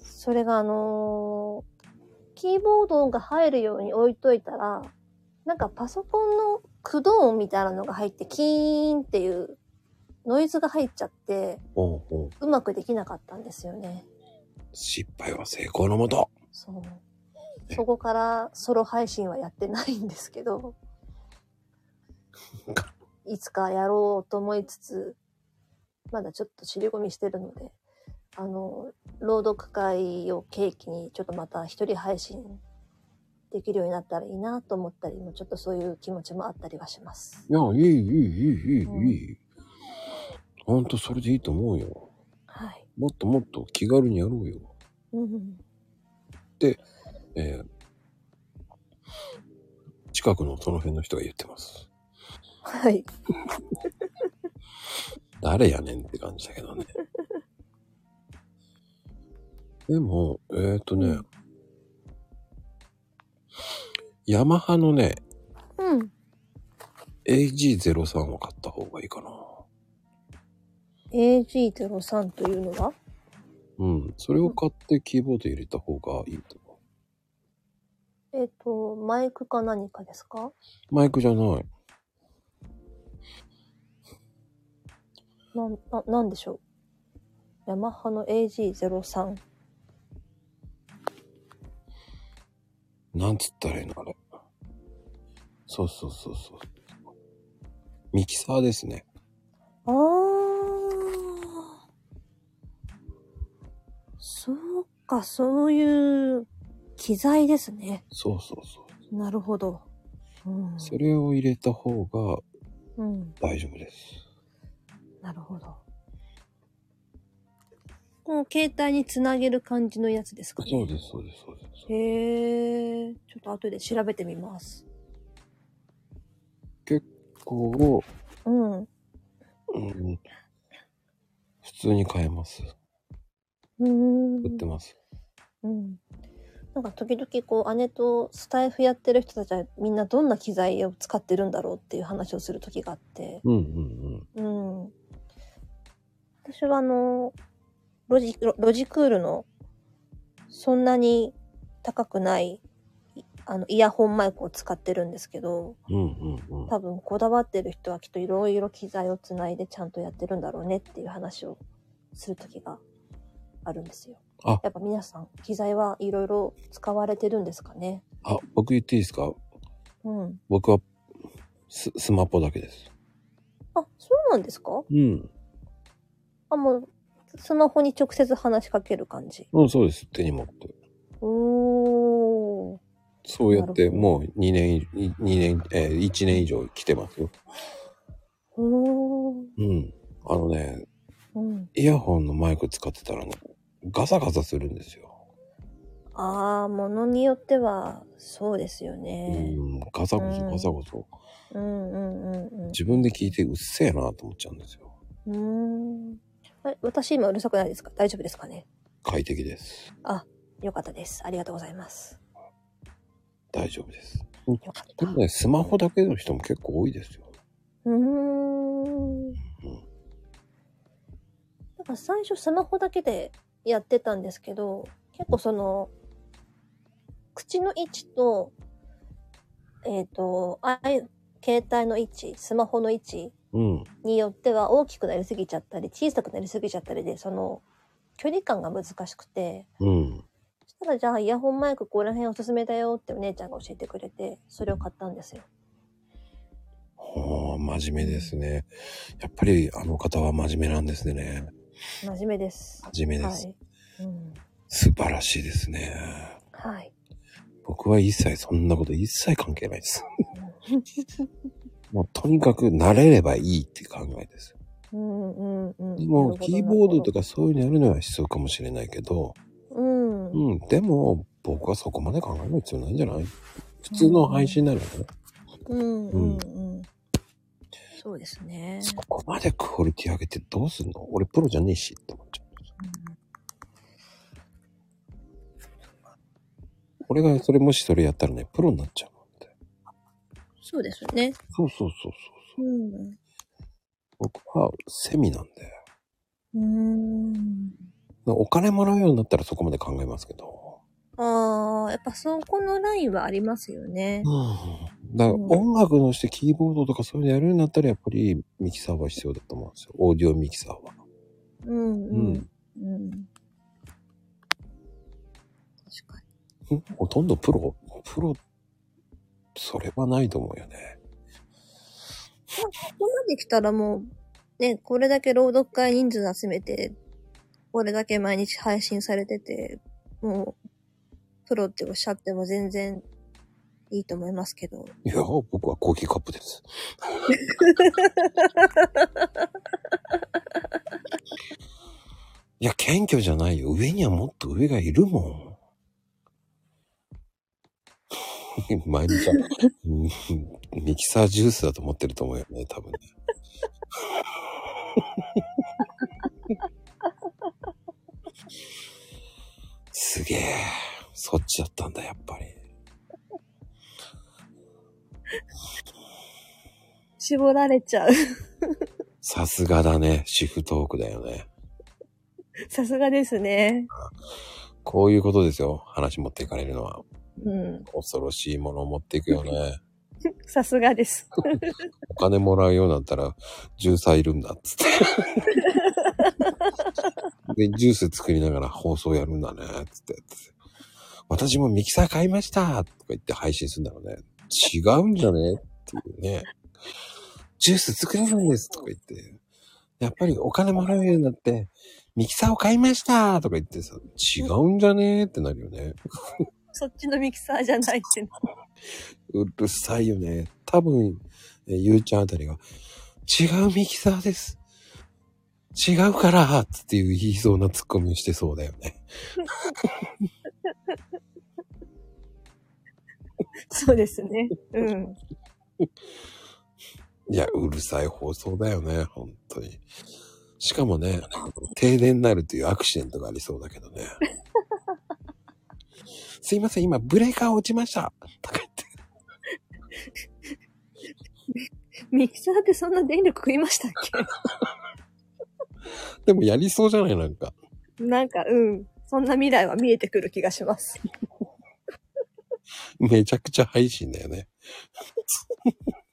それがあのーキーボードが入るように置いといたら、なんかパソコンの駆動音みたいなのが入って、キーンっていうノイズが入っちゃって、
おうおう
うまくできなかったんですよね。
失敗は成功のもと。
そう。そこからソロ配信はやってないんですけ <laughs> ど、いつかやろうと思いつつ、まだちょっと尻込みしてるので、あの、朗読会を契機にちょっとまた一人配信できるようになったらいいなと思ったり、もうちょっとそういう気持ちもあったりはします。
いや、いい、いい、いい、いい、
うん
いい。ほんと、それでいいと思うよ。
はい。
もっともっと気軽にやろうよ。
うん。
えー近くのその辺の人が言ってます。
はい。
誰やねんって感じだけど <laughs> ね。でも、えっ、ー、とね、
うん
ヤマハのね、
うん。
AG03 を買った方がいいかな。
AG03 というのは
うん。それを買ってキーボード入れた方がいいと思
えっ、と、マイクか何かですか
う。マイクじゃない。
なん、な、なんでしょう。ヤマハの AG03。
なんつったらいいのあれ。そうそうそうそう。ミキサーですね。
ああ。そうか、そういう機材ですね。
そうそうそう。
なるほど。うん。
それを入れた方が
うん。
大丈夫です。
なるほど。こう、携帯につなげる感じのやつですかね。
そうです、そうです、そうです。
へえ。ちょっと後で調べてみます。
こ
うん。う
う、うん、普通に買えます。
ーん
売ってます。
うん。なんか時々こう姉とスタイフやってる人たちはみんなどんな機材を使ってるんだろうっていう話をする時があって、
うんうん
うん。私はあの、ロジ、ロロジクールのそんなに高くないいあのイヤホンマイクを使ってるんですけど、
うん。うんうんうん。
多分こだわってる人はきっといろいろ機材をつないでちゃんとやってるんだろうねっていう話をする時があるんですよ。
あ
やっぱ皆さん機材はいろいろ使われてるんですかね。
あ、僕言っていいですか
うん。
僕はススマホだけです。
あ、そうなんですか
うん。
あ、もうスマホに直接話しかける感じ。
うん、そうです。手に持って。
おー。
そうやって
なるほど
もう2年、2年、えー1年以上来てますよ。
おー。
うん。あのね、
うん。
イヤホンのマイク使ってたらね、ガサガサするんですよ。
ああ、ものによっては、そうですよ
う
ね。
ん、ガサゴソ
うん
ガサゴソ。
うんうんうん
自分で聞いてうっせえなと思っちゃうんですよ。
うん。うーん。あれ私今うるさくないですか大丈夫ですかね
快適です。
よかったです。ありがとうございます。
大丈夫です。
よかった。
でもね、スマホだけの人も結構多いですよ。
うーん。なんか最初スマホだけでやってたんですけど、結構その、口の位置と、えっ、と、ああいう携帯の位置、スマホの位置
うん。
によっては大きくなりすぎちゃったり、小さくなりすぎちゃったりで、その、距離感が難しくて、
うん。
そしたらじゃあイヤホンマイクここら辺おすすめだよってお姉ちゃんが教えてくれて、それを買ったんですよ。
ほう、真面目ですね。やっぱりあの方は真面目なんですね。
真面目です。
真面目です。
はい。うん。
素晴らしいですね。 <laughs>
はい。
僕は一切そんなこと一切関係ないです。もうとにかく慣れればいいっていう考えですよ。
うんうんうん。
もうキーボードと
か。
かそういうのやるのは必要かもしれないけど、
うん。
うん、でも僕はそこまで考える必要ないんじゃない普通の配信なのね。
うんうんうん。そうですね。
そこまでクオリティ上げてどうすんの俺プロじゃねえしって思っちゃう。俺がそれもしそれやったらね、プロになっちゃうもんで。
そうですよね。
そうそうそうそうそう。
うん。
僕はセミなんで。
うん。
お金もらうようになったらそこまで考えますけど。
ああ、やっぱそこのラインはありますよね。
うん。だから
うん
音楽のしてキーボードとかそういうのやるようになったらやっぱりミキサーは必要だと思うんですよ。オーディオミキサーは。
うんうん。うん。確か
んほとんどプロプロ、それはないと思うよね。
に。ここまで来たらもう、ね、これだけ朗読会人数集めて、これだけ毎日配信されてて、もう、プロっておっしゃっても全然いいと思いますけど。
いや、僕はコーヒーカップです。いや、謙虚じゃないよ。上にはもっと上がいるもん。 <laughs> 毎日は、うんミキサージュースだと思ってると思うよね、多分ね。 <laughs> すげえ。そっちだったんだ、やっぱり。
絞られちゃう。 <laughs>
さすがだね。シフトークだよね。
さすがですね。
こういうことですよ。話持っていかれるのは。
うん。
恐ろしいものを持っていくよね。
さすがです。
お金もらうようになったら、ジューサーいるんだっつって。で、ジュース作りながら放送やるんだね。つって。つって私もミキサー買いましたとか言って配信するんだろうね。違うんじゃねっていうね。ジュース作れないんですとか言って。やっぱりお金もらうようになって、ミキサーを買いましたとか言ってさ、違うんじゃねってなるよね。
そっちのミキサーじゃないって。 <laughs>
うるさいよね。多分、えーゆうちゃんあたりが、違うミキサーです。違うからつっていう言いそうなツッコミをしてそうだよね。
そうですね。うん。
いや、うるさい放送だよね、本当に。しかもね、停電になるというアクシデントがありそうだけどね。すいません、今ブレーカー落ちました。とか言って。
ミキサーってそんな電力食いましたっ <laughs>
でもやりそうじゃないなんか。
けなんか、うん。そんな未来は見えてくる気がします。
<laughs> めちゃくちゃ配信だよね。 <laughs>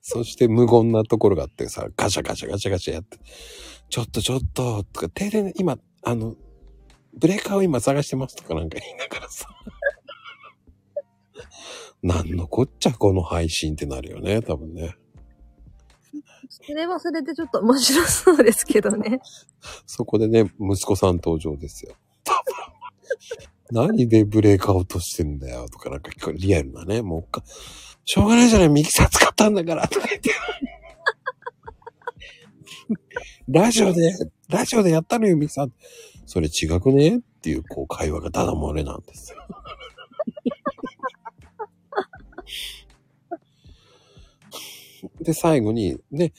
そして無言なところがあってさ、ガシャガシャガシャガシャやって、ちょっとちょっと、とか、停電、今、あの、ブレーカーを今探してますとかなんか言いながらさ。 <laughs> なんのこっちゃこの配信ってなるよね、多分ね。
それはそれでちょっと面白そうですけどね。
そこでね、息子さん登場ですよ。何でブレーカー落としてんだよとか、なんかこうリアルなね、もうか、しょうがないじゃない、ミキサー使ったんだからとか言って。ラジオで、ラジオでやったのよ、ミキサー。それ違くねっていう、こう、会話がただ漏れなんですよ。で、最後に、で、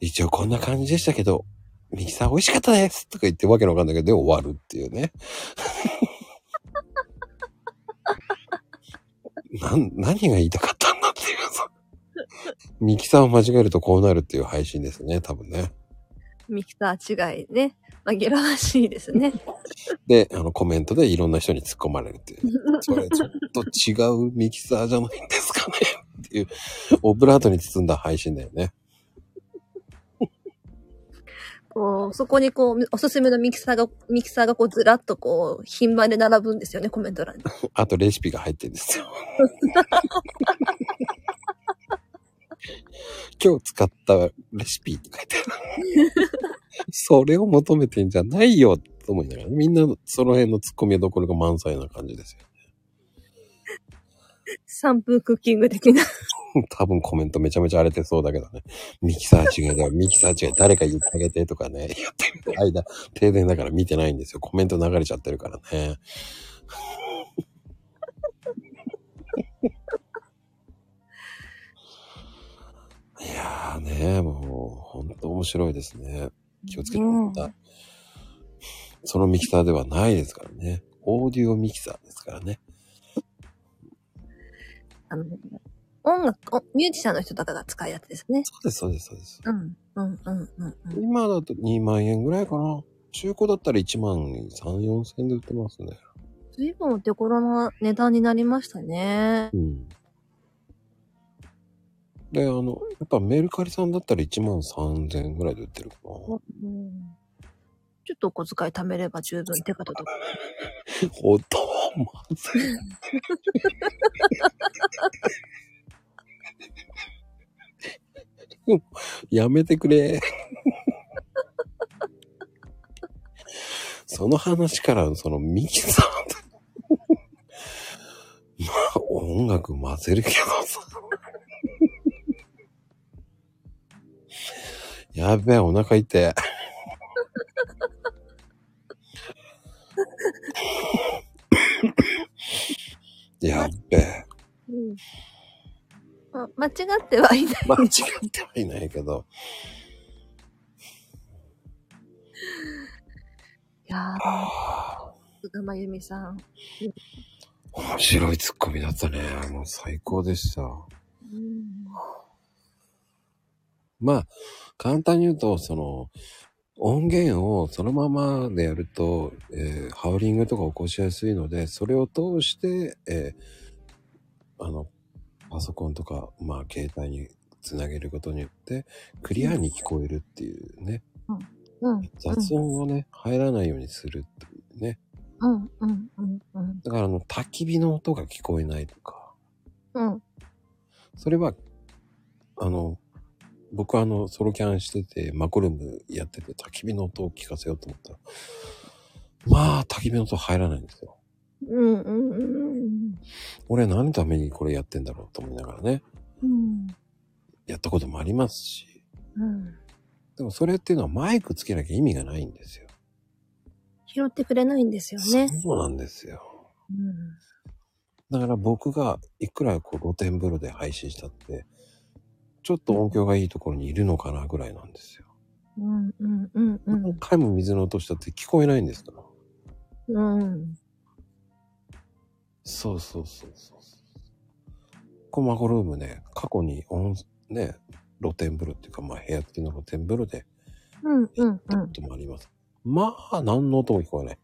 一応こんな感じでしたけど、ミキサー美味しかったですとか言ってわけのわかんないけど、で終わるっていうね。 <laughs> なん、何が言いたかったんだっていう、そうミキサーを間違えるとこうなるっていう配信ですね、多分ね。
ミキサー違いね。紛らわしいですね。
で、あの、コメントでいろんな人に突っ込まれるっていう。それちょっと違うミキサーじゃないんですかねっていう、オブラートに包んだ配信だよね。
こうそこにこう、おすすめのミキサーが、ミキサーがこうずらっとこう、品番で並ぶんですよね、コメント欄に。
あとレシピが入ってるんですよ。今日使ったレシピって書いてある。それを求めてんじゃないよと思いながら、みんなその辺のツッコミどころが満載な感じですよ。
3分クッキング的な。
<laughs> 多分コメントめちゃめちゃ荒れてそうだけどね。ミキサー違いだよ、ミキサー違い、誰か言ってあげてとかね。言ってる間、停電だから見てないんですよ。コメント流れちゃってるからね。いやーね、もう、ほんと面白いですね。気をつけてもらった。そのミキサーではないですからね。オーディオミキサーですからね。
あの、音楽、おミュージシャンの人とかが使うやつですね。
そうです、そうです、そうです。
うん、うん、うん、うんうん。
今だと2万円ぐらいかな。中古だったら1万3、4千円で売ってますね。
随分お手頃な値段になりましたね。
うん。で、あの、やっぱメルカリさんだったら1万3千円ぐらいで売ってるかな。
うんちょっとお小遣い貯めれば十分ってことだ。
おとまずい。 <laughs> やめてくれ。その話から、そのミキさんまあ、音楽混ぜるけどさ。やべえ、お腹痛い。やっべえ。
うんま間違ってはいない。
<laughs> 間違ってはいないけど。
いやー、菅真由美さん。
面白いツッコミだったね。もう最高でした。
うん
まあ、簡単に言うと、その、音源をそのままでやると、えーハウリングとか起こしやすいので、それを通して、えーあの、パソコンとか、まあ、携帯につなげることによって、クリアに聞こえるっていうね、
うん、
雑音をね、入らないようにするっていうね。
うん、うん、うん、うん。
だから、あの、焚き火の音が聞こえないとか、
うん、
それは、あの、僕はあの、ソロキャンしてて、マコルームやってて、焚き火の音を聞かせようと思ったら、まあ、焚き火の音入らないんですよ。
うん、うん、うん
俺何のためにこれやってんだろうと思いながらね、
うん、
やったこともありますし、
うん。
でもそれっていうのはマイクつけなきゃ意味がないんですよ。
拾ってくれないんですよね。
そうなんですよ。
うん
だから僕がいくらこう露天風呂で配信したって、ちょっと音響がいいところにいるのかなぐらいなんですよ。
うんうんうんう
何
ん
回も水の音したって聞こえないんですから。
うん
そうそうそうそう。こうマゴルームね、過去に温ね、露天風呂っていうか、まあ部屋付きの露天風呂で
うんうん
やったこともあります。まあ、何の音も聞こえない。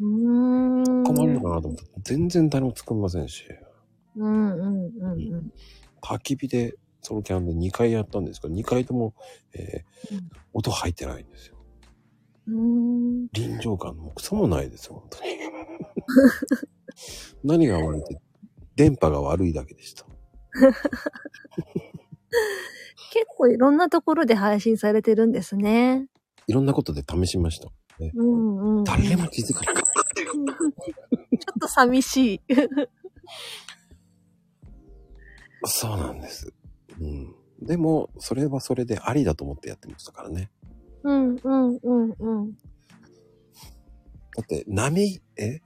うんうん
困るのかなと思ったら全然誰も突っ込みませんし。
うんうんうんうん
焚き火でソロキャンで2回やったんですけど、2回とも、えー
うん
音入ってないんですよ。
うん
臨場感もクソもないですよ、本
<laughs>
当に。何が悪いって、電波が悪いだけでした。
結構いろんなところで配信されてるんですね。
いろんなことで試しました。
うんうん。
誰も気づかなかったってってこ
ちょっと寂しい。
と。そうなんです。うん。でも、それはそれでありだと思ってやってましたからね。
うんうんうんうん。
だって、波、え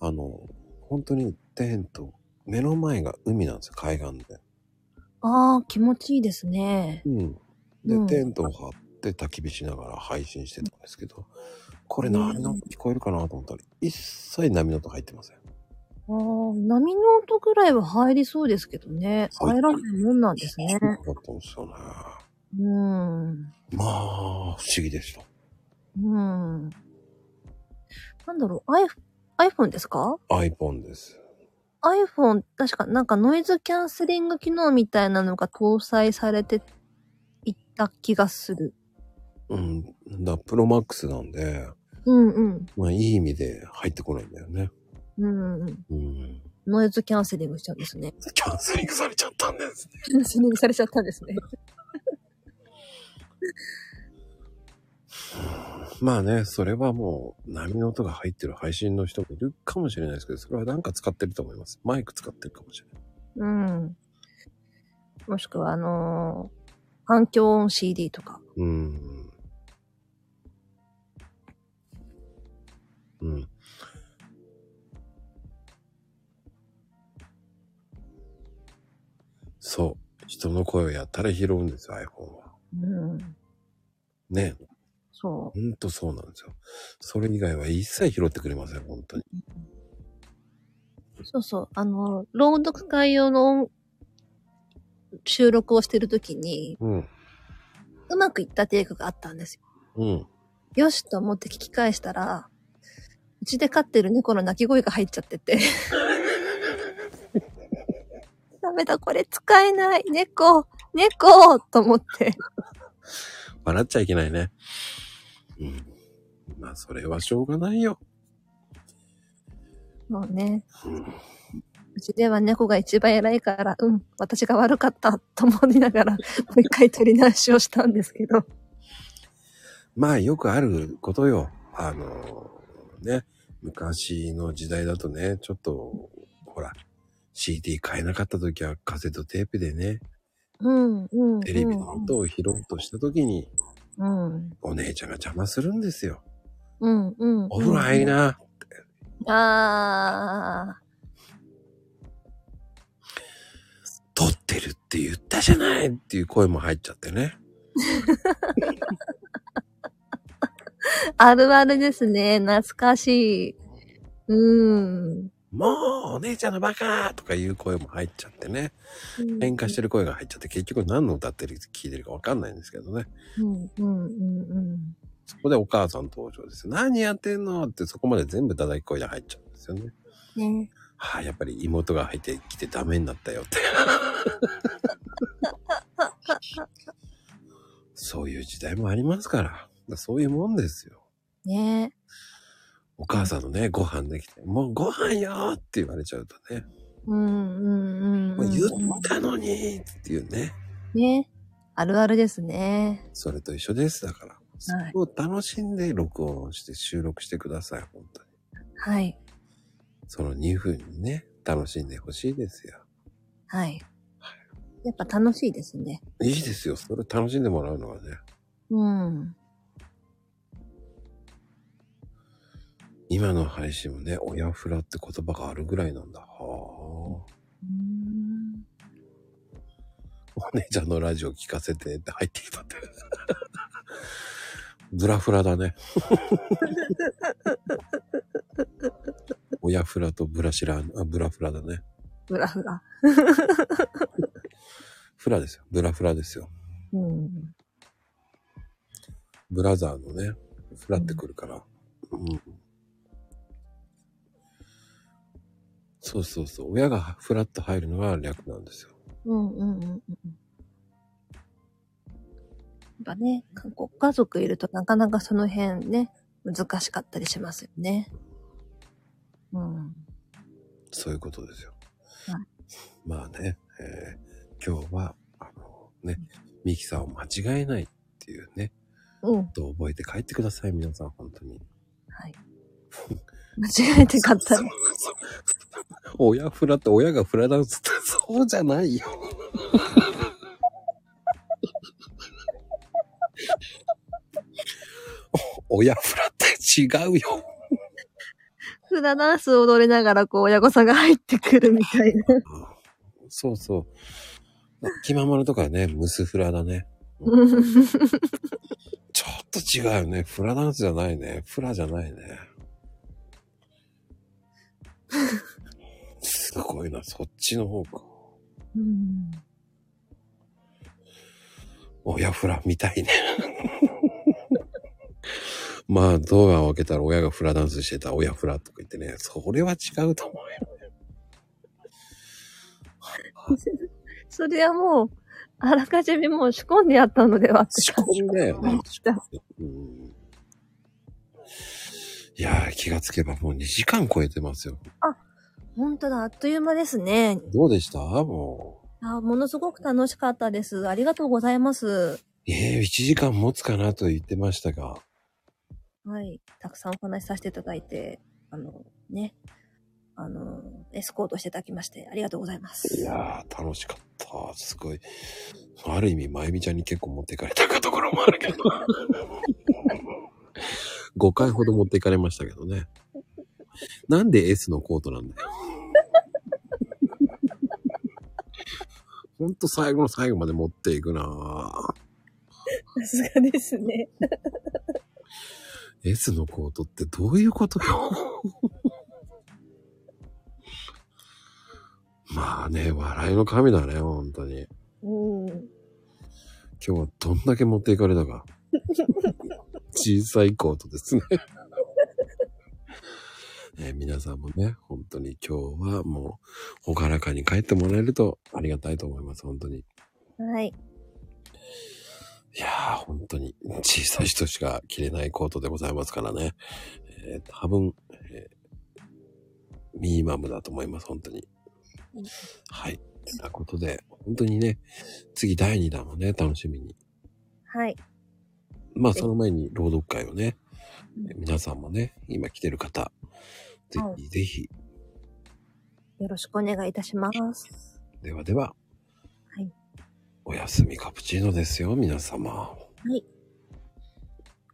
あの、本当にテント、目の前が海なんですよ、海岸で。
ああ、気持ちいいですね。
うん。で、
うん
テントを張って焚き火しながら配信してたんですけど、これ波の音聞こえるかなと思ったら、一切波の音入ってません。
ああ、波の音ぐらいは入りそうですけどね。
はい
入らないもんなんですね
そう。だったんですよね。
うん。
まあ、不思議でした。
うん。なんだろう、iPhone- iPhone ですか
iPhone です。
?iPhone、確かなんかノイズキャンセリング機能みたいなのが搭載されていった気がする。
うん。だプロマックスなんで、
うんうん。
まあ、いい意味で入ってこないんだよね。
うんうん。
うん。
ノイズキャンセリングしちゃうんですね。
キャンセリングされちゃったんですね。
キャンセリングされちゃったんですね。
まあね、それはもう、波の音が入ってる配信の人もいるかもしれないですけど、それはなんか使ってると思います。マイク使ってるかもしれない。
うん。もしくは、あのー環境音 CD とか。
うん。うん。そう。人の声をやったら拾うんですよ、iPhone は。
うん。
ね。
そ
ほんとそうなんですよ。それ以外は一切拾ってくれません、本当に。
う。そうそう。あのー朗読会用の音収録をしてるときに、
うん。
うまくいったテイクがあったんですよ。
うん。
よしと思って聞き返したら、うちで飼ってる猫の鳴き声が入っちゃってて。 <laughs> ダメだ、これ使えない。猫、猫と思って。
笑っちゃいけないね。うん。まあ、それはしょうがないよ。
もうね、
うん。
うちでは猫が一番偉いから、うん、私が悪かったと思いながら、もう一回取り直しをしたんですけど。
まあ、よくあることよ。あのね、昔の時代だとね、ちょっと、ほら、CD 買えなかった時はカセットテープでね、
うん、うん。
テレビの音を拾おうとした時に、
うん、
お姉ちゃんが邪魔するんですよ。
うん、うん。
お風呂入りな。
あ
撮ってるって言ったじゃないっていう声も入っちゃってね。
ー、あるあるですね。懐かしい。うん。
もうお姉ちゃんのバカとかいう声も入っちゃってね。喧嘩してる声が入っちゃって結局何の歌ってる聞いてるかわかんないんですけどね。
うんうんうん
そこでお母さん登場です。何やってんのってそこまで全部叩き声で入っちゃうんですよね。
うん。ね。
はあ、やっぱり妹が入ってきてダメになったよって。そういう時代もありますから。そういうもんですよ。
ね
お母さんのね、ご飯できて、もうご飯よーって言われちゃうとね、
うんうんうん、
も
う。
うん言ったのにーっていうね、
ね。あるあるですね。
それと一緒です。だから、そ
はい
こを楽しんで録音して収録してください、本当に。
はい。
その2分にね、楽しんでほしいですよ。
はい。やっぱ楽しいですね。
いいですよ。それ楽しんでもらうのはね、
うん。
今の配信もね、親フラって言葉があるぐらいなんだ。はあ。お
うん
姉ちゃんのラジオ聞かせてって入ってきたって。 <laughs> ブラフラだ
<laughs>
ね。親フラとブラシラ、あ、ブラフラだね。
ふらふら。
フラですよ。ブラフラですよ。
うん。
ブラザーのね、フラってくるから。うん。そうそうそう。親がフラッと入るのが略なんですよ。
うんうんうんうん。やっぱね、ご家族いるとなかなかその辺ね、難しかったりしますよね。うん。
そういうことですよ。
は
まあね、えー今日は、あのね、ミキさんを間違えないっていうね、
うん。
と覚えて帰ってください、皆さん、本当に。
はい。間違えて買った
そう。そう親フラって親がフラダンスってそうじゃないよ。 <laughs> お親フラって違うよ。
フラダンス踊りながら、こう、親御さんが入ってくるみたいな。
そうそう。気ままるとかね、ムスフラだね。ちょっと違うよね。フラダンスじゃないね。フラじゃないね。
<laughs>
すごいな、そっちの方か。
うん
親フラ見たいね。 <laughs> まあ、ドアを開けたら親がフラダンスしてた親フラとか言ってね、それは違うと思うよ。
それはもう、あらかじめもう仕込んでやったのではって
仕
感じ
込んだよね。
だ
うんいやー、気がつけばもう2時間超えてますよ。
<laughs> 本当だ、あっという間ですね。
どうでしたもう。
あものすごく楽しかったです。ありがとうございます。
えー、1時間持つかなと言ってましたが。
はい。たくさんお話しさせていただいて、あの、ね、あの、エスコートしていただきまして、ありがとうございま
い
す。
やー、楽しかった。すごい。ある意味、まゆみちゃんに結構持っていかれたところもあるけど。5回ほど持っていかれましたけどね。なんで S のコートなんだよ。ほんと最後の最後まで持っていくなぁ。
さすがですね。
S のコートってどういうことよまあね、笑いの神だね、本当に。
うん。
今日はどんだけ持っていかれた
<laughs>
か。小さいコートですね。 <laughs> えー皆さんもね、本当に今日はもう、朗らかに帰ってもらえるとありがたいと思います、本当に。
はい。
いやー、本当に小さい人しか着れないコートでございますからね。えー多分、えーミニマムだと思います、本当に
うん。
はい。ということで、本当にね、次第2弾をね、楽しみに。
はい。
まあ、その前に朗読会をね
う、ん
皆さんもね、今来てる方、ぜ
は
ひぜひ、
よろしくお願いいたします。
ではでは、
はい
おやすみカプチーノですよ、皆様。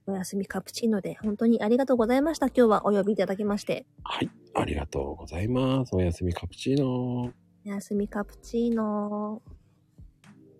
おやすみカプチーノで、本当にありがとうございました。今日はお呼びいただきまして。
はい。ありがとうございます。おやすみカプチーノ。
おやすみカプチーノー。